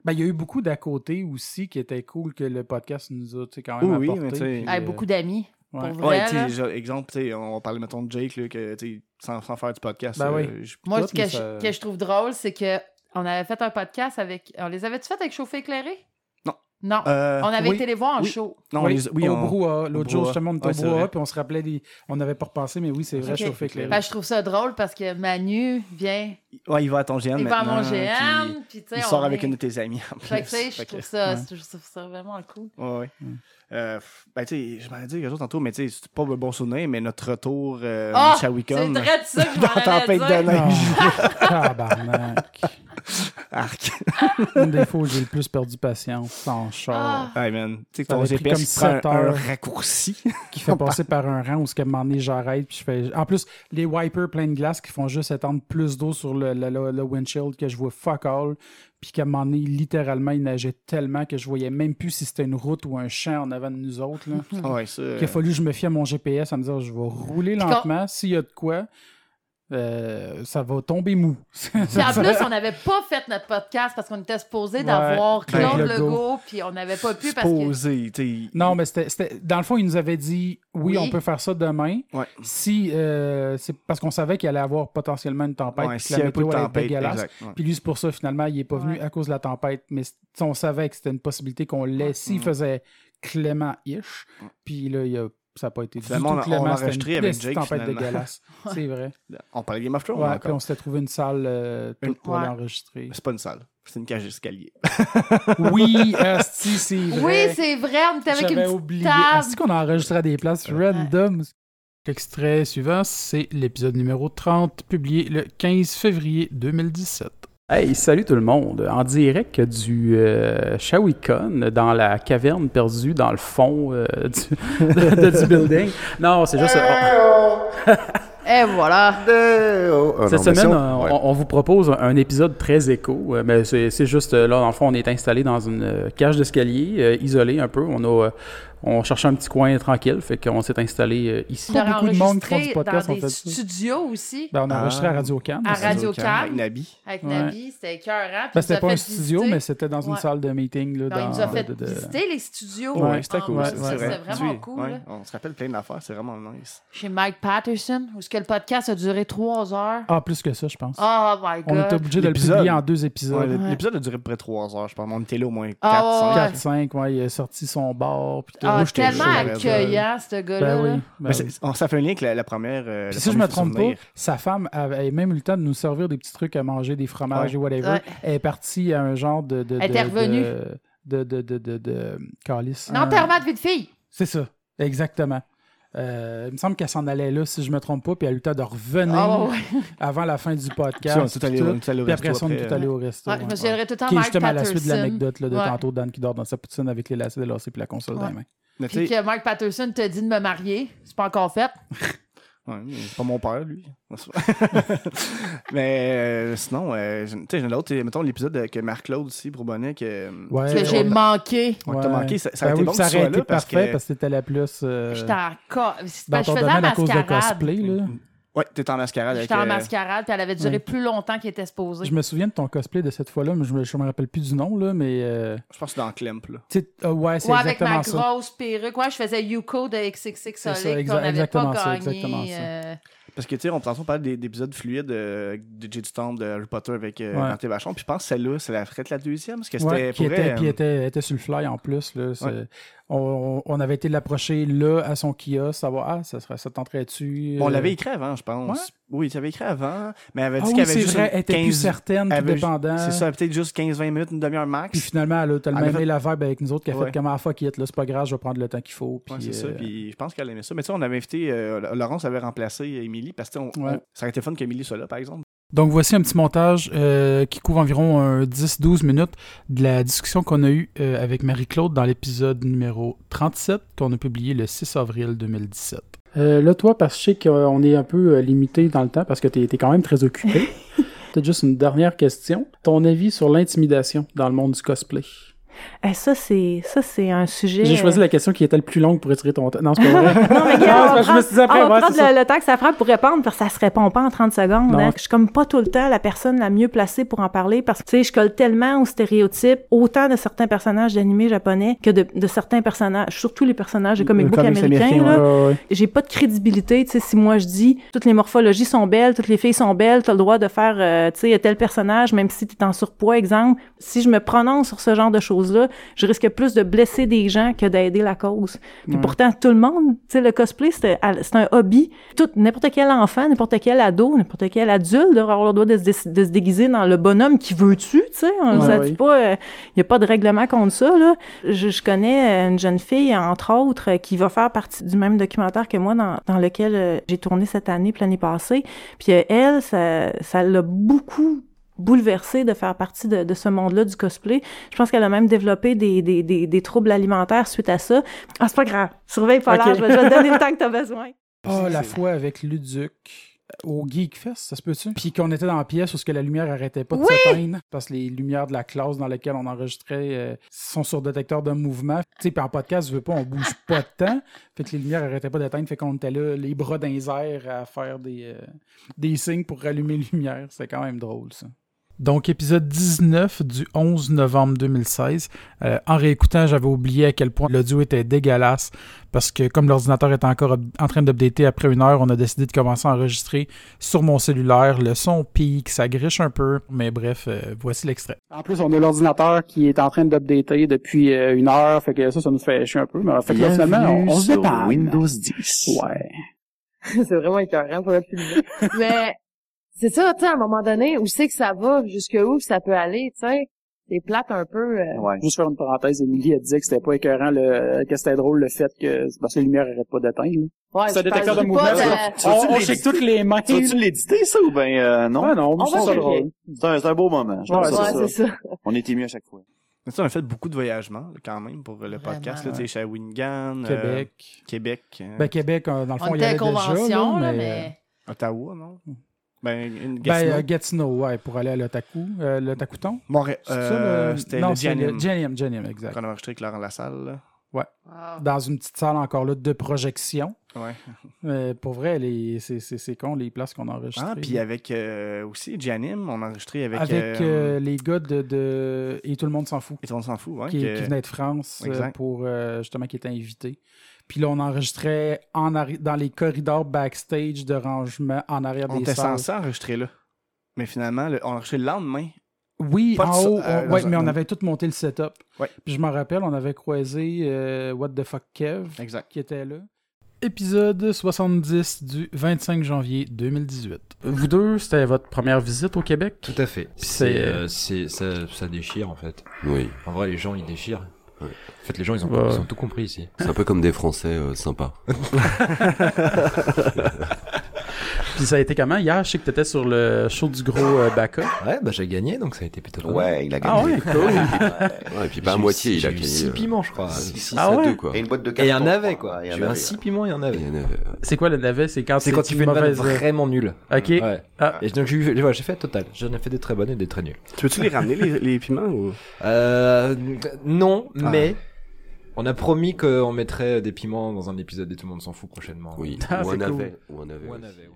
S1: Ben, il y a eu beaucoup d'à côté aussi qui était cool que le podcast nous a tu sais, quand même
S2: Oui, oui,
S1: apporté.
S2: mais tu sais-
S1: puis,
S3: Hey,
S1: euh,
S3: beaucoup d'amis.
S1: ouais.
S3: Pour vrai,
S2: Ouais, tu
S3: là.
S2: sais, genre, exemple, tu sais, on va parler, mettons, de Jake, là, que, tu sais, sans, sans faire du podcast.
S1: Ben
S2: euh,
S1: oui.
S2: je-
S3: Moi,
S2: tout,
S3: ce que,
S2: mais
S3: je,
S2: ça-
S3: que je trouve drôle, c'est que on avait fait un podcast avec. On les avait-tu fait avec Chauffé Éclairé?
S2: Non.
S3: Non.
S2: Euh,
S3: on avait
S1: oui,
S3: été les voir en
S1: oui.
S3: show.
S2: Non,
S1: oui,
S2: les- oui,
S1: au
S2: on-
S1: brouhaha. L'autre
S2: au
S1: jour,
S2: brouhaha.
S1: justement, on était
S2: Ouais,
S1: au
S2: c'est
S1: brouhaha,
S2: vrai.
S1: puis on se rappelait des. On n'avait pas repensé, mais oui, c'est vrai,
S3: Ok.
S1: chauffer éclairé.
S3: Ben, je trouve ça drôle parce que Manu vient.
S2: Ouais, il va à ton GM.
S3: Il va à mon
S2: maintenant,
S3: GM, puis
S2: puis
S3: tu sais,
S2: Il
S3: on
S2: sort avec
S3: est-
S2: une de tes amies. en
S3: Fait que,
S2: plus.
S3: tu sais, je
S2: Fait que-
S3: trouve ça, je trouve ça vraiment cool.
S2: Ouais, ouais. Euh, f- ben, tu sais, je m'en ai dit quelque chose tantôt, mais tu sais, c'est pas un bon souvenir, mais notre retour euh,
S3: Ah!
S2: à Shawicum,
S3: C'est vrai de ça que je m'en
S2: dans
S3: allais
S2: Tempête
S3: dire.
S2: de neige.
S1: Ah, tabarnak.
S2: Arc.
S1: Une des fois où j'ai le plus perdu patience en
S3: Ah.
S1: char.
S2: Hey, man. Tu sais,
S1: Ça
S2: ton
S1: avait pris
S2: GPS,
S1: comme
S2: il prend
S1: sept
S2: un- un
S1: heures.
S2: raccourci.
S1: qui fait passer par un rang où ce que m'en est, j'arrête puis je fais en plus les wipers pleins de glace qui font juste étendre plus d'eau sur le, le- le- le windshield que je vois fuck all puis qu'à un moment donné littéralement il neigeait tellement que je voyais même plus si c'était une route ou un champ en avant de nous autres là.
S2: Ah ouais, ça, euh.
S1: qu'il a fallu que je me fie à mon GPS à me dire je vais rouler
S3: quand-
S1: lentement s'il y a de quoi euh, ça va tomber mou
S3: Puis en plus, on n'avait pas fait notre podcast parce qu'on était supposé d'avoir
S1: Ouais.
S3: Claude
S1: Ben,
S3: Legault,
S1: Legault.
S3: puis on n'avait pas pu parce que.
S1: Non, mais c'était, c'était- Dans le fond, il nous avait dit oui,
S3: Oui.
S1: on peut faire ça demain. Si, euh, c'est parce qu'on savait qu'il allait avoir potentiellement une tempête.
S2: Ouais,
S1: puis que
S2: s'il
S1: la
S2: y avait pas de
S1: météo allait être
S2: tempête,
S1: dégueulasse.
S2: exact, ouais.
S1: Puis lui, c'est pour ça, finalement, il n'est pas venu à cause de la tempête. Mais c- on savait que c'était une possibilité qu'on l'ait.
S2: Mm.
S1: S'il faisait Clément-ish, puis là, il a- ça n'a pas été du
S2: Finalement,
S1: tout
S2: on a-
S1: Clément.
S2: on a
S1: c'était
S2: enregistré
S1: une
S2: avec
S1: petite
S2: Jake,
S1: tempête
S2: finalement.
S1: dégueulasse. c'est vrai.
S2: On parlait Game of Thrones.
S1: Ouais,
S2: encore.
S1: puis on s'était trouvé une salle euh, toute pour
S2: Ouais.
S1: l'enregistrer.
S2: C'est pas une salle, c'est une cage d'escalier.
S1: Oui, asti, c'est
S3: Oui,
S1: vrai.
S3: c'est vrai, on était avec une
S1: J'avais
S3: petite
S1: oublié.
S3: table.
S1: Est-ce qu'on a enregistré à des places random? L'extrait suivant, c'est l'épisode numéro 30, publié le 15 février 2017. Hey, salut tout le monde! En direct du euh, Shawicon, dans la caverne perdue dans le fond euh, du, de- de- du building. Non, c'est juste.
S3: Et voilà.
S1: on- cette semaine,
S12: euh,
S1: on, on vous propose un épisode très éco. euh, Mais c'est c'est juste, euh, là, dans le fond, on est installé dans une euh, cage d'escalier, euh, isolé un peu. On a. euh, on cherchait un petit coin tranquille, fait qu'on s'est installé euh, ici.
S3: On a
S1: Beaucoup de monde qui font
S3: enregistré
S1: du podcast,
S3: dans
S1: on
S3: des
S1: fait ça.
S3: studios aussi.
S1: Ben, on a
S2: Ah.
S1: enregistré à Radio-Can.
S3: À Radio-Can.
S2: Avec Nabi.
S3: Avec
S1: Ouais.
S3: Nabi, c'était écœurant. puis
S1: Ben,
S3: il nous a
S1: c'était pas
S3: fait
S1: un studio,
S3: visiter.
S1: mais c'était dans une
S3: Ouais.
S1: salle de meeting. Là,
S3: Non, il
S1: dans-
S3: nous a fait
S1: de- de-
S3: visiter les studios.
S1: Ouais,
S3: en-
S1: c'était cool,
S3: en-
S1: c'est vrai.
S3: Ah, C'était vraiment
S2: Oui,
S3: cool.
S2: ouais,
S3: là.
S2: On se rappelle plein d'affaires, c'est vraiment nice.
S3: Chez Mike Patterson, où ce que le podcast a duré trois heures.
S1: Ah, plus que ça, je pense.
S3: Oh my
S1: Ah, On
S3: God.
S1: est obligé de le
S2: L'épisode.
S1: publier en deux épisodes.
S2: Ouais, L'épisode a duré à peu près 3 heures, je pense. mais On était là au moins 4,
S3: Ah, ouais,
S2: 5.
S3: ouais.
S1: 4-5, ouais, il a sorti son bar. Puis tout.
S3: Ah,
S1: Moi, j'étais
S3: tellement
S1: chaud.
S3: accueillant, ce gars-là.
S1: Ben oui.
S3: là.
S1: Ben
S2: Mais c'est- on- ça fait un lien avec la, la première. euh,
S1: Puis
S2: le
S1: si je me
S2: premier
S1: trompe pas,
S2: souvenir.
S1: sa femme avait même eu le temps de nous servir des petits trucs à manger, des fromages
S2: Ouais.
S1: ou whatever.
S3: Ouais.
S1: Elle est partie à un genre de. de
S3: Elle
S1: de-
S3: était revenue.
S1: De. de. de. de. de. de- calice. Ah.
S3: Un enterrement de vie de fille.
S1: C'est ça, exactement. Euh, il me semble qu'elle s'en allait là, si je me trompe pas, puis elle a eu le temps de revenir
S3: Ah ouais,
S1: avant la fin du
S2: Puis on
S1: podcast.
S2: est tout allé-
S1: puis tout.
S2: on est allé au
S1: Puis
S2: resto
S1: après ça, on est
S2: après,
S1: tout allé au
S2: euh.
S1: resto.
S3: Ouais, je me souviendrai tout le temps
S1: Qui est
S3: Mike
S1: justement à la suite de
S3: Patterson.
S1: l'anecdote là, de
S3: Ouais.
S1: tantôt, Dan qui dort dans sa poutine avec les lacets de lacets puis la console dans les mains.
S2: Mais tu
S3: Puis
S2: sais-
S3: que Mike Patterson te dit de me marier. C'est pas encore fait.
S2: Ouais, mais c'est pas mon père, lui. mais euh, sinon, euh, je- tu sais, j'ai un autre, mettons l'épisode euh, que Marc-Claude aussi, Bourbonnais, que.
S1: Ouais. Euh,
S3: que j'ai
S2: on-
S3: manqué.
S2: On t'a
S1: Ouais.
S2: manqué, ça, ça
S1: Ben
S2: a été
S1: oui,
S2: bon
S1: puis
S2: que
S1: ça
S2: tu sois
S1: aurait été
S2: là parce que.
S1: parfait parce que t'étais la plus. euh,
S3: J'étais en co- c'est parce que
S1: dans Bah, ton
S3: Ben, Je faisais la
S1: domaine à cause de
S3: mascarade.
S1: cosplay, là.
S2: Ouais, t'étais en mascarade avec.
S3: J'étais en
S2: euh,
S3: mascarade, puis elle avait duré
S1: ouais.
S3: plus longtemps qu'elle était supposée.
S1: Je me souviens de ton cosplay de cette fois-là, mais je me, je me rappelle plus du nom, là, mais. euh,
S2: Je pense que c'est dans Clemp, là.
S1: tu sais, ah ouais, c'est
S3: Ouais, avec
S1: exactement
S3: ma
S1: ça.
S3: grosse perruque. Ouais, je faisais Yuko de XXX
S1: ça,
S3: Solid
S1: exa-
S3: qu'on n'avait pas
S1: exactement ça,
S3: gagné.
S1: exactement ça.
S3: euh,
S2: Parce que, tu sais, on pense on parle des- d'épisodes fluides euh, de J. du Temple, de Harry Potter avec euh,
S1: Ouais.
S2: Martin Vachon. Puis je pense que celle-là, c'est la frette la deuxième. Parce que c'était
S1: Ouais, qui
S2: pour
S1: était,
S2: elle,
S1: puis
S2: euh,
S1: était, était sur le fly en plus. Là, c'est-
S2: Ouais.
S1: on, on avait été l'approcher là à son kiosque, savoir ah, ça, serait, ça tenterait-tu.
S2: Bon, on
S1: euh,
S2: l'avait écrit avant, je pense. Oui, tu l'avais écrit avant, mais elle avait
S1: Ah
S2: dit
S1: oui,
S2: qu'elle avait
S1: c'est
S2: juste
S1: vrai, elle était plus
S2: 15
S1: certaine, tout
S2: elle avait-
S1: dépendant.
S2: C'est ça, peut-être juste 15-20 minutes, une demi-heure max.
S1: Puis finalement, elle a tellement
S2: Elle a
S1: aimé
S2: fait-
S1: la vibe avec nous autres qu'elle a
S2: Ouais.
S1: fait comme ah, fuck it, là, c'est pas grave, je vais prendre le temps qu'il faut. Puis,
S2: Ouais, c'est ça.
S1: euh,
S2: Puis je pense qu'elle aimait ça. Mais tu sais, on avait invité. euh, Laurence avait remplacé Émilie parce que tu sais, on-
S1: Ouais.
S2: on- ça aurait été fun qu'Émilie soit là, par exemple.
S1: Donc voici un petit montage euh, qui couvre environ un 10-12 minutes de la discussion qu'on a eue euh, avec Marie-Claude dans l'épisode numéro 37 qu'on a publié le 6 avril 2017. Euh, là, toi, parce que je sais qu'on est un peu euh, limité dans le temps, parce que tu es, quand même très occupé, peut-être juste une dernière question. Ton avis sur l'intimidation dans le monde du cosplay?
S20: Eh, ça, c'est, ça, c'est un sujet.
S1: J'ai choisi
S20: euh,
S1: la question qui était la plus longue pour étirer ton temps. Non, c'est pas vrai.
S20: Non, mais
S1: Non,
S20: regarde, on va
S1: c'est parce que je me suis dit après,
S20: prendre- on va
S1: ouais,
S20: prendre
S1: c'est ça.
S20: le, le temps que ça frappe pour répondre, parce que ça se répond pas en 30 secondes.
S1: Non.
S20: hein. Je suis comme pas tout le temps la personne la mieux placée pour en parler, parce que, tu sais, je colle tellement aux stéréotypes, autant de certains personnages d'animés japonais que de, de certains personnages, surtout les personnages de comic
S1: Le
S20: book
S1: comics
S20: américains.
S1: américain,
S20: là.
S1: ouais, ouais, ouais.
S20: J'ai pas de crédibilité, tu sais, si moi je dis toutes les morphologies sont belles, toutes les filles sont belles, t'as le droit de faire, euh, tu sais, tel personnage, même si t'es en surpoids, exemple. Si je me prononce sur ce genre de choses-là, je risque plus de blesser des gens que d'aider la cause. Puis
S21: Ouais.
S20: pourtant, tout le monde, tu sais, le cosplay, c'est à- c'est un hobby. Tout, n'importe quel enfant, n'importe quel ado, n'importe quel adulte devrait avoir le droit de se, dé- de se déguiser dans le bonhomme qui veut-tu, tu sais. On-
S21: Ouais,
S20: ça
S21: ouais.
S20: dit pas, il n'y a pas de règlement contre ça, là. Je, je connais euh, une jeune fille, entre autres, euh, qui va faire partie du même documentaire que moi dans, dans lequel euh, j'ai tourné cette année puis l'année passée. Puis euh, elle, ça ça l'a beaucoup bouleversée de faire partie de, de ce monde-là du cosplay. Je pense qu'elle a même développé des, des, des, des troubles alimentaires suite à ça. Ah, c'est pas grave. Surveille pas
S1: Ok.
S20: l'âge. Je vais te donner le temps que t'as besoin.
S1: Ah, la fois avec Luduc euh, au Geekfest, ça se peut-tu? Puis qu'on était dans la pièce où ce que la lumière arrêtait pas de
S20: Oui!
S1: s'éteindre parce que les lumières de la classe dans laquelle on enregistrait euh, sont sur détecteur de mouvement. Tu sais, puis en podcast, je veux pas, on bouge pas de temps. Fait que les lumières arrêtaient pas d'éteindre. Fait qu'on était là, les bras dans les airs à faire des, euh, des signes pour rallumer les lumières. C'est quand même drôle, ça. Donc, épisode 19 du 11 novembre 2016. Euh, en réécoutant, j'avais oublié à quel point l'audio était dégueulasse parce que comme l'ordinateur était encore up- en train d'updater après une heure, on a décidé de commencer à enregistrer sur mon cellulaire. Le son pique, ça griche un peu, mais bref, euh, voici l'extrait.
S22: En plus, on a l'ordinateur qui est en train d'updater depuis euh, une heure, fait que ça, ça nous fait chier un peu. Mais fait que là,
S12: Bienvenue
S22: finalement, on, on se
S12: sur
S22: dépanne.
S12: Windows 10.
S22: Ouais.
S21: c'est vraiment écœurant pour le public. Mais c'est ça, tu sais, à un moment donné, où c'est que ça va, jusque où que ça peut aller, tu sais. C'est plate un peu. euh,
S22: Juste faire une parenthèse, Émilie, elle disait que c'était pas écœurant, le, que c'était drôle le fait que, c'est parce que la lumière arrête pas d'atteindre.
S21: Ouais,
S22: c'est
S21: je
S22: un détecteur de
S21: parlerai
S22: mouvement.
S21: pas
S22: ça.
S21: de-
S22: On, on check toutes les mains.
S23: Tu vas-tu l'éditer, ça, ou ben euh, non?
S22: Ah non,
S23: on
S22: mais c'est
S23: ça
S22: drôle.
S23: drôle. C'est un, c'est un beau moment. je
S22: Ouais,
S23: pense que
S22: ouais, c'est ça.
S23: On était mieux à chaque fois.
S2: Mais ça, on a fait beaucoup de voyagements, là, quand même, pour euh, le podcast. Là,
S1: Ouais.
S2: tu sais, Shawinigan, euh,
S1: Québec.
S2: Québec. euh,
S1: Ben, Québec, euh, dans le fond,
S3: On
S1: il y
S3: était
S1: avait
S3: à
S1: déjà,
S3: convention, là,
S1: là, mais-
S3: mais.
S2: Ottawa, non? Ben, une
S1: Mm. Ben,
S2: Gatineau.
S1: euh, Gatineau, ouais, pour aller à l'Otaku, euh, l'Otakouton.
S2: Montréal.
S1: C'est ça,
S2: euh,
S1: le-
S2: C'était
S1: non,
S2: le
S1: c'est
S2: Genium.
S1: le Genium, Genium, exact.
S2: Qu'on a enregistré avec Laurent Lassalle. là.
S1: Ouais. Dans une petite salle encore là de projection.
S2: Ouais.
S1: Euh, pour vrai, les- c'est- c'est c'est con les places qu'on a enregistrées.
S2: Ah, puis avec euh, aussi Janim, on a enregistré avec. euh,
S1: Avec, euh, les gars de, de- Et tout le monde s'en fout.
S2: Et tout le monde s'en fout, ouais,
S1: Qui,
S2: que-
S1: qui venaient de France euh,
S2: Exact.
S1: pour euh, justement qui étaient invités. Puis là, on enregistrait en arri- dans les corridors backstage de rangement en arrière
S2: on
S1: des
S2: était
S1: salles.
S2: censé enregistrer là. Mais finalement, le- on a enregistré le lendemain.
S1: Oui,
S2: Pas de
S1: en
S2: so-
S1: haut,
S2: euh,
S1: on- ouais,
S2: dans un-
S1: mais on
S2: dans-
S1: avait tout monté le setup.
S2: Ouais.
S1: Puis je me rappelle, on avait croisé euh, What the fuck Kev
S2: qui
S1: était là. Épisode 70 du 25 janvier 2018. Vous deux, c'était votre première visite au Québec?
S12: Tout à fait.
S1: Puis
S12: C'est,
S1: c'est-
S12: euh, c'est- ça, ça déchire en fait.
S24: Oui.
S12: En vrai, les gens ils déchirent.
S24: Ouais.
S12: En fait, les gens ils ont,
S24: Ouais.
S12: ils ont tout compris ici.
S24: C'est un peu comme des Français euh, sympas.
S1: Puis ça a été comment hier? Je sais que t'étais sur le show du gros euh, Baca.
S12: Ouais, bah j'ai gagné donc ça a été plutôt pas
S24: Ouais,
S12: mal.
S24: il a
S12: Ah
S24: gagné.
S12: ouais, cool.
S24: Ouais, et puis pas à
S12: J'ai eu
S24: moitié,
S12: six-
S24: il a
S12: j'ai eu
S24: gagné.
S12: six
S24: euh,
S12: piments, je crois.
S24: six- six
S1: Ah
S24: à
S1: ouais?
S24: deux, quoi.
S1: Et une boîte de
S12: Et un
S1: carton,
S12: navet
S1: je crois.
S12: quoi.
S1: Et un
S12: J'ai eu un
S1: navet.
S12: 6 piments et un navet.
S1: C'est quoi le navet? C'est quand
S12: C'est quand tu fais une vanne
S1: mauvaise...
S12: vraiment nulle.
S1: Ok.
S12: Ouais.
S1: Ah.
S12: Et donc j'ai eu- voilà, j'ai fait total. J'en ai fait des très bonnes et des très nulles.
S23: Tu veux-tu les ramener, les, les piments? Ou...
S12: Euh, non,
S23: Ah.
S12: mais on a promis qu'on mettrait des piments dans un épisode et tout le monde s'en fout prochainement.
S24: Oui,
S1: Ah,
S24: ou
S1: c'est
S24: un
S1: cool.
S24: navet. Ou un navet.
S12: Ou un
S24: aussi.
S12: navet,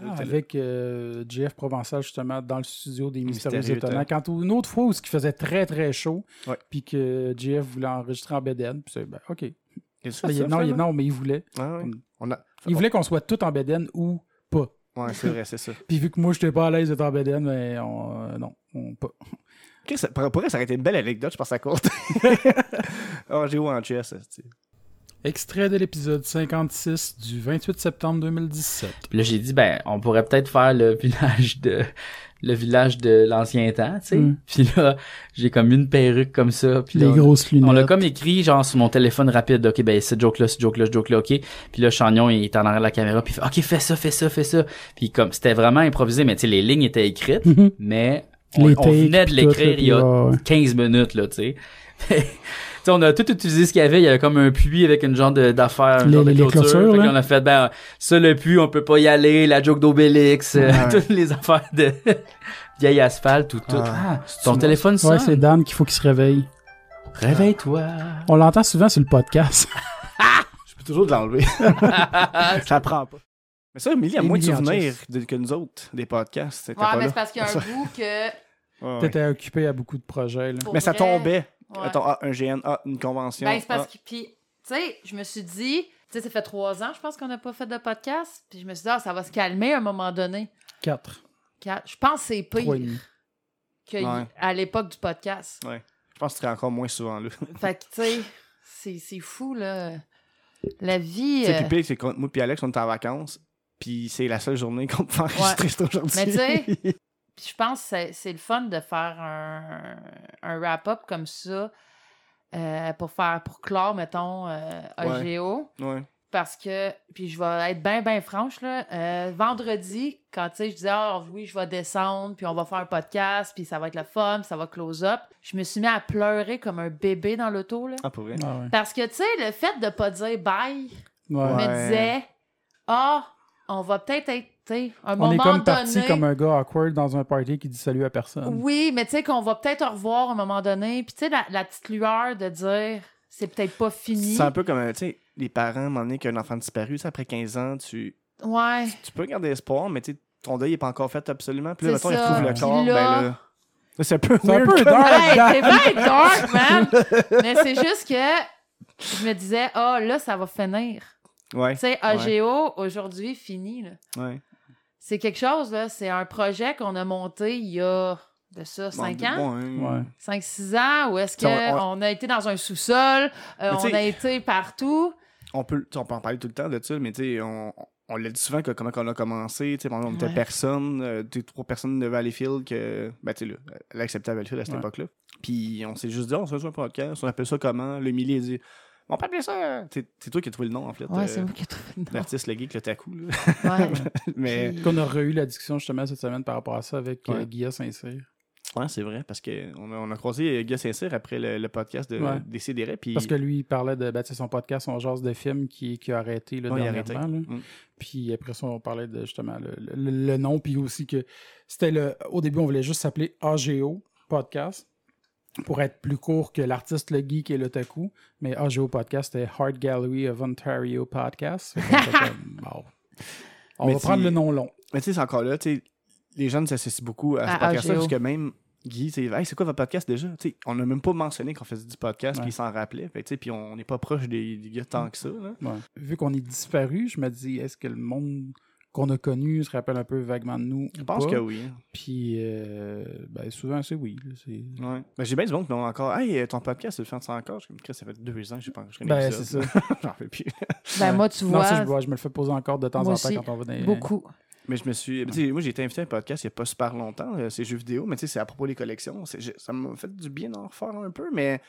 S1: Ah, avec euh, JF Provençal, justement, dans le studio des Mystérieux,
S12: Mystérieux
S1: Étonnants. Quand une autre fois où ce qui faisait très, très chaud, puis que JF voulait enregistrer en BDN, puis c'est, ben, OK.
S2: Qu'est-ce que
S1: Ben,
S2: c'est
S1: il-
S2: ça,
S1: non, il-
S2: finalement?
S1: non, mais il voulait.
S2: Ah ouais.
S1: Comme-
S2: On a-
S1: Il voulait qu'on soit tout en BDN ou pas.
S2: Ouais, c'est vrai, c'est ça.
S1: puis vu que moi, je n'étais pas à l'aise d'être en BDN, mais on, euh, non, on pas.
S2: Ok, ça, pour- pour vrai, ça aurait été une belle anecdote, je pense à courte. oh, j'ai où en chess, c'est-
S1: Extrait de l'épisode 56 du 28 septembre 2017.
S6: Puis là, j'ai dit, ben, on pourrait peut-être faire le village de le village de l'ancien temps, tu sais.
S1: Mm.
S6: Puis là, j'ai comme une perruque comme ça. Puis
S1: Les
S6: là, on-
S1: grosses lunettes.
S6: On l'a comme écrit, genre, sur mon téléphone rapide, OK, ben, ce joke-là, ce joke-là, ce joke-là, OK. Puis là, Chagnon, il est en arrière de la caméra, puis il fait, OK, fais ça, fais ça, fais ça. Puis comme, c'était vraiment improvisé, mais tu sais, les lignes étaient écrites,
S1: Mhm.
S6: mais on,
S1: Les
S6: on
S1: takes,
S6: venait de
S1: puis tout, là,
S6: l'écrire il y
S1: puis ouais,
S6: a
S1: ouais.
S6: 15 minutes, là, tu sais. Fait- tu sais, on a tout utilisé ce qu'il y avait. Il y avait comme un puits avec une genre de- d'affaire, une
S1: Les-
S6: genre de
S1: les
S6: clôture.
S1: clôtures,
S6: Fait
S1: là.
S6: qu'on a fait, ben, ça, le puits, on peut pas y aller, la joke d'Obélix, euh,
S1: Ouais.
S6: toutes les affaires de vieille asphalte ou tout. Ah, ton téléphone sonne.
S1: Ouais, c'est Dan qu'il faut qu'il se réveille.
S6: Réveille-toi.
S1: On l'entend souvent sur le podcast.
S2: Je peux toujours de l'enlever.
S1: Je
S2: la prends pas. Mais ça, Émilie a moins de
S1: Émilie en
S2: souvenirs de- que nous autres des podcasts. T'étais
S3: Ouais,
S2: pas
S3: mais
S2: là.
S3: c'est parce qu'il y a un bout que.
S2: Ouais, ouais.
S1: T'étais occupé à beaucoup de projets. là.
S3: Pour
S2: Mais ça
S3: vrai,
S2: tombait.
S3: ouais.
S2: Attends, ah, un GN, ah, une convention.
S3: Ben, c'est parce
S2: ah.
S3: que. Puis, tu sais, je me suis dit. Tu sais, ça fait trois ans, je pense, qu'on n'a pas fait de podcast. Puis, je me suis dit, ah, ça va se calmer à un moment donné.
S1: Quatre.
S3: Quand- Je pense que c'est
S1: Trois
S3: pire
S1: et demi.
S3: qu'à
S2: Ouais.
S3: l'époque du podcast.
S2: Ouais. Je pense que tu serais encore moins souvent là.
S3: Fait que, tu sais, c'est- c'est fou, là. La vie.
S2: Tu sais,
S3: euh,
S2: puis pire, c'est que moi puis Alex, on était en vacances, puis c'est la seule journée qu'on peut enregistrer c'est aujourd'hui.
S3: Mais tu sais, puis je pense que c'est- c'est le fun de faire un, un wrap-up comme ça euh, pour faire pour clore, mettons, euh,
S2: Ouais.
S3: AGO.
S2: Ouais.
S3: Parce que, puis je vais être bien, bien franche, là, euh, vendredi, quand tu sais, je disais, ah oui, je vais descendre, puis on va faire un podcast, puis ça va être le fun, puis ça va close up, je me suis mis à pleurer comme un bébé dans l'auto. là.
S2: Ah, pour vrai.
S1: Ah ouais.
S3: Parce que, tu sais, le fait de pas dire bye,
S1: Ouais.
S3: me disait, ah, on va peut-être être, tu sais, un
S1: On
S3: moment
S1: est comme
S3: donné.
S1: parti comme un gars awkward dans un party qui dit salut à personne.
S3: Oui, mais tu sais qu'on va peut-être au revoir à un moment donné. Puis tu sais, la, la petite lueur de dire c'est peut-être pas fini.
S2: C'est un peu comme, euh, tu sais, les parents, à un moment donné, qu'un enfant disparu, tu sais, après 15 ans, tu,
S3: Ouais.
S2: tu peux garder espoir, mais tu sais, ton deuil n'est pas encore fait absolument. Puis là,
S3: C'est
S2: mettons, il
S3: ça.
S2: retrouve le
S3: Puis
S2: corps,
S3: là-
S2: ben là. Là, C'est un peu,
S1: C'est un
S2: weird
S1: peu
S2: comme-
S1: dark.
S3: Hey, c'est bien dark, man! mais c'est juste que je me disais, ah, là, ça va finir.
S2: Ouais.
S3: Tu sais,
S2: ouais.
S3: AGO, aujourd'hui, fini. là.
S2: Ouais.
S3: C'est quelque chose, là. C'est un projet qu'on a monté il y a de ça, 5 ans.
S2: Ouais.
S3: 5-6 ans, où est-ce
S2: Tu sais,
S3: qu'on
S2: on-
S3: on a été dans un sous-sol, euh,
S2: Mais tu
S3: on
S2: sais-
S3: a été partout.
S2: On peut, tu sais, on peut en parler tout le temps de ça, mais tu sais, on, on l'a dit souvent que comment on a commencé, tu sais, par exemple, on était
S1: Ouais.
S2: personne, euh, deux, trois personnes de Valleyfield que, ben, tu sais, là, elle acceptait Valleyfield à cette
S1: Ouais.
S2: époque-là. Puis on s'est juste dit, Ah, on se fait sur un podcast, on appelle ça comment? Le millier dit, on peut appeler ça. C'est c'est toi qui as trouvé le nom, en fait. euh,
S1: Ouais, c'est moi qui ai trouvé le nom.
S2: L'artiste, le geek, le taku, là.
S1: euh, Ouais.
S2: Mais.
S1: Qu'on a eu la discussion justement cette semaine par rapport à ça avec euh,
S2: Ouais.
S1: Guilla Saint-Cyr.
S2: Ouais, c'est vrai, parce qu'on a, on a croisé Guy Saint-Cyr après le, le podcast de
S1: Ouais.
S2: Décideret, puis
S1: Parce que lui, il parlait de ben, tu sais, son podcast, son genre de film qui, qui a arrêté là,
S2: Ouais, il a
S1: dernièrement.
S2: arrêté.
S1: là.
S2: Mm.
S1: Puis après ça, on parlait de justement le, le- le- le nom, puis aussi que c'était le. Au début, on voulait juste s'appeler AGO Podcast pour être plus court que l'artiste, le geek et le taku. Mais AGO Podcast, c'était Hard Gallery of Ontario Podcast. Fait qu'on était comme, bon, on
S2: Mais
S1: va
S2: tu-
S1: prendre le nom long.
S2: Mais tu sais, c'est encore là, tu sais, les gens s'associent beaucoup à ce
S1: À
S2: podcast-là,
S1: AGO.
S2: parce que même Guy, tu sais, Hey, c'est quoi votre podcast déjà? Tu sais, on n'a même pas mentionné qu'on faisait du podcast,
S1: Ouais.
S2: puis il s'en rappelait, Fait que, tu sais, puis on n'est pas proche des, des gars tant que ça. là.
S1: Ouais. Vu qu'on est disparu, je me dis, est-ce que le monde qu'on a connu se rappelle un peu vaguement de nous? Je
S2: pense que oui. hein.
S1: Puis, euh, ben, souvent, c'est oui. là, c'est-
S2: Ouais. Ben, j'ai bien du monde qui m'ont encore, hey, ton podcast, tu le fais en ça encore? Je suis comme, Chris, ça fait deux ans que j'ai pas enregistré
S1: Ben,
S2: épisode.
S1: c'est ça.
S2: J'en fais plus.
S3: Ben, moi, tu vois-
S1: Non, ça, je, vois, je me le fais poser encore de temps
S3: Moi
S1: en temps
S3: aussi,
S1: quand on va dans les-
S3: beaucoup.
S2: Mais je me suis. tu sais, Moi, j'ai été invité à un podcast il n'y a pas super longtemps, euh, c'est jeux vidéo, mais tu sais, c'est à propos des collections. C'est- je- ça m'a fait du bien d'en refaire un peu, mais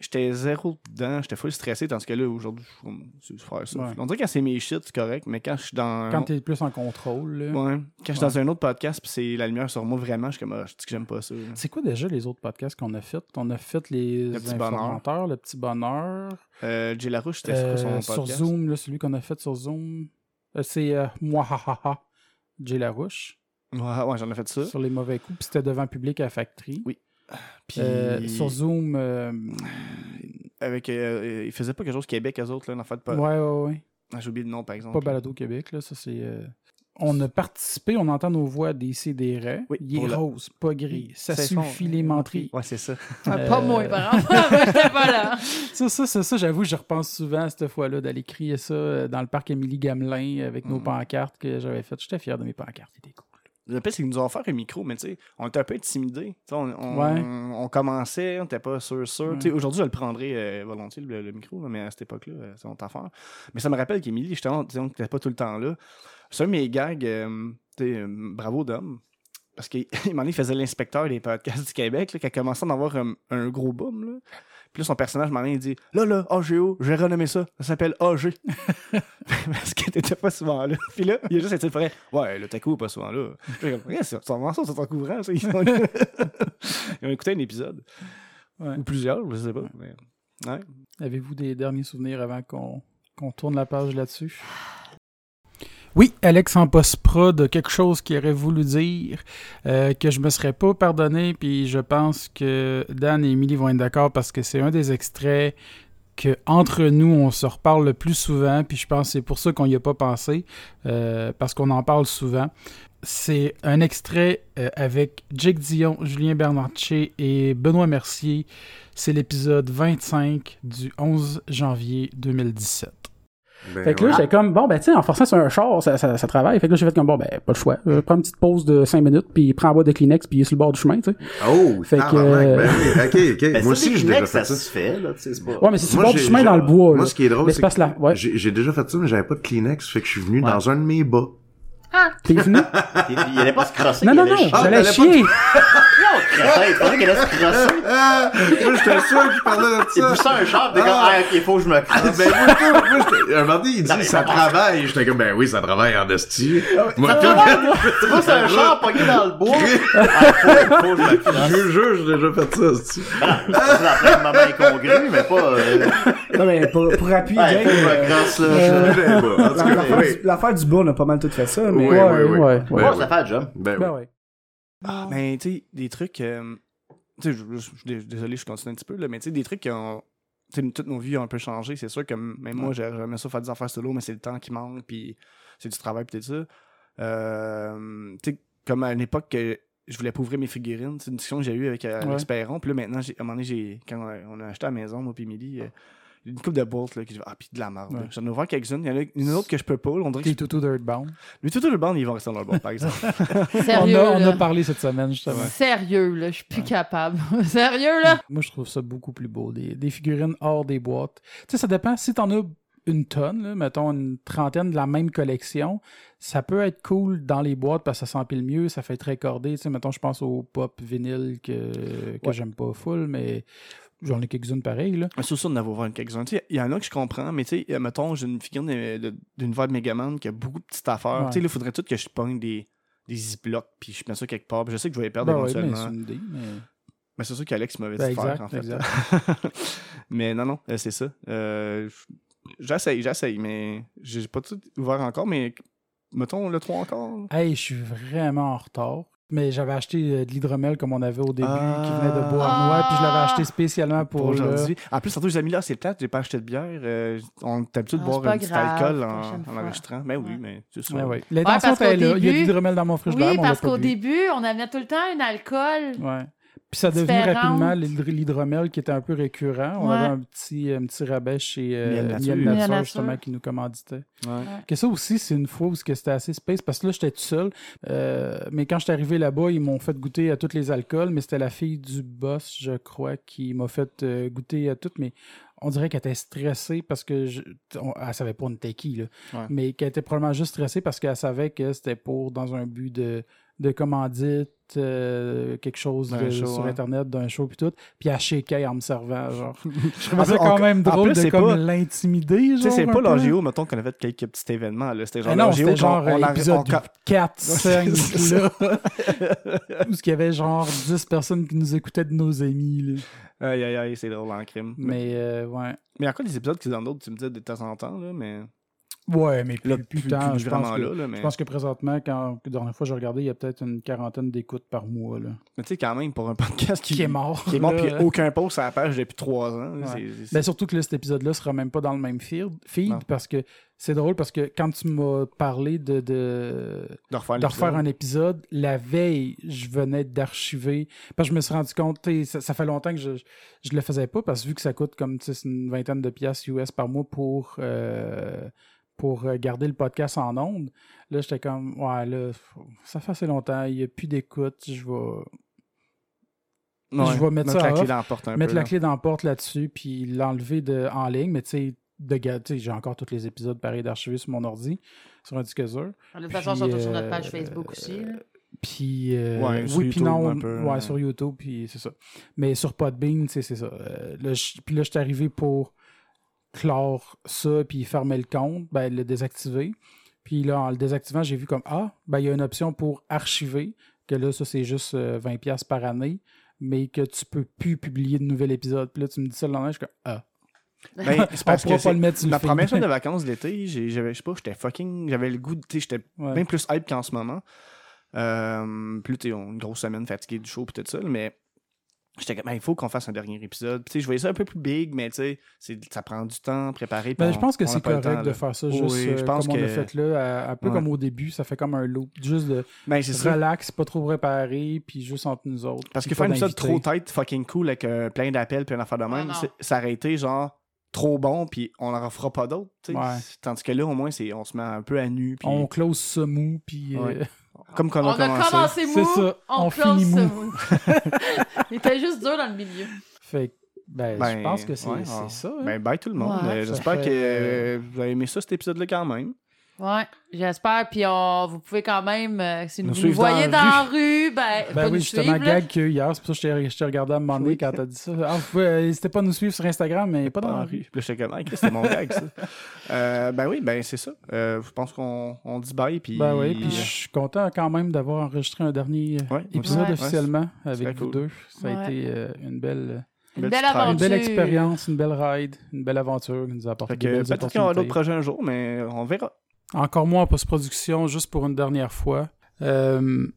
S2: j'étais zéro dedans, j'étais full stressé, tandis que là, aujourd'hui, je suis comme, c'est juste faire ça.
S1: Ouais.
S2: On dirait que quand c'est mes shit, c'est correct, mais quand je suis dans.
S1: Quand t'es plus en contrôle.
S2: Ouais.
S1: là.
S2: Quand je suis
S1: Ouais.
S2: dans un autre podcast, puis c'est la lumière sur moi, vraiment, je suis comme, ah, je dis que j'aime pas ça. là.
S1: C'est quoi déjà les autres podcasts qu'on a fait? On a fait les
S2: Le Petit Bonheur.
S1: informateurs, le petit bonheur.
S2: Euh, Jay Larouche, c'était c'est quoi son
S1: Euh, sur
S2: podcast.
S1: Zoom, là, celui qu'on a fait sur Zoom. euh, c'est euh, Moi ha ha ha, Jay Larouche.
S2: Ouais, ouais, j'en ai fait ça.
S1: Sur les mauvais coups. Puis c'était devant public à Factory.
S2: Oui. Puis-
S1: Euh, sur Zoom. euh,
S2: Avec, euh, euh, ils faisaient pas quelque chose Québec, eux autres, là, en fait. Pas...
S1: ouais, ouais, ouais.
S2: Ah, j'ai oublié le nom, par exemple.
S1: Pas Balado Québec, là. Ça, c'est. euh, On a participé, on entend nos voix des CDR. Il
S2: pour
S1: est
S2: la-
S1: rose, pas gris. Ça
S2: C'est euh,
S1: suffit les menteries.
S2: Ouais, c'est ça.
S1: Euh,
S3: Pas moi, par exemple. Moi, j'étais pas là.
S1: Ça, ça, ça, ça, j'avoue, je repense souvent à cette fois-là d'aller crier ça euh, dans le parc Émilie Gamelin avec
S2: Mm.
S1: nos pancartes que j'avais faites. J'étais fier de mes pancartes. c'était cool.
S2: Le pire, c'est qu'ils nous ont offert un micro, mais tu sais, on était un peu intimidés. Tu sais, On, on,
S1: Ouais.
S2: on commençait, on n'était pas sûr, sûr.
S1: Ouais.
S2: Tu sais, Aujourd'hui, je le prendrais euh, volontiers, le, le micro, là, mais à cette époque-là, euh, c'est mon affaire. Mais ça me rappelle qu'Émilie, justement, tu sais, on n'était pas tout le temps là. C'est un de mes gags, euh, tu sais, euh, bravo d'homme. Parce qu'il un moment donné, il faisait l'inspecteur des podcasts du Québec, là, qui a commencé à en avoir un, un gros boom. Là. Puis là, son personnage, à un moment donné, il dit Là, là, AGO, je vais renommer ça. Ça s'appelle AG. Parce que t'étais pas souvent là. Puis là, il a juste été le frère. Ouais, le taco est pas souvent là. J'ai comme, Ouais, c'est c'est vraiment ça, c'est en couvrant. ça. Ils ont, Ils ont écouté un épisode.
S1: Ouais.
S2: Ou plusieurs, je sais pas. mais- ouais.
S1: Avez-vous des derniers souvenirs avant qu'on qu'on tourne la page là-dessus? Oui, Alex en post-prod, quelque chose qu'il aurait voulu dire euh, que je me serais pas pardonné, puis je pense que Dan et Emily vont être d'accord parce que c'est un des extraits que entre nous on se reparle le plus souvent, puis je pense que c'est pour ça qu'on n'y a pas pensé euh, parce qu'on en parle souvent. C'est un extrait euh, avec Jake Dion, Julien Bernardchet et Benoît Mercier. C'est l'épisode 25 du 11 janvier 2017.
S5: Ben
S1: fait que là,
S5: ouais.
S1: j'étais comme, bon, ben, tu sais, en forçant sur un char, ça, ça, ça travaille. Fait que là, j'ai fait comme, bon, ben, pas le choix. Je prends une petite pause de 5 minutes, puis prends en bas de Kleenex, puis il est sur le bord du chemin, tu sais.
S5: Oh,
S1: Fait que,
S5: tabarnak, ben
S1: euh,
S5: oui, ok, ok.
S1: Ben,
S5: moi
S1: ça, des
S5: aussi, j'ai déjà
S1: Kleenex,
S5: fait
S1: ça
S5: ça.
S1: se fait, là, tu sais, c'est pas-
S5: Moi,
S1: Ouais, mais c'est du
S5: j'ai-
S1: bord du chemin
S5: j'ai-
S1: dans le bois, là.
S5: Moi, ce qui est drôle,
S1: Mais c'est
S5: c'est
S1: parce
S5: que
S1: là, ouais.
S5: j'ai j'ai déjà fait ça, mais j'avais pas de Kleenex, fait que je suis venu dans un de mes bas.
S1: Ah! T'es venu?
S5: Il allait pas se crosser.
S1: Non, non, non,
S5: Ah,
S1: j'allais chier.
S5: il fallait qu'elle allait se crosser. Moi, j'étais le seul qui parlait de ça.
S25: Il poussait un char, t'es comme,
S5: Ah.
S25: Ah, ok, faut que je me crosse.
S5: Ben, moi, tout, moi, j'étais- un moment donné, il
S25: Non, mais
S5: dit, ça
S25: pas-
S5: travaille. J'étais comme, ben oui, ça travaille en esti. Moi,
S25: Ça
S5: tout-
S25: travaille, Tu pousses un char pogné dans le bois.
S4: Ah,
S5: Je vous jure, j'ai déjà fait ça, esti.
S25: C'est en plein de moment incongru, mais pas. euh,
S4: Non, mais pour, pour appuyer,
S25: Ouais,
S4: Jake, euh,
S25: faut que je me crosse, là. Je suis déjà bas. En tout cas,
S4: l'affaire
S25: oui.
S4: du- l'affaire du bas, on a pas mal tout fait ça. Mais
S5: Oui, oui, oui.
S25: Ouais, ça fait la job.
S5: Ben
S4: Ben
S5: oui.
S4: ouais.
S2: Ah, mais tu sais, des trucs. euh, tu sais, je- je je suis dé- désolé, je continue un petit peu, là, mais tu sais, des trucs qui ont. tu sais, toutes nos vies ont un peu changé. C'est sûr que m- même moi, j'aurais- j'aimais ça faire des affaires solo, mais c'est le temps qui manque, puis c'est du travail, puis tout ça. Euh, tu sais, comme à une époque que je voulais pas ouvrir mes figurines, c'est une discussion que j'ai eue avec euh, Alex
S1: Ouais.
S2: Perron, puis là, maintenant, j'ai- à un moment donné, j'ai- quand on a- on a acheté à la maison, moi, puis Emily, euh, une coupe de boîtes, là, que j'ai- ah, puis de la merde. là.
S1: Ouais.
S2: J'en ai ouvert quelques-unes. Il y en a une autre que je peux pas, là, on dirait que.
S1: T'es tout tout d'Earthbound.
S2: Les tutos de bande, ils vont rester dans leur bande, par exemple.
S1: on,
S3: Sérieux,
S1: a, on
S3: là.
S1: a parlé cette semaine, justement.
S3: Sérieux, là, je suis plus capable. Sérieux, là.
S1: Moi, je trouve ça beaucoup plus beau, des, des figurines hors des boîtes. Tu sais, ça dépend. Si t'en as une tonne, là, mettons une trentaine de la même collection, ça peut être cool dans les boîtes parce que ça s'empile mieux, ça fait très cordé. Tu sais, mettons, je pense au pop vinyle que, que j'aime pas full, mais j'en ai quelques-unes pareilles. Là.
S2: C'est sûr d'en avoir une quelques-uns. Tu sais, Il y en a que je comprends, mais tu sais, mettons, j'ai une figurine de- de- d'une vibe Megaman qui a beaucoup de petites affaires.
S1: Ouais.
S2: Tu sais, là, il faudrait tout que je pogne des, des ziplocs puis je mets ça quelque part. puis je sais que je vais les perdre
S1: Ben ouais,
S2: éventuellement.
S1: mais c'est une idée, mais-
S2: Mais c'est sûr qu'Alex m'avait
S1: Ben,
S2: dit de faire,
S1: exact,
S2: en fait.
S1: exact.
S2: mais non, non, euh, c'est ça. Euh, j- j'essaye, j'essaye, mais j'ai pas tout ouvert encore, mais mettons le 3 encore.
S1: Hey, je suis vraiment en retard. Mais j'avais acheté euh, de l'hydromel comme on avait au début, qui venait de bois
S2: Ah.
S1: puis je l'avais acheté spécialement pour,
S2: Pour aujourd'hui.
S1: aujourd'hui.
S2: En plus, surtout, les amis, là, c'est plate, j'ai pas acheté de bière. euh, on est habitué de
S1: Ah,
S2: boire
S1: c'est pas
S2: un petit
S1: grave,
S2: alcool
S1: prochaine
S2: en, en
S1: fois.
S2: enregistrant. Mais oui, mais c'est ça.
S1: Ouais, ouais.
S3: Ouais,
S1: L'intention
S3: parce
S1: était
S3: qu'au
S1: là. Il y a de
S3: début-
S1: l'hydromel dans mon frigidaire,
S3: Oui,
S1: mais on l'a
S3: parce
S1: pas
S3: qu'au
S1: bu.
S3: début, on amenait tout le temps un alcool.
S1: Ouais. Puis ça devenait
S3: Différente.
S1: rapidement l'hyd- l'hydromel qui était un peu récurrent. On
S3: Ouais.
S1: avait un petit, un petit rabais chez euh,
S2: Miel Nature.
S1: Miel
S2: Miel
S1: Nature,
S2: Nature.
S1: justement, qui nous commanditait.
S2: Ouais.
S1: Que ça aussi, c'est une fois où ce que c'était assez space, parce que là, j'étais tout seul. Euh, mais quand j'étais arrivé là-bas, ils m'ont fait goûter à tous les alcools, mais c'était la fille du boss, je crois, qui m'a fait euh, goûter à toutes. Mais on dirait qu'elle était stressée parce que je, on- elle savait pas on était qui, là.
S2: Ouais.
S1: mais qu'elle était probablement juste stressée parce qu'elle savait que c'était pour dans un but de, de commandite. euh, quelque chose
S2: D'un
S1: de-
S2: show, hein.
S1: sur
S2: ouais.
S1: internet d'un show puis tout puis elle shakeait en me servant genre je
S2: En
S1: trouvais
S2: plus,
S1: ça
S2: on-
S1: quand même
S2: en
S1: drôle
S2: plus,
S1: de
S2: c'est
S1: comme
S2: pas-
S1: l'intimider
S2: Tu sais,
S1: genre
S2: c'est
S1: un
S2: pas
S1: peu.
S2: l'OGO, mettons qu'on avait quelques petits événements. là. C'était genre
S1: Ah non,
S2: l'OGO,
S1: c'était genre
S2: on
S1: euh,
S2: l'a-
S1: épisode
S2: on ca-
S1: 4,
S2: C'est
S1: 5,
S2: ça.
S1: là. Où ce qu'il y avait genre 10 personnes qui nous écoutaient de nos amis, là.
S2: Aïe, aïe, aïe, c'est drôle en crime.
S1: Mais, euh, ouais.
S2: Mais encore des épisodes qu'ils en d'autres, tu me disais de temps en temps, là, mais.
S1: Ouais, mais
S2: Là,
S1: plus,
S2: plus-
S1: plus tant,
S2: plus
S1: je pense
S2: vraiment
S1: que,
S2: là, là, mais-
S1: je pense que présentement, quand la dernière fois j'ai regardé, il y a peut-être une quarantaine d'écoutes par mois, là.
S2: Mais tu sais, quand même, pour un podcast qui,
S1: Qui est mort,
S2: Qui est mort,
S1: là,
S2: puis il y a
S1: hein.
S2: aucun post à la page depuis trois ans. là,
S1: Ouais.
S2: c'est- c'est-
S1: Ben, surtout que là, cet épisode-là sera même pas dans le même feed, feed
S2: Non.
S1: parce que c'est drôle parce que quand tu m'as parlé de, de,
S2: De refaire
S1: un épisode, la veille, je venais d'archiver. Parce que je me suis rendu compte, t'sais, ça, ça fait longtemps que je, je le faisais pas parce que vu que ça coûte comme t'sais, c'est une vingtaine de piastres US par mois pour. euh, pour euh, garder le podcast en ondes, là, j'étais comme, ouais, là, faut- ça fait assez longtemps, il n'y a plus d'écoute, je vais,
S2: Ouais,
S1: je vais mettre,
S2: mettre
S1: ça
S2: la
S1: à
S2: clé
S1: off,
S2: dans la porte un
S1: mettre
S2: peu,
S1: la
S2: là.
S1: clé dans la porte là-dessus, puis l'enlever de- en ligne. Mais tu sais, de ga- tu sais, j'ai encore tous les épisodes pareil d'archiver sur mon ordi, sur un disque dur.
S3: De toute façon,
S1: Puis,
S3: surtout sur
S1: euh,
S3: notre page Facebook aussi. là.
S1: Puis euh,
S2: Ouais, sur
S1: oui, puis
S2: YouTube
S1: non,
S2: un peu,
S1: ouais,
S2: ouais.
S1: sur YouTube, puis c'est ça. Mais sur Podbean, tu sais, c'est ça. Euh, là, je- puis là, je suis arrivé pour clore ça, puis fermer le compte, ben, le désactiver. Puis là, en le désactivant, j'ai vu comme Ah, ben, il y a une option pour archiver, que là, ça, c'est juste euh, 20$ par année, mais que tu peux plus publier de nouvel épisode. Puis là, tu me dis ça le lendemain, je suis comme Ah.
S2: Ben, c'est parce que
S1: On pourra
S2: c'est-
S1: pas le mettre sur le
S2: ma
S1: feed.
S2: première semaine de vacances d'été, j'ai- j'avais, je sais pas, j'étais fucking, j'avais le goût, de- tu sais, j'étais
S1: Ouais.
S2: bien plus hype qu'en ce moment. Euh, puis là, tu sais, on- une grosse semaine fatiguée du show puis tout ça, là, mais j'étais comme, Ben, il faut qu'on fasse un dernier épisode. Puis tu sais, je voyais ça un peu plus big, mais tu sais, c'est- ça prend du temps, préparer.
S1: Ben,
S2: puis
S1: je
S2: on-
S1: pense que
S2: on a
S1: c'est
S2: pas le
S1: correct
S2: temps,
S1: de
S2: là.
S1: faire ça
S2: Oui,
S1: juste
S2: oui,
S1: euh,
S2: je pense
S1: comme on
S2: que-
S1: a fait là, à- un peu
S2: Ouais.
S1: comme au début, ça fait comme un loop, juste de
S2: Ben, c'est ça.
S1: relax, pas trop préparé, puis juste entre nous autres.
S2: Parce que
S1: puis
S2: faire
S1: pas
S2: une épisode trop
S1: d'invités.
S2: tête, fucking cool, avec euh, plein d'appels, puis une affaire de même,
S1: non.
S2: c'est- ça aurait été genre trop bon, puis on n'en fera pas d'autres. tu sais.
S1: Ouais.
S2: Tandis que là, au moins, c'est, on se met un peu à nu. Puis...
S1: On close ce mou, puis... euh,
S2: Ouais. Comme qu'on
S3: On
S2: a
S3: a commencé mou,
S1: C'est ça,
S3: on,
S1: on
S3: close
S1: finit
S3: ce
S1: mou.
S3: mou. Il était juste dur dans le milieu.
S1: Fait que, ben, je
S2: Ben,
S1: pense que c'est
S2: ouais,
S1: c'est
S2: on-
S1: ça. hein.
S2: Ben, bye tout le monde.
S3: Ouais.
S2: Euh,
S1: Ça
S2: J'espère
S1: fait-
S2: que euh, vous avez aimé ça, cet épisode-là, quand même.
S3: Ouais, j'espère. Puis on, vous pouvez quand même, euh, si
S2: Nous
S3: vous nous
S2: suivre dans
S3: voyez
S2: la
S3: dans la rue, ben,
S1: Ben
S3: pas
S1: oui,
S3: nous
S1: justement,
S3: suivre, là.
S1: gag que hier, c'est pour ça que je t'ai- je t'ai regardé à un moment donné quand t'as dit ça. Ah, vous pouvez, euh, n'hésitez pas à nous suivre sur Instagram, mais pas dans la rue.
S2: Puis là, j'étais comme, Hey, Chris, c'était mon gag, ça. Euh, ben oui, ben c'est ça. Euh, je pense qu'on on dit bye. Puis...
S1: Ben oui, puis je suis content quand même d'avoir enregistré un dernier euh,
S2: Ouais, moi aussi.
S1: épisode
S2: Ouais.
S1: officiellement
S2: Ouais, c'est
S1: avec
S2: très
S1: vous
S2: cool.
S1: deux. Ça a
S2: Ouais.
S1: été euh, une belle...
S2: Une Une belle belle petite
S1: Une
S2: aventure.
S1: belle expérience, une belle ride, une belle aventure qui nous a apporté
S2: Fait
S1: des
S2: que
S1: belles
S2: peut-être qu'on aura d'autres
S1: opportunités.
S2: projets un jour, mais on verra.
S1: Encore moins en post-production, juste pour une dernière fois. Euh, tu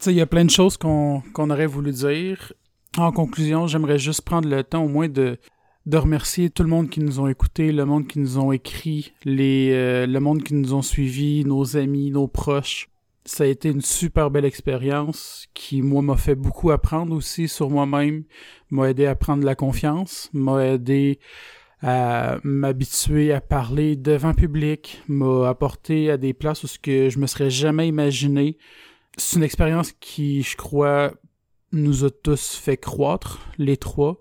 S1: sais, il y a plein de choses qu'on qu'on aurait voulu dire. En conclusion, j'aimerais juste prendre le temps au moins de, de remercier tout le monde qui nous ont écoutés, le monde qui nous ont écrit, les, euh, le monde qui nous ont suivis, nos amis, nos proches. Ça a été une super belle expérience qui, moi, m'a fait beaucoup apprendre aussi sur moi-même, m'a aidé à prendre la confiance, m'a aidé à m'habituer à parler devant public, m'a apporté à des places où ce que je me serais jamais imaginé. C'est une expérience qui, je crois, nous a tous fait croître, les trois.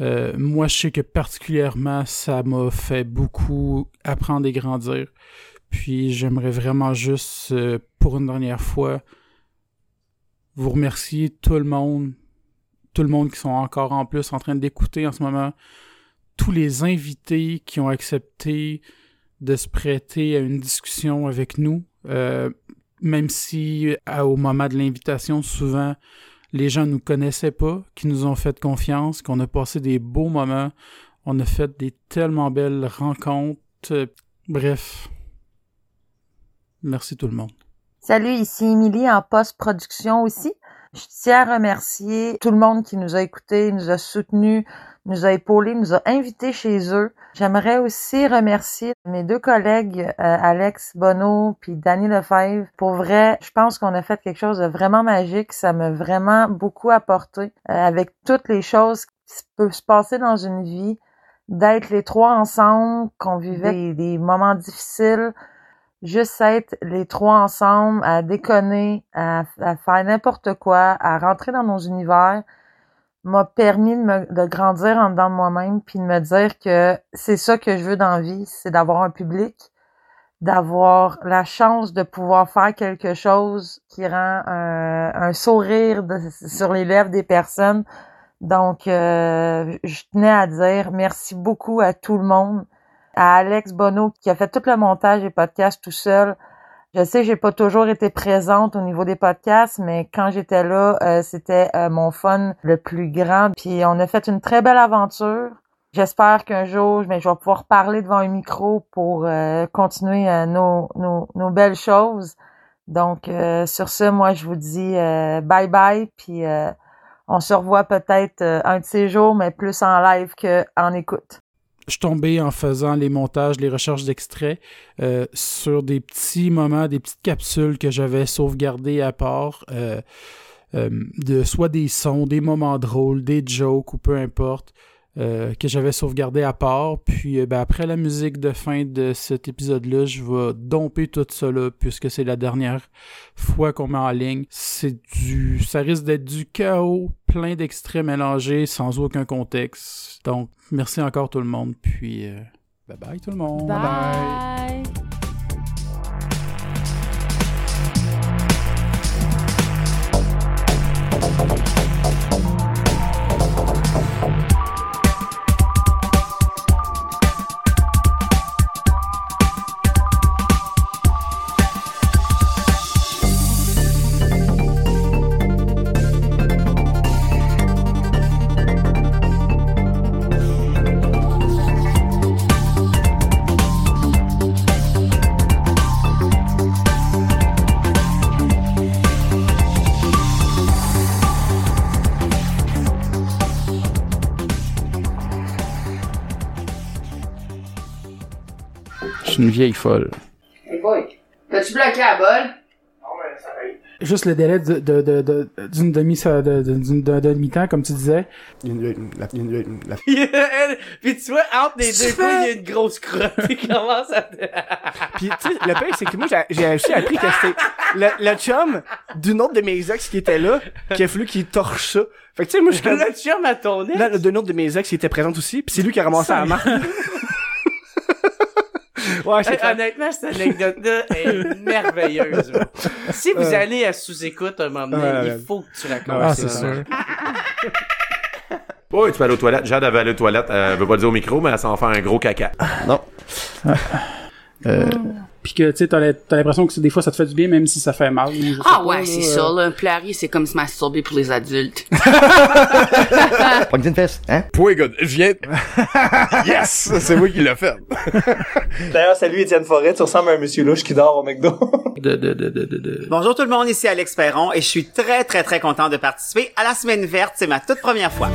S1: Euh, moi, je sais que particulièrement, ça m'a fait beaucoup apprendre et grandir. Puis j'aimerais vraiment juste, euh, pour une dernière fois, vous remercier tout le monde, tout le monde qui sont encore en plus en train d'écouter en ce moment, tous les invités qui ont accepté de se prêter à une discussion avec nous, euh, même si à- au moment de l'invitation, souvent, les gens nous connaissaient pas, qui nous ont fait confiance, qu'on a passé des beaux moments, on a fait des tellement belles rencontres. euh, Bref, merci tout le monde.
S9: Salut, ici Émilie en post-production aussi. Je tiens à remercier tout le monde qui nous a écoutés, nous a soutenus, nous a épaulés, nous a invités chez eux. J'aimerais aussi remercier mes deux collègues, euh, Alex Bonneau puis Danny Lefebvre. Pour vrai, je pense qu'on a fait quelque chose de vraiment magique. Ça m'a vraiment beaucoup apporté euh, avec toutes les choses qui peuvent se passer dans une vie, d'être les trois ensemble, qu'on vivait des- des moments difficiles juste être les trois ensemble à déconner, à, à faire n'importe quoi, à rentrer dans nos univers, m'a permis de, me- de grandir en dedans de moi-même, puis de me dire que c'est ça que je veux dans la vie, c'est d'avoir un public, d'avoir la chance de pouvoir faire quelque chose qui rend un, un sourire de- sur les lèvres des personnes. Donc, euh, je tenais à dire merci beaucoup à tout le monde à Alex Bonneau qui a fait tout le montage des podcasts tout seul. Je sais, j'ai pas toujours été présente au niveau des podcasts, mais quand j'étais là, euh, c'était euh, mon fun le plus grand. Puis on a fait une très belle aventure. J'espère qu'un jour, ben, je vais pouvoir parler devant un micro pour euh, continuer euh, nos, nos, nos belles choses. Donc, euh, sur ce, moi, je vous dis euh, bye bye, puis euh, on se revoit peut-être euh, un de ces jours, mais plus en live qu'en écoute.
S1: je suis tombé en faisant les montages, les recherches d'extraits euh, sur des petits moments, des petites capsules que j'avais sauvegardées à part, euh, euh, de soit des sons, des moments drôles, des jokes ou peu importe, euh, que j'avais sauvegardés à part. Puis euh, ben, après la musique de fin de cet épisode-là, je vais domper tout ça là, puisque c'est la dernière fois qu'on met en ligne. C'est du, ça risque d'être du chaos, plein d'extraits mélangés sans aucun contexte. Donc merci encore tout le monde, puis euh, bye bye tout le monde.
S3: Bye.
S1: Je suis une vieille folle.
S3: Hey boy, t'as-tu bloqué la bol?
S1: Juste le délai de- de- de- de- d'une demi sa- de- de- d'une- d'un demi-temps, comme tu disais.
S10: Puis tu vois, entre les deux coups, il y a une grosse crotte qui commence à...
S2: Puis, tu sais, le pire, c'est que moi, j'ai- j'ai aussi appris que c'était le, le chum d'une autre de mes ex qui était là, qui a fallu qu'il torche ça. Fait que, tu sais, moi, je suis
S10: Le chum à ton ex?
S2: Là, d'une autre de mes ex qui était présente aussi, puis c'est lui qui a ramassé la marque. ouais,
S1: Euh,
S2: c'est
S10: Hey,
S2: clair.
S10: honnêtement, cette anecdote-là est merveilleuse. là. Si vous
S2: Euh.
S10: allez à sous-écoute un moment donné,
S2: Ouais, ouais.
S10: il faut que tu racontes
S2: Ah,
S10: ça.
S2: c'est sûr.
S8: Oui, tu peux aller aux toilettes. Jade, elle va aller aux toilettes. Elle veut pas le dire au micro, mais elle s'en fait un gros caca.
S12: Ah,
S8: Non.
S1: Puis que, tu sais, t'as la- t'as l'impression que c'est- des fois, ça te fait du bien, même si ça fait mal. ou je sais
S11: Ah
S1: pas,
S11: ouais,
S1: là,
S11: c'est
S1: euh,
S11: ça, là. Plari, c'est comme se masturber pour les adultes.
S5: Pogne une fesse, hein? Point good. Je viens. yes! C'est moi qui l'ai fait.
S14: D'ailleurs, salut Étienne Forêt, tu ressembles à un monsieur louche qui dort au McDo.
S26: Bonjour tout le monde, ici Alex Perron et je suis très très très content de participer à la Semaine Verte. C'est ma toute première fois.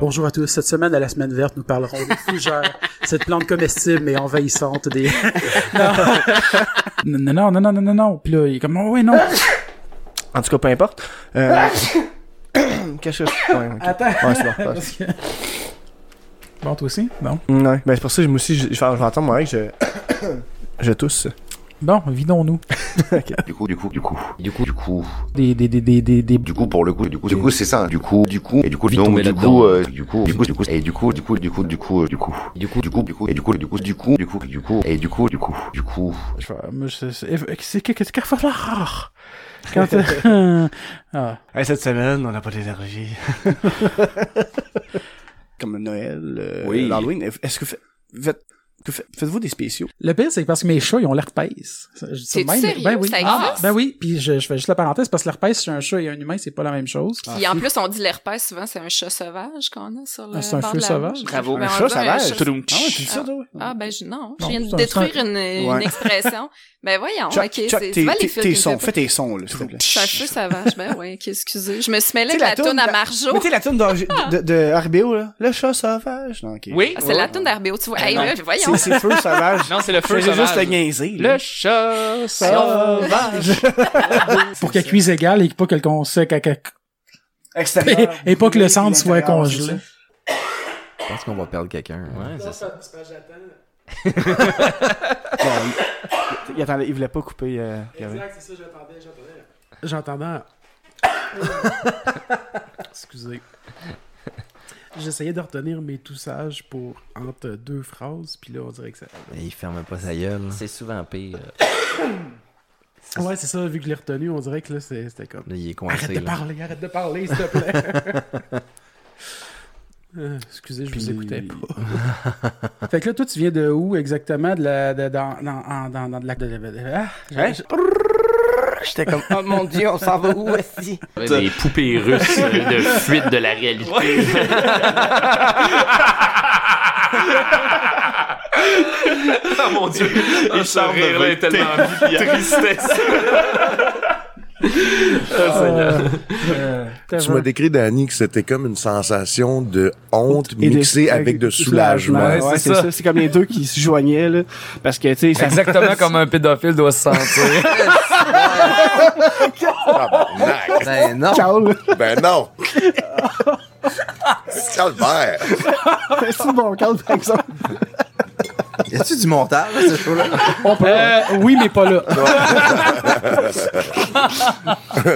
S1: Bonjour à tous. Cette semaine, à la semaine verte, nous parlerons des fougères, cette plante comestible et envahissante des. non, non, non, non, non, non, non. Puis là, il est comme, oh, ouais, non.
S2: En tout cas, peu importe. Euh... Cache ça. Ouais, ok.
S1: Attends.
S2: Ouais, c'est bon.
S1: Parce que- Bon, toi aussi? Non.
S2: Ouais, ben c'est pour ça que je me suis. Je, je, je vais entendre moi que je. Je tousse.
S1: Bon, vidons-nous.
S24: Du coup, du coup, du coup, du coup, du coup.
S1: Des, des, des, des, des, des-
S24: Du coup, pour le coup, du coup, du coup, c'est ça. Du coup, du coup, et du coup,
S1: Vite
S24: donc,
S1: tomber
S24: du
S1: là-dedans.
S24: coup, euh, du coup, du coup, du coup, et du coup, du coup, du coup, du coup, euh, du coup, du coup, du coup, du coup, et du coup, du coup, du coup, du coup, du coup, et du coup, du coup, du coup.
S1: Je vais- mais c'est- c'est- c'est- Qu'est-ce qu'il va falloir? Quand, euh, ah.
S2: Hey, cette semaine, on n'a pas d'énergie. Comme le Noël, euh,
S1: Oui.
S2: l'Halloween. Est-ce que, fait- fait- que fait- faites-vous des spéciaux?
S1: Le pire, c'est parce que mes chats, ils ont l'herpès. Je dis ça de
S10: C'est-tu
S1: même, mais-
S10: sérieux?
S1: Ben oui.
S10: Ça existe?
S1: ben oui. Puis je, je fais juste la parenthèse parce que l'herpès chez un chat et un humain, c'est pas la même chose.
S10: Puis en plus, on dit l'herpès, souvent, c'est un chat sauvage qu'on a sur le
S1: Ah, c'est un
S10: bord
S1: chat
S10: de la
S1: sauvage?
S10: route.
S1: Bravo.
S10: Ben,
S1: Un
S10: on
S1: chat
S10: dit
S1: sauvage?
S10: sauvage.
S1: Ah ouais, tu dis ça, toi, ouais.
S10: Ah, ben, je, non,
S1: Non,
S10: je viens
S1: c'est
S10: de
S1: un-
S10: détruire
S1: c'est un-
S10: une, une
S1: Ouais.
S10: expression. ben, voyons,
S2: Chuck,
S10: ok,
S2: Chuck,
S10: c'est
S2: tes,
S10: souvent les
S2: tes-
S10: filles
S2: tes
S10: qui me
S2: sons,
S10: font
S2: fais tes sons, là, s'il te plaît.
S10: C'est un chat sauvage, ben oui, ok, excusez. Je me suis
S2: Tu
S10: mêlée
S2: sais,
S10: de la toune à
S2: la-
S10: Marjo.
S2: Mais tu sais, la toune d'Or- de, de, RBO, là. Le chat sauvage. Non, ok.
S10: Ah, c'est la toune d'RBO, tu vois. Hey,
S2: non.
S10: là,
S2: C'est-
S10: voyons.
S2: c'est Feu sauvage.
S5: Non, c'est le feu
S2: Je faisais
S5: sauvage.
S2: juste le niaiser, là.
S5: Le chat sauvage.
S1: Pour qu'elle cuise égale et pas que le con sec à quelque-
S2: Extérieur.
S1: Et, et pas que le centre
S2: Intérieur,
S1: soit
S2: c'est
S1: congelé.
S2: ça.
S12: Je pense qu'on va perdre quelqu'un. Ouais, c'est ça.
S2: Bon, il, attendait, il voulait pas couper. euh, Gavin.
S1: c'est ça, j'attendais, j'attendais. J'entendais. Excusez. J'essayais de retenir mes toussages pour entre deux phrases, puis là, on dirait que ça.
S12: Mais il ferme pas sa gueule. C'est souvent pire.
S1: Ouais, c'est ça, vu que je l'ai retenu, on dirait que là, c'est- c'était comme.
S12: Là, il est coincé,
S1: Arrête de
S12: là.
S1: parler, arrête de parler, s'il te plaît. Euh, excusez, je vous écoutais pas. fait que là, toi, tu viens de où exactement de la, de- dans, dans, en- dans, dans de la. de- de- de- ah, j'ai-
S4: Hein?
S1: j'ai-
S4: J'étais comme, oh mon dieu, on s'en va où aussi?
S5: Des poupées russes euh, de fuite de la réalité. oh mon dieu, il s'en rire est tellement de tristesse.
S27: Tu m'as décrit, Danny, que c'était comme une sensation de honte
S2: Et de-
S27: mixée avec de soulagement.
S2: Ouais, c'est ça. C'est comme les deux qui se joignaient, là. Parce que, tu sais,
S4: Ben,
S2: ça-
S5: Exactement comme un pédophile doit se sentir.
S27: Ben non. Ben non. Calvaire.
S4: C'est bon, calme, par exemple.
S12: Y a-tu du montage, là, ce show-là?
S1: Euh, oui, mais pas là.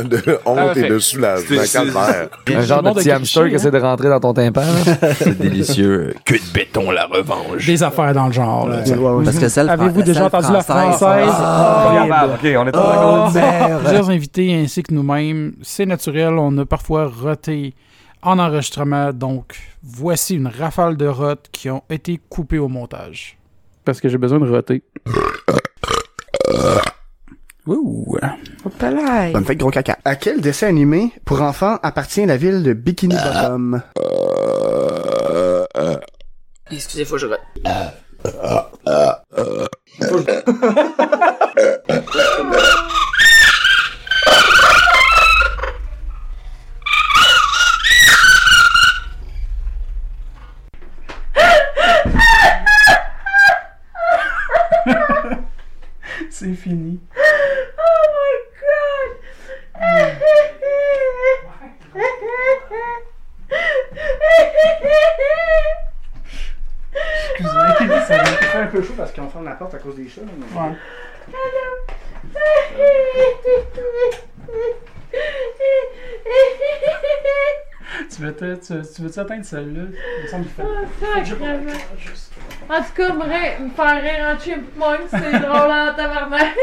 S27: de honte
S1: Parfait.
S27: et de soulagement.
S1: C'est- c'est-
S27: Calvaire.
S1: Un genre de petit hamster qui essaie
S12: de rentrer dans ton tympan. C'est
S27: délicieux.
S12: Que de béton, la revanche.
S1: Des affaires dans le genre. là.
S12: Parce que celle
S1: Avez-vous
S12: fran-
S1: déjà
S12: celle
S1: entendu la
S12: française,
S1: française?
S12: ah,
S1: Horrible.
S12: ah, ok, on est en vacances. Merde.
S1: Plusieurs invités ainsi que nous-mêmes. C'est naturel, on a parfois roté en enregistrement. Donc, voici une rafale de rotes qui ont été coupées au montage. Parce que j'ai besoin de roter. Ouh.
S4: ben.
S2: Bonne fête, gros caca. À quel dessin animé pour enfants appartient la ville de Bikini Bottom?
S28: Excusez, faut que je rate.
S1: C'est fini.
S4: Excusez, ça va être
S2: un peu chaud parce qu'on ferme la porte à cause des chats.
S4: Ouais.
S1: Tu veux te- tu- tu veux-tu atteindre celle-là? Il me semble qu'il fait-
S15: En tout cas, me, ra- me faire rire en chimp, moi, c'est drôle en tabarnak.